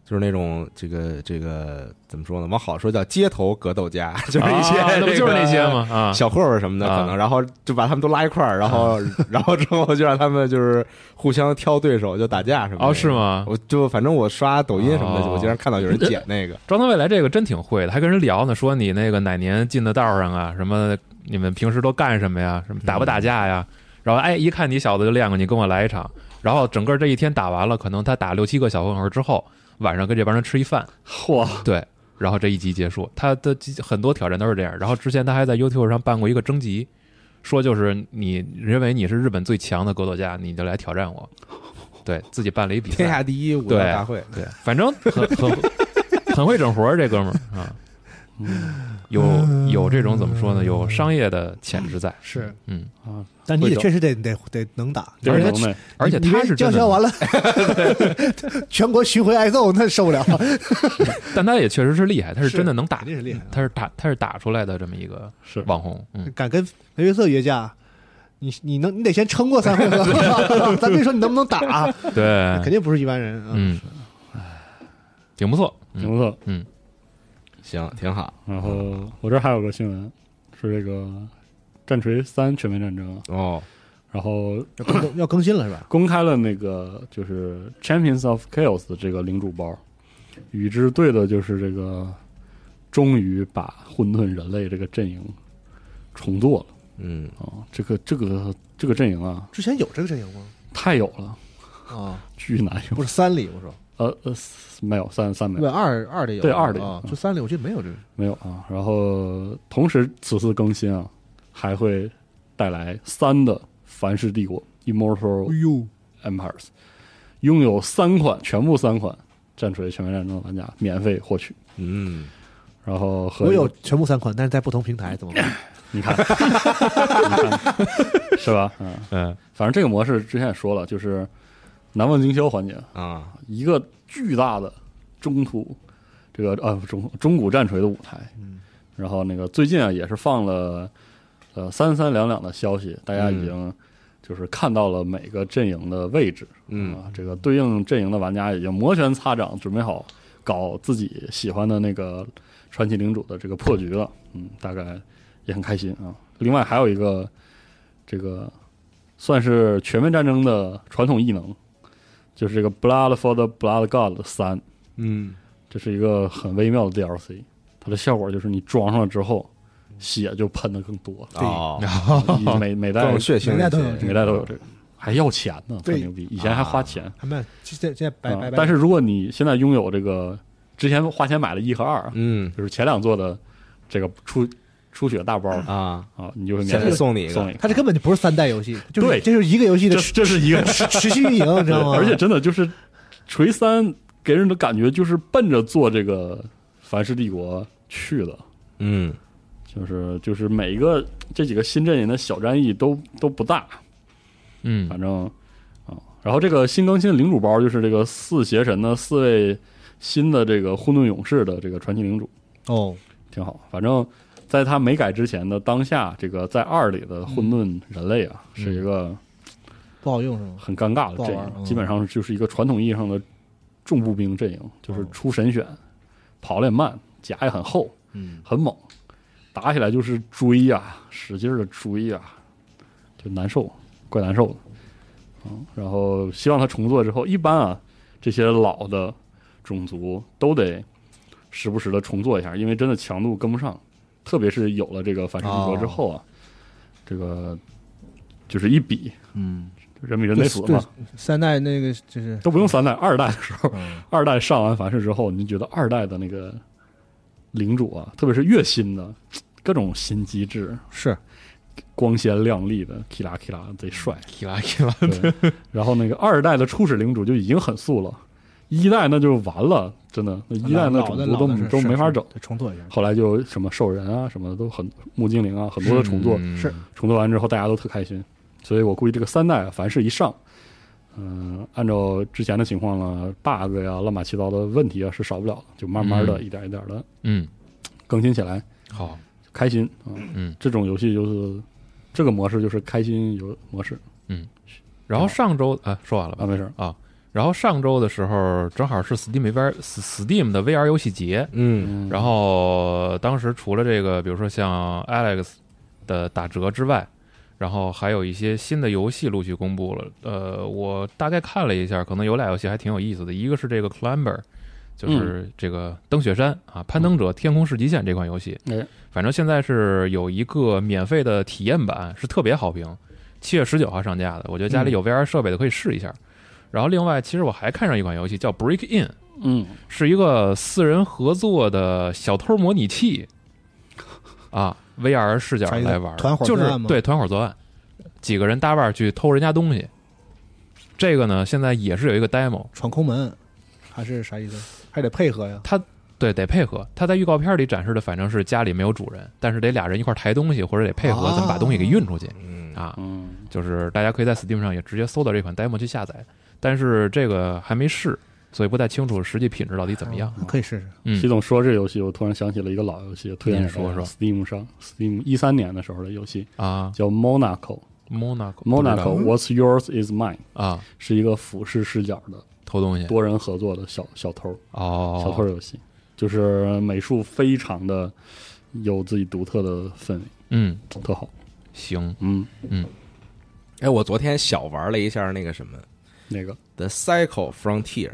S2: 就是那种这个这个怎么说呢？往好说叫街头格斗家，就是一些、
S3: 啊那不就是那些？吗？啊，
S2: 小混混什么的，
S3: 啊
S2: 可能，然后就把他们都拉一块儿，然后， 然后之后就让他们就是互相挑对手，就打架什么的。
S3: 哦，是？吗？
S2: 我就反正我刷抖音什么的，
S3: 哦
S2: 我经常看到有人剪那个。
S3: 招商未来这个真挺会的，还跟人聊呢，说你那个哪年进的道上啊，什么你们平时都干什么呀，什么打不打架呀？然后哎，一看你小子就练过，你跟我来一场。然后整个这一天打完了，可能他打六七个小混混之后，晚上跟这帮人吃一饭，
S5: 嚯，
S3: 对，然后这一集结束。他的几很多挑战都是这样。然后之前他还在 YouTube 上办过一个征集，说就是你认为你是日 本最强的格斗家，你就来挑战我。 对自己办了一比
S2: 天
S3: 赛，
S2: 下第一武道
S3: 对
S2: 大会，
S3: 对，反正很很很会整活儿，这哥们儿啊，
S5: 嗯
S3: 有有这种怎么说呢？有商业的潜质在，
S4: 是，
S3: 嗯，
S5: 啊，
S4: 但你
S5: 会
S4: 也
S5: 走
S4: 确实得得得能打，
S5: 这
S3: 而且他
S5: 是能耐，
S3: 而且
S4: 你
S3: 他
S4: 别
S3: 是
S4: 叫
S3: 真
S4: 嚣
S3: 的，
S4: 完了，全国巡回挨揍那受不了，
S3: 但他也确实是厉害，他是真的能打
S4: 肯，定是厉害啊。
S3: 他是打他是打出来的这么一个
S5: 是
S3: 网红，嗯，
S4: 敢跟梅约瑟约架，你你能你得先撑过三回合，咱别说你能不能打，肯
S3: 对，
S4: 定不是一般人。啊。
S3: 嗯，挺不错，
S5: 挺
S3: 嗯
S5: 不错。
S2: 行，挺好。
S5: 然后我这儿还有个新闻，是这个《战锤三：全面战争》，
S2: 哦，
S5: 然后
S4: 要更要更新了是吧？
S5: 公开了那个就是 Champions of Chaos 的这个领主包，与之对的就是这个，终于把混沌人类这个阵营重做了
S2: 嗯，
S5: 啊、这个这个这个阵营啊，
S4: 之前有这个阵营吗？
S5: 太有了，
S4: 啊，
S5: 巨难有
S4: 不。是三里，我说
S5: 呃呃，没有三三没
S4: 对
S5: 有
S4: 二二里有
S5: 对二里
S4: 啊，
S5: 嗯
S4: 就三里我记得没有这个。
S5: 没有啊。然后同时此次更新啊，还会带来三的凡世帝国 Immortal
S4: 哎呦，
S5: Empires，拥有三款全部三款战锤全面战争的玩家免费获取。
S2: 嗯，
S5: 然后和
S4: 我有全部三款，但是在不同平台怎么 办？
S5: 你看，你看是吧？嗯，
S3: 嗯，
S5: 反正这个模式之前也说了，就是难忘今宵环节，
S2: 啊，
S5: 一个巨大的中土这个啊中中古战锤的舞台。
S4: 嗯
S5: 然后那个最近啊也是放了呃三三两两的消息，大家已经就是看到了每个阵营的位置，
S2: 嗯
S5: 啊，这个对应阵营的玩家已经摩拳擦掌，准备好搞自己喜欢的那个传奇领主的这个破局了，嗯，大概也很开心啊。另外还有一个这个算是全面战争的传统异能，就是这个《Blood for the Blood God》三，
S2: 嗯，
S5: 这是一个很微妙的 DLC，它的效果就是你装上了之后，血就喷的更多了，
S2: 哦，
S5: 一每每代
S2: 更血腥一些，
S4: 每代都有这
S5: 每代都有这个，还要钱呢，特
S4: 对
S5: 牛逼，以前还花钱。
S4: 他们现在现在白
S5: 啊
S4: 白白，
S5: 但是如果你现在拥有这个之前花钱买了一和二，
S2: 嗯
S5: 就是前两座的这个出出血大包
S2: 啊，
S5: 啊，你就会
S2: 现
S5: 免
S2: 在
S5: 费
S2: 送你一
S5: 送
S2: 个，
S5: 你。
S4: 它这根本就不是三代游戏，就是
S5: 对
S4: 这就是一个游戏的
S5: 这这是一 个，
S4: 持持续运营，你知道吗？
S5: 而且真的就是锤三给人的感觉就是奔着做这个凡士帝国去的，
S2: 嗯
S5: 就是就是每一个这几个新阵营的小战役都都不大，
S3: 嗯
S5: 反正啊，然后这个新更新的领主包就是这个四邪神的四位新的这个混沌勇士的这个传奇领主，
S4: 哦，
S5: 挺好。反正在他没改之前的当下，这个在二里的混沌人类啊，是一个
S4: 不好用是吗？
S5: 很尴尬的阵
S4: 不好玩
S5: 营，
S4: 嗯
S5: 基本上就是一个传统意义上的重步兵阵营，就是出神选，跑得也慢，甲也很厚，
S4: 嗯，
S5: 很猛，打起来就是追呀、使劲的追呀、就难受，怪难受的。嗯，然后希望他重做之后，一般啊，这些老的种族都得时不时的重做一下，因为真的强度跟不上，特别是有了这个反世帝国
S4: 哦
S5: 之后啊，这个就是一比，
S4: 嗯，
S5: 人比人得死
S4: 对
S5: 嘛，
S4: 三代那个就是
S5: 都不用三代，二代的时候，
S4: 嗯
S5: 二代上完凡世之后，你就觉得二代的那个领主啊，特别是越新的，各种新机制，
S4: 是
S5: 光鲜亮丽的，k 啦 k 啦，贼帅。
S3: 提拉提
S4: 嗯
S3: 拉，
S5: 对，然后那个二代的初始领主就已经很素了，一代那就完了，真的，那一代那
S4: 老
S5: 种
S4: 的
S5: 族
S4: 老的
S5: 都
S4: 是
S5: 都
S4: 是
S5: 没法
S4: 是
S5: 整。
S4: 得重做一下。
S5: 后来就什么兽人啊，什么的都很木精灵啊，很多的重做，
S3: 嗯
S4: 是
S5: 重做完之后大家都特开心，所以我估计这个三代啊，凡是一上，嗯、按照之前的情况了，bug 呀、乱码七糟的问题啊是少不了的，就慢慢的
S3: 嗯
S5: 一点一点的
S3: 嗯，
S5: 更新起来，
S3: 好，
S5: 开心啊，
S3: 嗯，
S5: 这种游戏就是这个模式就是开心游模式
S3: 然后上周啊，说完了吧
S5: 啊，？没事儿，
S3: 啊，然后上周的时候正好是 Steam VR Steam 的 VR 游戏节，
S2: 嗯
S5: 嗯
S3: 然后当时除了这个，比如说像 Alex 的打折之外，然后还有一些新的游戏陆续公布了。呃，我大概看了一下，可能有俩游戏还挺有意思的，一个是这个 Climber，就是这个登雪山啊，攀登者天空世极限这款游戏。
S5: 嗯哎，
S3: 反正现在是有一个免费的体验版，是特别好评，七月十九号上架的。我觉得
S5: 嗯
S3: 家里有 VR 设备的可以试一下。然后另外，其实我还看上一款游戏叫 Break In，
S5: 嗯，
S3: 是一个四人合作的小偷模拟器啊，VR 视角来玩儿，
S4: 团伙
S3: 就
S4: 作
S3: 是
S4: 案吗
S3: 对团伙作案，几个人搭伴儿去偷人家东西。这个呢，现在也是有一个 demo，
S4: 闯空门还是啥意思？还得配合呀。
S3: 对，得配合。他在预告片里展示的反正是家里没有主人，但是得俩人一块儿抬东西，或者得配合
S4: 啊
S3: 怎么把东西给运出去
S2: 嗯
S3: 啊。
S5: 嗯，
S3: 就是大家可以在 Steam 上也直接搜到这款 demo 去下载，但是这个还没试，所以不太清楚实际品质到底怎么样。
S5: 啊
S4: 可以试试。
S3: 嗯
S5: 习总说这游戏，我突然想起了一个老游戏，推荐给大家
S3: 您说说
S5: Steam 上 Steam 一三年的时候的游戏，
S3: 啊
S5: 叫 Monaco。
S3: ，Monaco
S5: Monaco
S3: 不知
S5: What's Yours Is Mine
S3: 道啊，
S5: 是一个俯视视角的
S3: 偷东西
S5: 多人合作的小小偷
S3: 哦，
S5: 小偷游戏，就是美术非常的有自己独特的氛围，
S3: 嗯，
S5: 特好。
S3: 行，
S5: 嗯，
S2: 哎，我昨天小玩了一下那个什么
S5: 那个
S2: The Cycle Frontier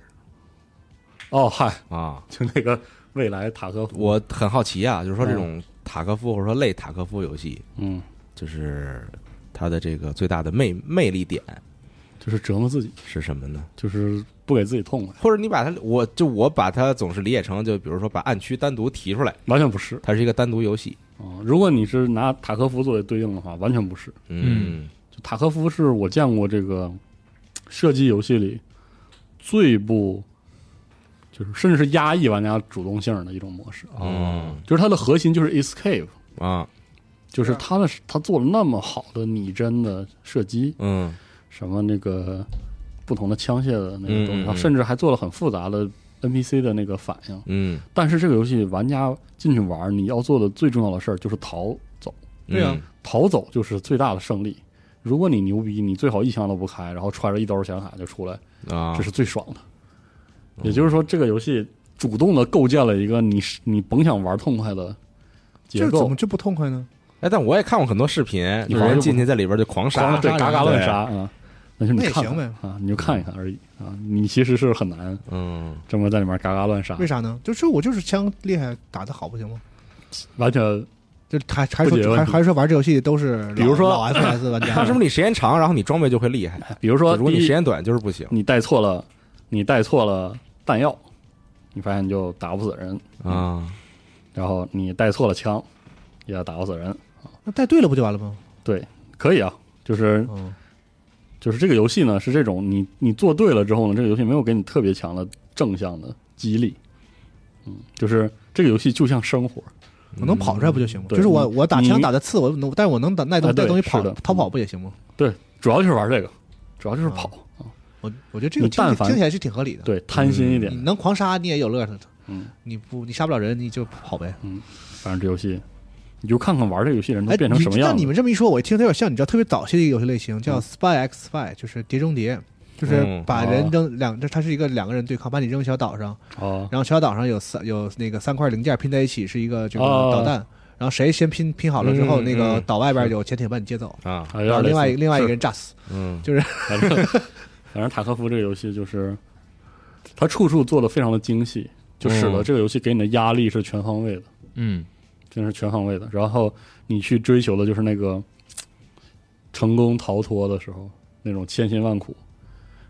S5: 哦嗨，
S2: 啊，
S5: 就那个未来塔科夫，
S2: 我很好奇啊，就是说这种塔科夫或者说类塔科夫游戏，
S5: 嗯，
S2: 就是它的这个最大的魅魅力点
S5: 就是折磨自己，
S2: 是什么呢？
S5: 就是不给自己痛快，
S2: 或者你把它，我就我把它总是理解成，就比如说把暗区单独提出来，
S5: 完全不是
S2: 它是一个单独游戏。
S5: 啊、嗯如果你是拿塔科夫作为对应的话，完全不是。
S3: 嗯
S5: 就塔科夫是我见过这个射击游戏里最不，就是甚至是压抑玩家主动性的一种模式啊。
S2: 嗯
S5: 就是它的核心就是 escape，
S2: 啊
S5: 就是它的它做了那么好的拟真的射击，
S2: 嗯
S5: 什么那个不同的枪械的那个东
S2: 嗯嗯
S5: 西，
S2: 嗯
S5: 然后甚至还做了很复杂的 NPC 的那个反应。
S2: 嗯，
S5: 但是这个游戏玩家进去玩，你要做的最重要的事儿就是逃走，
S4: 对啊
S2: 嗯，
S5: 逃走就是最大的胜利。如果你牛逼，你最好一枪都不开，然后揣着一兜显卡就出来，
S2: 啊，嗯
S5: 这是最爽的。也就是说，这个游戏主动的构建了一个你是你甭想玩痛快的
S4: 这
S5: 结
S4: 怎
S5: 构
S4: 么，就不痛快呢？
S2: 哎，但我也看过很多视频，
S5: 你
S2: 有
S5: 玩
S2: 人
S5: 过
S2: 进去在里边就狂杀，
S5: 对，嘎嘎乱杀啊。那就你
S4: 那也
S5: 看
S4: 行呗
S5: 啊，你就看一看而已啊。你其实是很难
S2: 嗯，
S5: 这么在里面嘎嘎乱杀，
S4: 为啥呢？就是我就是枪厉害，打得好不行吗？
S5: 完全
S4: 就还还
S5: 不解
S4: 说
S5: 问
S4: 还
S5: 题
S4: 还说玩这游戏都是老
S2: 比如说
S4: 老 FPS 玩家，
S2: 他是 不是你时间长，然后你装备就会厉
S4: 哎
S2: 害？
S5: 比如说，
S2: 如果你
S5: 第一
S2: 时间短就是不行
S5: 你带错了，你带错了弹药，你发现你就打不死人；
S2: 啊。
S5: 嗯然后你带错了枪，也打不死人。
S4: 那带对了不就完了吗？
S5: 对，可以啊，就是
S4: 嗯，
S5: 就是这个游戏呢是这种，你你做对了之后呢，这个游戏没有给你特别强的正向的激励，嗯，就是这个游戏就像生活，
S4: 我能跑出来不就行吗？
S5: 嗯对
S4: 就是我我打枪
S5: 你
S4: 打的刺，我能，但我能打带
S5: 啊
S4: 东
S5: 对
S4: 带东西跑
S5: 是的
S4: 逃跑不也行吗？
S5: 对，主要就是玩这个，主要就是跑，
S4: 嗯我我觉得这个
S5: 你
S4: 听
S5: 但凡
S4: 听起来是挺合理的。，
S5: 对，贪心一点
S4: 你，能狂杀你也有乐子，
S5: 嗯，
S4: 你不你杀不了人你就跑呗。
S5: 反正这游戏。你就看看玩这个游戏人
S4: 哎，
S5: 能变成什
S4: 你
S5: 么样
S4: 那
S5: 子
S4: 你们这么一说，我一听它有点像你知道特别早期的一个游戏类型，叫
S5: 嗯
S4: Spy X Spy，就是碟中谍，就是
S2: 嗯
S4: 把
S5: 哦
S4: 人扔两，这它是一个两个人对抗，把你扔小岛上，
S5: 哦，
S4: 然后小岛上有三有那个三块零件拼在一起是一个这个
S5: 哦
S4: 导弹，然后谁先拼拼好了之后，
S2: 嗯
S4: 那个
S2: 嗯
S4: 岛外边有潜艇把你接走，
S2: 啊，
S5: 啊有
S4: 然后
S5: 点
S4: 另外
S5: 类
S4: 一
S5: 似
S4: 个另外一个
S5: 是
S4: 人炸死。
S2: 嗯，
S5: 反正反正塔科夫这个游戏就是，它处处做的非常的精细，就使得
S2: 嗯
S5: 这个游戏给你的压力是全方位的，
S3: 嗯，
S5: 真是全方位的。然后你去追求的就是那个成功逃脱的时候那种千辛万苦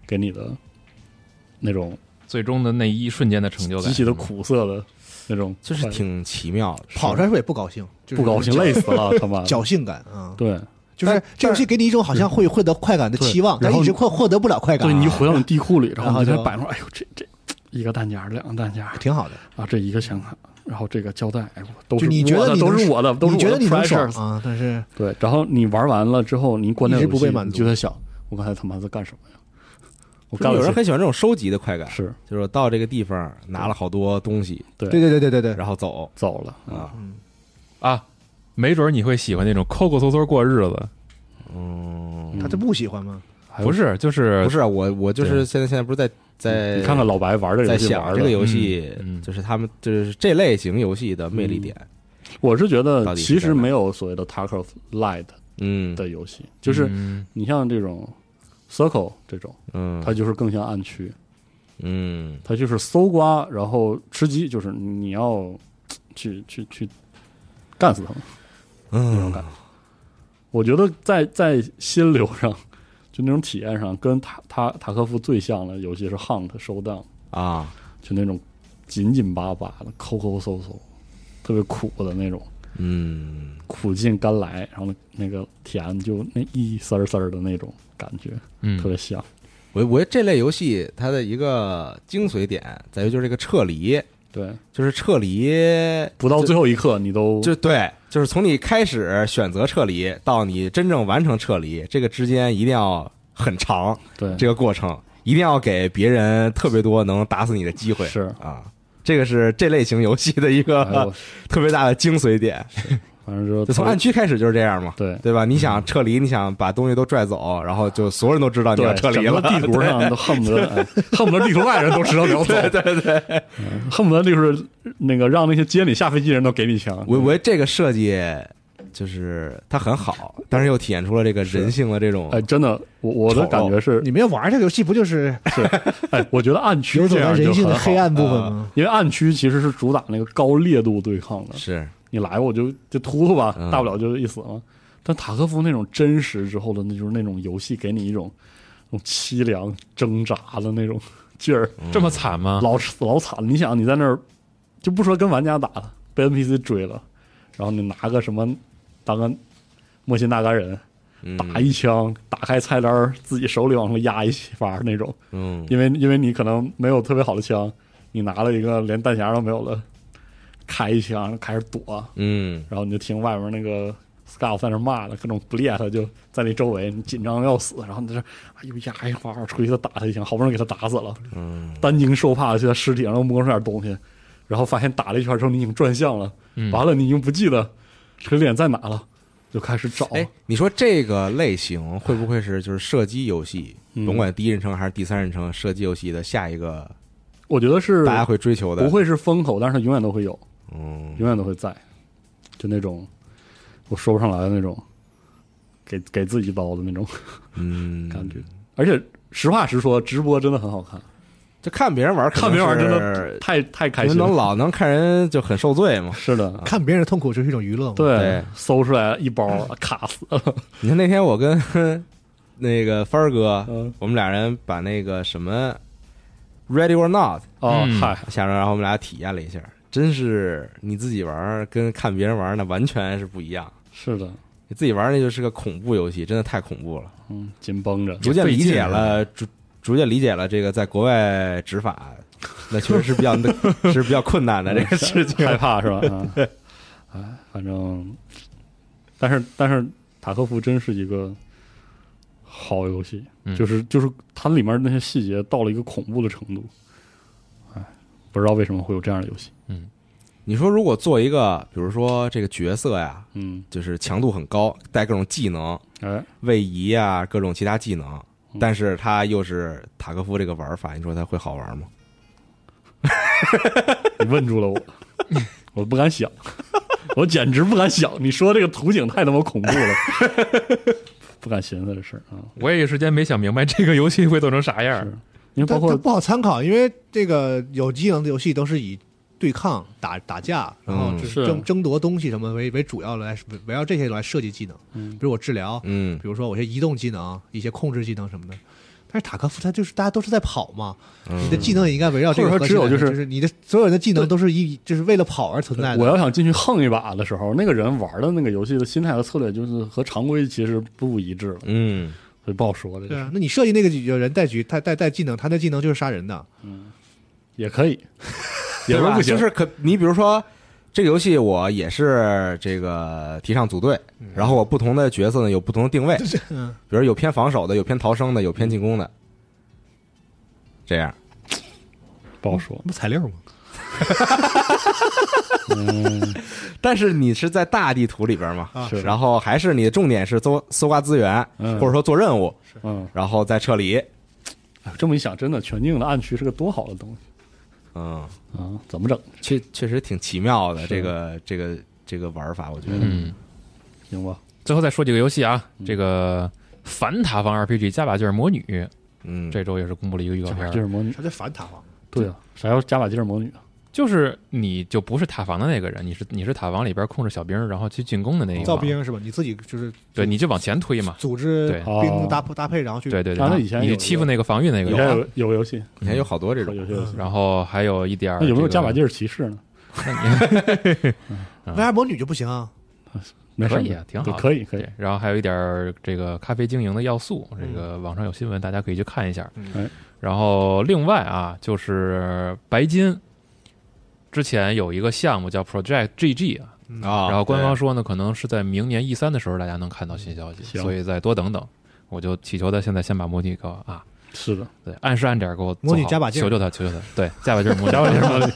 S5: 给你的那种
S3: 最终的那一瞬间的成就感，
S5: 极其的苦涩的那种快
S2: 就
S5: 乐，
S2: 是挺奇妙的。
S4: 跑出来是不是也不高兴？就是
S5: 不高兴，累死了，他妈的。
S4: 侥幸感啊，
S5: 对，嗯
S4: 就是这游戏给你一种好像会获得快感的期望，
S5: 对
S4: 但
S5: 然后
S4: 一直快获得不了快感。啊
S5: 对你就回到你地库里，然
S4: 然
S5: 后
S4: 后
S5: 你在
S4: 就
S5: 摆弄，哎呦，这这一个弹夹，两个弹夹，
S4: 挺好的，
S5: 啊，这一个显卡，然后这个胶带，哎呦，都
S4: 就是你觉
S5: 我
S4: 得
S5: 的
S4: 你
S5: 都
S4: 能
S5: 是我的，都是
S4: 你觉
S5: 我
S4: 得
S5: 的
S4: 你能爽
S5: pressures
S4: 啊，但是
S5: 对，然后你玩完了之后，你关掉
S4: 一直
S5: 游戏
S4: 不被满足
S5: 你就在想，我刚才他妈在干什么呀？我
S2: 就
S5: 干了
S2: 有人
S5: 些
S2: 很喜欢这种收集的快感，
S5: 是
S2: 就是我到这个地方拿了好多东西，
S5: 对
S4: 对对对对对对，
S2: 然后走
S5: 走了啊，
S2: 啊，
S3: 啊，没准儿你会喜欢那种抠抠搜搜过日子，
S2: 嗯，
S4: 他这不喜欢吗？
S5: 还有
S3: 不是，就是
S2: 不是啊我，我就是
S3: 对
S2: 现在现在不是在在
S5: 你看看老白玩这个
S2: 在
S5: 游戏玩
S2: 想
S5: 的
S2: 这个游戏
S3: 嗯嗯，
S2: 就是他们就是这类型游戏的魅力点，
S5: 我是觉
S2: 到
S5: 得
S2: 底是
S5: 其
S2: 在
S5: 实
S2: 哪
S5: 没有所谓的 Tarkov Light
S2: 嗯
S5: 的游戏，就是
S3: 嗯
S5: 你像这种 Circle 这种，
S2: 嗯，
S5: 它就是更像暗区，
S2: 嗯
S5: 它就是搜刮，然后吃鸡，就是你要去去去干死他们。那种
S2: 嗯
S5: 感觉。我觉得在在心流上，就那种体验上，跟塔塔塔科夫最像的游戏是《Hunt Showdown》，
S2: 啊，
S5: 就那种紧紧巴巴的、抠抠搜搜、特别苦的那种，
S2: 嗯
S5: 苦尽甘来，然后那个甜就那一丝儿丝儿的那种感觉，
S3: 嗯
S5: 特别香。
S2: 我我觉得这类游戏它的一个精髓点在于就是这个撤离，
S5: 对，
S2: 就是撤离
S5: 不到最后一刻你都
S2: 就对，就是从你开始选择撤离到你真正完成撤离，这个之间一定要很长，
S5: 对
S2: 这个过程一定要给别人特别多能打死你的机会。
S5: 是
S2: 啊，这个是这类型游戏的一
S5: 哎呦
S2: 个
S5: 我
S2: 特别大的精髓点。
S5: 反正就
S2: 就从暗区开始就是这样嘛，
S5: 对
S2: 对吧？你想撤离，你想把东西都拽走，然后就所有人都知道你要
S5: 对
S2: 撤离
S5: 整
S2: 了
S5: 个，地图上都恨不 得、哎恨不得地图外人都知道你要走，
S2: 对对对。
S5: 恨不得就是那个让那些接你下飞机的人都给你枪。
S2: 我我觉得这个设计就是它很好，但是又体现出了这个人性的这种
S5: 哎，真的，我我的
S2: 丑陋
S5: 感觉是
S4: 你，们要玩这个游戏不就是
S5: 哎，我觉得暗
S4: 游
S5: 区
S4: 走
S5: 这
S4: 到
S5: 样
S4: 人
S5: 就
S4: 性
S5: 很
S4: 的
S5: 好嗯
S4: 黑，暗部分吗？
S5: 因为暗区其实是主打那个高烈度对抗的，
S2: 是
S5: 你来我就就突突吧
S2: 嗯，
S5: 大不了就一死嘛。但塔科夫那种真实之后的，那就是那种游戏给你一种那种凄凉挣扎的那种劲
S2: 嗯
S5: 儿，
S3: 这么惨吗？
S5: 老老惨。你想你在那儿，就不说跟玩家打了，被 NPC 追了，然后你拿个什么当个莫辛纳嘎人，打一枪，打开菜单儿，自己手里往上压一发那种，
S2: 嗯
S5: 因为因为你可能没有特别好的枪，你拿了一个连弹匣都没有的，开一枪开始躲，
S2: 嗯
S5: 然后你就听外面那个 Scar 在那骂了，各种不列他就在你周围，你紧张得要死，然后你在这哎呦压一发，我出去再打他一枪，好不容易给他打死了，
S2: 嗯
S5: 担惊受怕的去他尸体上摸出点东西，然后发现打了一圈之后你已经转向了，
S3: 嗯
S5: 完了你已经不记得这个脸在哪了，就开始找，
S2: 哎，你说这个类型会不会是就是射击游戏，
S5: 嗯
S2: 甭管第一人称还是第三人称射击游戏的下一个
S5: 我觉得是
S2: 大家会追求的？
S5: 不，会是风口，但是它永远都会有，
S2: 嗯
S5: 永远都会在，就那种我说不上来的那种，给给自己一刀的那种
S2: 嗯，
S5: 感觉。而且实话实说，直播真的很好看，
S2: 就看别人玩，
S5: 看别人玩真的太太开
S2: 呃因为
S5: 心
S2: 能
S5: 了。
S2: 老能看人就很受罪嘛。
S5: 是的，
S4: 看别人痛苦就是一种娱乐嘛。，
S5: 对
S2: 对，
S5: 搜出来一包卡死了。
S2: 你看那天我跟那个帆儿哥，
S5: 嗯
S2: 我们俩人把那个什么 Ready or Not
S5: 哦
S3: 嗯，
S5: 嗨，
S2: 下周，然后我们俩体验了一下，真是你自己玩儿跟看别人玩儿那完全是不一样。
S5: 是的，
S2: 你自己玩儿那就是个恐怖游戏，真的太恐怖了。
S5: 嗯，紧绷着。
S2: 逐渐
S3: 费
S2: 理
S3: 劲
S2: 解
S3: 啊
S2: 了，逐逐渐理解了这个在国外执法，那确实是比较是比较困难的这个 事情。
S5: 害怕是吧？啊，哎，反正，但是但是塔科夫真是一个好游戏，
S3: 嗯
S5: 就是就是它里面那些细节到了一个恐怖的程度，哎，不知道为什么会有这样的游戏，
S2: 你说如果做一个，比如说这个角色呀，
S5: 嗯，
S2: 就是强度很高，带各种技能，
S5: 哎，
S2: 位移啊，各种其他技能，
S5: 嗯
S2: 但是它又是塔科夫这个玩法，你说它会好玩吗？
S5: 你问住了我，我不敢想， 我简直不敢想，你说这个图景太他妈恐怖了， 不敢寻思这事儿啊，
S3: 我也一时间没想明白这个游戏会做成啥样儿
S5: 是。因为包
S4: 但
S5: 括
S4: 它不好参考，因为这个有机能的游戏都是以对抗、打打架，然后
S2: 嗯
S4: 就是争争夺东西什么为为主要来围围绕这些来设计技能，
S5: 嗯
S4: 比如我治疗，
S2: 嗯
S4: 比如说我一些移动技能、一些控制技能什么的。但是塔科夫他就是大家都是在跑嘛，你的技能也应该围绕这个
S5: 嗯或者
S4: 核
S5: 说
S4: 心来
S5: 只有就是
S4: 就是你的所有人的技能都是一就是为了跑而存在的。
S5: 呃我要想进去横一把的时候，那个人玩的那个游戏的心态和策略就是和常规其实不一致了，
S2: 嗯，
S5: 所以不好说这
S4: 对
S5: 个
S4: 啊，那你设计那个有人带局，他带带技能，他那技能就是杀人的，
S5: 也可以， 也
S2: 对
S5: 不是
S2: 吧？
S5: 不行，
S2: 就是可你比如说这个游戏，我也是这个提倡组队，
S5: 嗯
S2: 然后我不同的角色呢有不同的定 位，
S4: 嗯，
S2: 比如有偏防守的，有偏逃生的，有偏进攻的，这样。
S5: 不好说。
S4: 不材料吗？
S2: 但是你是在大地图里边嘛，
S5: 是
S2: 然后还是你的重点是搜搜刮资源，
S5: 嗯
S2: 或者说做任务，
S5: 嗯，
S2: 然后再撤离。
S5: 哎这么一想，真的全境的暗区是个多好的东西
S2: 嗯，
S5: 啊！怎么整？
S2: 确确实挺奇妙的，
S5: 是
S2: 这个这个这个玩法，我觉得。
S3: 嗯，
S5: 行吧，
S3: 最后再说几个游戏啊，
S5: 嗯
S3: 这个反塔防 RPG 加把劲儿魔女，
S2: 嗯，
S3: 这周也是公布了一个预告
S5: 加
S3: 片儿，
S5: 把劲儿魔女，
S4: 啥叫反塔防？
S5: 对啊，啥叫加把劲儿魔女啊？
S3: 就是你就不是塔防的那个人，你是你是塔防里边控制小兵儿，然后去进攻的那一
S4: 造
S3: 方，
S4: 兵是吧？你自己就是
S3: 对，你就往前推嘛，
S4: 组织
S3: 对
S4: 兵工搭搭配，然后去
S3: 对对
S5: 呃啊那
S3: 对，
S5: 以前
S3: 你
S5: 有
S3: 去欺负那个防御那个
S5: 以
S3: 人，
S5: 前啊有有游戏，
S2: 以前有好多这
S5: 有
S2: 种，
S5: 游戏游戏，
S3: 然后还有一点儿
S5: 那有没有加把
S3: 这个
S5: 劲儿骑士呢？
S4: 为啥魔女就不行啊？
S5: 没事儿，
S3: 可以啊挺好的
S5: 可以可以
S3: 对，，然后还有一点儿这个咖啡经营的要素，这
S4: 嗯
S3: 个网上有新闻，大家可以去看一下。
S5: 哎
S3: 然后另外啊，就是白金之前有一个项目叫 Project GG 啊，
S2: 啊。
S3: 然后官方
S2: 对
S3: 说呢，可能是在明年 E 三的时候大家能看到新消息，
S5: 行
S3: 所以再多等等。我就祈求他现在先把模拟给我啊，
S5: 是的，
S3: 对，按时按点儿给我做
S4: 模拟
S3: 好
S4: 加把劲儿
S3: 求求他，求求他，对，加把劲儿 模拟，加把劲模拟。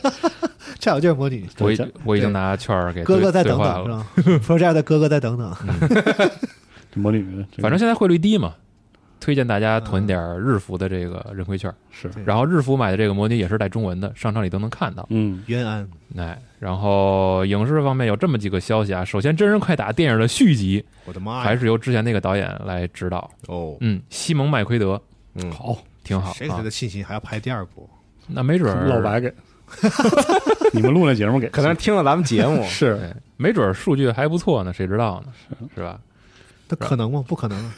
S4: 恰巧就是魔女，
S3: 我
S5: 对
S3: 已我已经拿券儿给
S4: 哥
S3: 兑
S4: 哥再
S3: 兑
S4: 等
S3: 换
S4: 等
S3: 了
S4: 是，吧 ？Project 哥哥再等等，
S5: 嗯这魔女，这个
S3: 反正现在汇率低嘛，推荐大家囤点儿日服的这个认亏券儿。
S5: 是
S4: 对
S3: 然后日服买的这个模拟也是带中文的，商场里都能看到。
S5: 嗯，
S4: 冤案
S3: 哎，然后影视方面有这么几个消息啊，首先《真人快打》电影的续集
S4: 我的哎妈呀！
S3: 还是由之前那个导演来指导，
S2: 哦，
S3: 嗯，西蒙麦奎德
S2: 嗯，
S5: 好，
S3: 挺好
S4: 谁给
S3: 啊
S4: 他。的信心还要拍第二部？
S3: 那没准儿
S5: 老白给， 你们录那节目给，，
S2: 可能是听了咱们节 目
S5: 是
S3: 对，没准儿数据还不错呢，谁知道呢？是吧？
S4: 那可能吗？不可能啊，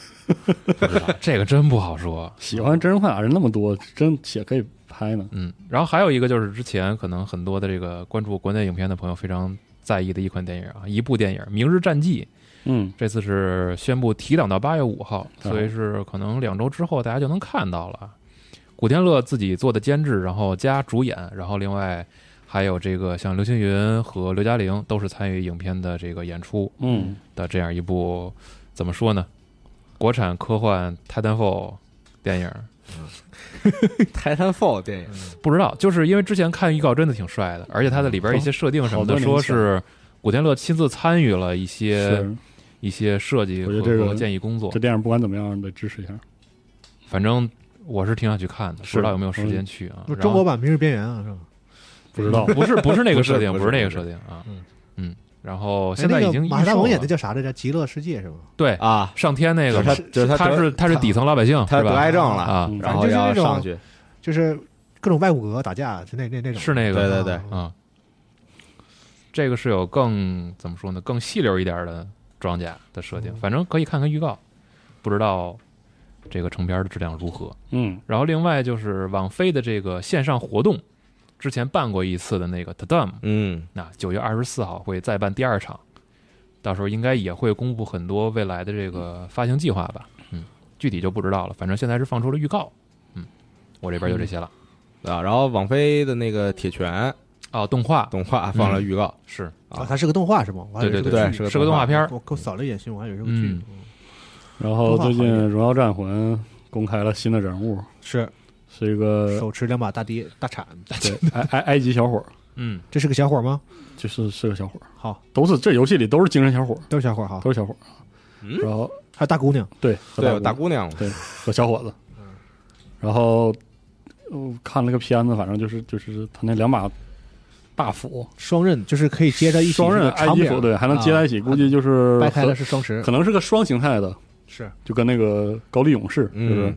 S3: 不知道 这个真不好说。
S5: 喜欢真人快打人那么多，真也可以拍呢。
S3: 嗯，然后还有一个就是之前可能很多的这个关注国内影片的朋友非常在意的一款电影啊，一部电影《明日战记》，
S5: 嗯，
S3: 这次是宣布提档到八月五号，所以是可能两周之后大家就能看到了。古天乐自己做的监制，然后加主演，然后另外还有这个像刘青云和刘嘉玲都是参与影片的这个演出
S5: 嗯，
S3: 的这样一部怎么说呢？国产科幻《Titanfall》电影，
S2: 《Titanfall》电影，
S3: 不知道，就是因为之前看预告真的挺帅的，而且它的里边一些设定什么的，
S5: 好多
S3: 说
S5: 年前
S3: 是古天乐亲自参与了一些
S5: 是
S3: 一些设计
S5: 我
S3: 和
S5: 觉得这个
S3: 和建议工作
S5: 这。电影不管怎么样得支持一下。
S3: 反正我是挺想去看的，
S5: 是
S3: 不知道有没有时间去啊
S4: 不。是
S3: 然
S4: 中
S3: 后
S4: 国版《明日边缘》啊，是吧？
S5: 不知道
S3: 不是不是那个设定，
S2: 不
S3: 不
S2: 是
S3: 是那个
S2: 不是
S3: 设定啊
S4: 嗯。
S3: 嗯，然后
S4: 哎
S3: 现在
S4: 那个
S3: 已经
S4: 马大
S3: 萌
S4: 龙演的叫啥来着？《极乐世界》是吗？
S3: 对
S2: 啊，
S3: 上天那个
S2: 就是他
S3: 嘛，
S2: 就是他
S3: 他
S2: 得
S3: 是他是底层老百姓
S2: 他
S3: 是
S2: 得癌
S3: 吧？
S2: 症了，
S3: 啊，
S5: 嗯
S2: 然后要上去，
S4: 就是各种外骨骼打架，就那那那种
S3: 是
S2: 对
S3: 那个
S2: 对对，
S3: 啊，这个是有更怎么说呢？更细溜一点的装甲的设定，反正可以看看预告，不知道这个成片的质量如何。
S5: 嗯
S3: 然后另外就是网飞的这个线上活动，之前办过一次的那个 Tadam，
S2: 嗯
S3: 那九月二十四号会再办第二场，到时候应该也会公布很多未来的这个发行计划吧。嗯，具体就不知道了，反正现在是放出了预告。嗯，我这边就这些了。
S2: 啊，然后网飞的那个铁拳
S3: 哦，动画
S2: 动画放了预告，
S3: 是
S2: 啊
S4: 啊，它是个动画是吗？我还以为
S3: 对
S4: 是
S3: 对
S4: 个
S2: 对，
S4: 剧
S2: 是个
S3: 嗯是个动画片儿，
S4: 我我扫了一眼新闻，我还以为是个剧
S3: 嗯。
S4: 嗯
S5: 然后最近《荣耀战魂》公开了新的人物，
S4: 是
S5: 是一个
S4: 手持两把大跌大铲，
S5: 对埃埃埃及小伙儿，
S3: 嗯，
S4: 这是个小伙吗？
S5: 就是是个小伙儿，
S4: 好，
S5: 都是这游戏里都是精神小伙儿，
S4: 都是小伙哈，
S5: 都是小伙儿。
S2: 嗯
S5: 然后
S4: 还有大姑娘。
S5: 对
S2: 对，大
S5: 大嗯
S2: 姑娘嘛，
S5: 对和小伙子，然后呃看了个片子，反正就是就是他那两把大斧，
S4: 双刃就是可以接在一起，
S5: 双刃埃及啊斧，对，还能接在一起，估计就是
S4: 啊掰开
S5: 和
S4: 了是双十
S5: 可，能是个双形态的，
S4: 嗯是
S5: 就跟那个高丽勇士，就是
S2: 嗯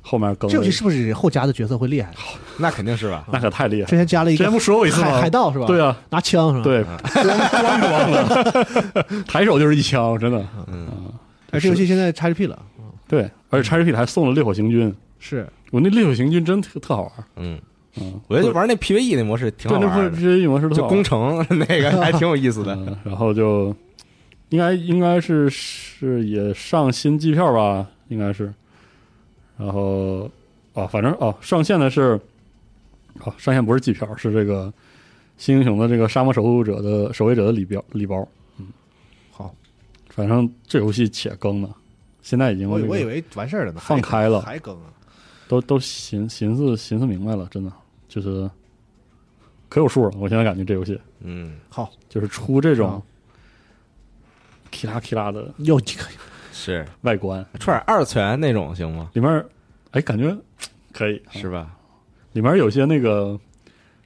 S5: 后面更
S4: 这游戏是不是后加的角色会厉害？
S2: 那肯定是吧？
S5: 那可太厉害
S4: 之
S5: 了，
S4: 前加了一
S5: 啊之
S4: 个
S5: 前不说过一次吗？
S4: 海海盗是吧？嗯
S5: 对，啊，
S4: 拿枪是吧？，
S5: 对，咣咣了， 抬手就是一枪，真的。
S4: 哎，这游戏现在 XGP 了，
S5: 对，
S4: 嗯
S5: 而且 XGP 还送了烈火行军，
S4: 是
S5: 我那烈火行军真特特好玩儿。
S2: 嗯，
S5: 嗯，
S2: 我觉得玩那 PVE 那模式挺好
S5: 对那
S2: 玩
S5: 部
S2: 的，
S5: 这一模式特
S2: 就
S5: 好玩
S2: 工
S5: 儿。
S2: 程那个还挺有意 思的，
S5: 嗯，然后就应该应该是是也上新机票吧，应该是。然后啊，反正哦，上线的是哦，上线不是机票，是这个新英雄的这个沙漠守护者的守卫者的礼包礼包。嗯，
S4: 好，
S5: 反正这游戏且更呢，现在已经
S4: 我
S5: 这个
S4: 我以为完事儿了呢，
S5: 放开了
S4: 还更啊，
S5: 都都寻寻思寻思明白了，真的就是可有数了。我现在感觉这游戏
S2: 嗯，
S4: 好，
S5: 就是出这种
S4: 啊
S5: k 啦 k 啦的
S4: 又几个
S2: 是
S5: 外观，
S2: 串二次元那种行吗？
S5: 里面哎感觉可以，
S2: 是吧？
S5: 里面有些那个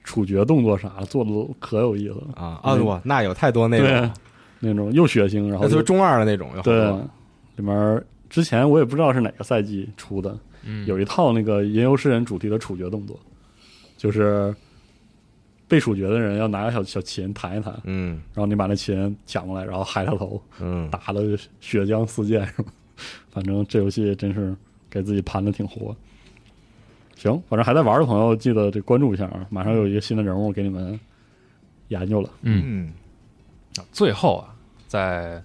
S5: 处决动作啥做的可有意思了，
S2: 啊啊，我那有太多那
S5: 对
S2: 种，，
S5: 那种又血腥，然
S2: 那
S5: 后
S2: 就是
S5: 又
S2: 中二的那种，有好
S5: 对
S2: 多，
S5: 里面。之前我也不知道是哪个赛季出的，
S2: 嗯
S5: 有一套那个吟游诗人主题的处决动作，就是被处决的人要拿个小小琴弹一弹，
S2: 嗯
S5: 然后你把那琴抢过来，然后嗨他头，
S2: 嗯，
S5: 打的血浆四溅，是吧？反正这游戏真是给自己盘的挺活。行，反正还在玩的朋友记得这关注一下啊，马上有一个新的人物给你们研究了。
S4: 嗯，
S3: 最后啊，在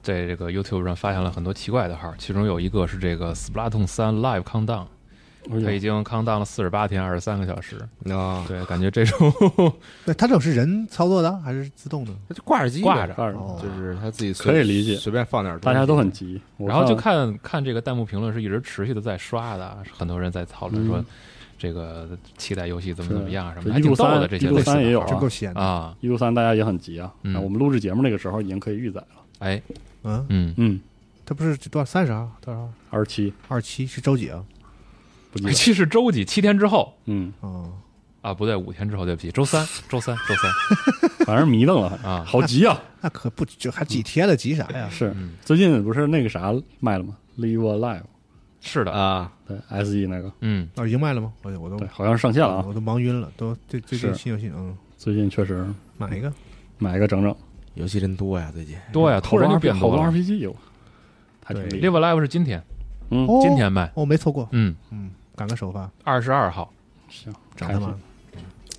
S3: 在这个 YouTube 上发现了很多奇怪的号，其中有一个是这个 Splatoon 三 Live Countdown，它
S2: 哎
S3: 已经 Countdown 了四十八天二十三个小时。
S2: 啊，
S3: 对，感觉这种
S4: 那它这种是人操作的还是自动的？
S2: 他就挂着机呗
S3: 挂着
S5: 二
S4: 哦
S2: 就是他自己随
S5: 可以理解
S2: 随便放点东西，
S5: 大家都很急，我
S3: 然后就看看这个弹幕评论是一直持续的在刷的，很多人在讨论说
S5: 嗯
S3: 这个期待游戏怎么怎么样啊什么
S5: 是
S3: 的，还挺逗的
S5: 163
S3: 这些类似的号
S5: 163也有
S4: 真
S5: 啊
S4: 够闲的，
S3: 啊，
S5: 一六三，大家也很急啊。
S3: 嗯
S5: 那我们录制节目那个时候已经可以预载了。
S3: 哎，
S4: 嗯，
S3: 嗯，
S5: 嗯，
S4: 它不是多少三十号多少
S5: 二十七
S4: 二十七是周几啊？
S5: 不记得。
S3: 期是哎周几？七天之后
S5: 嗯，
S4: 嗯，
S3: 啊，不对，五天之后，对不起，周三，周三，周三。
S5: 反正迷瞪了
S3: 啊
S5: 好 急啊！
S4: 那可不就还几天了，急啥呀？
S5: 是
S3: 嗯
S5: 最近不是那个啥卖了吗？Live Alive，
S3: 是的，
S2: 啊，
S5: 对 SE 那个，
S3: 嗯，
S4: 哦，已经卖了吗？我我都
S5: 对，好像上线了啊
S4: 我。都忙晕了，都最最近
S5: 是
S4: 新游戏，嗯，
S5: 最近确实
S4: 买一个，
S5: 买一个整整。
S2: 游戏真多呀，最近
S3: 多
S5: 啊
S3: 呀，突然就啊变
S5: 好
S3: 多
S5: 多
S3: 了。
S5: RPG 有，还挺厉
S3: Live
S5: 害。
S3: Live 是今天，
S5: 嗯，
S4: 哦
S3: 今天卖，
S4: 我没错过，
S3: 嗯，
S4: 嗯，赶个首发，
S3: 二十二号，
S5: 行，
S4: 涨
S5: 开
S4: 他
S5: 心
S4: 妈，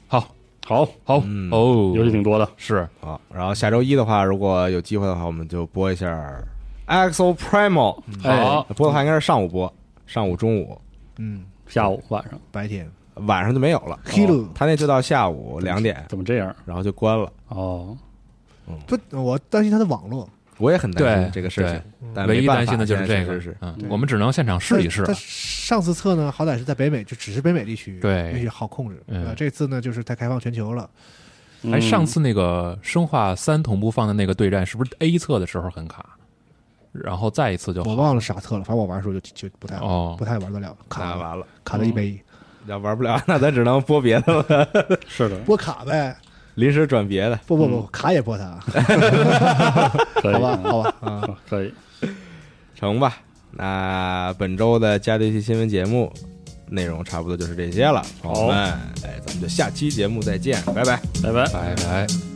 S3: 好，
S5: 好好，
S2: 嗯
S3: 哦，
S5: 游戏挺多的，
S3: 是
S2: 好，然后下周一的话，如果有机会的话，我们就播一下 EXO Primal，嗯
S3: 好，
S2: 播的话应该是上午播，上午、中午，
S4: 嗯，
S5: 下午晚上
S4: 白天
S2: 晚上就没有了。哦
S4: Hero
S2: 他那就到下午两点，
S5: 怎么这样？
S2: 然后就关了。
S5: 哦，
S4: 不，嗯我担心它的网络，
S2: 我也很担
S3: 对
S2: 心这个事
S3: 对
S2: 情，但
S3: 唯
S2: 没
S3: 一
S2: 办
S3: 担
S2: 法
S3: 心的就是
S2: 现在
S3: 这个
S2: 确实是，
S3: 嗯
S5: 对，
S3: 我们只能现场试一试啊
S4: 它
S3: 了
S4: 它，上次测呢，好歹是在北美，就只是北美地区，
S3: 对
S4: 也许好控制。
S3: 嗯
S4: 呃，这次呢，就是它开放全球了，
S3: 哎，
S5: 嗯
S3: 上次那个《生化三》同步放的那个对战，是不是 A 测的时候很卡，然后再一次就
S4: 我
S3: 好
S4: 忘了啥测了，反正我玩的时候就就就不太
S3: 哦
S4: 不太玩得了，
S2: 那
S4: 卡了
S2: 完了，
S4: 卡了一杯，
S2: 要玩不了，那咱只能播别的了。
S5: 嗯 是的，
S4: 播卡呗，
S2: 临时转别的，
S4: 不不不，卡也破它，
S5: 可以
S4: 好吧，好吧，啊，
S5: 啊可以，
S2: 成吧。那本周的加地区新闻节目内容差不多就是这些了，朋友们，哎，咱们就下期节目再见，拜拜。
S5: 拜拜。
S3: 拜拜。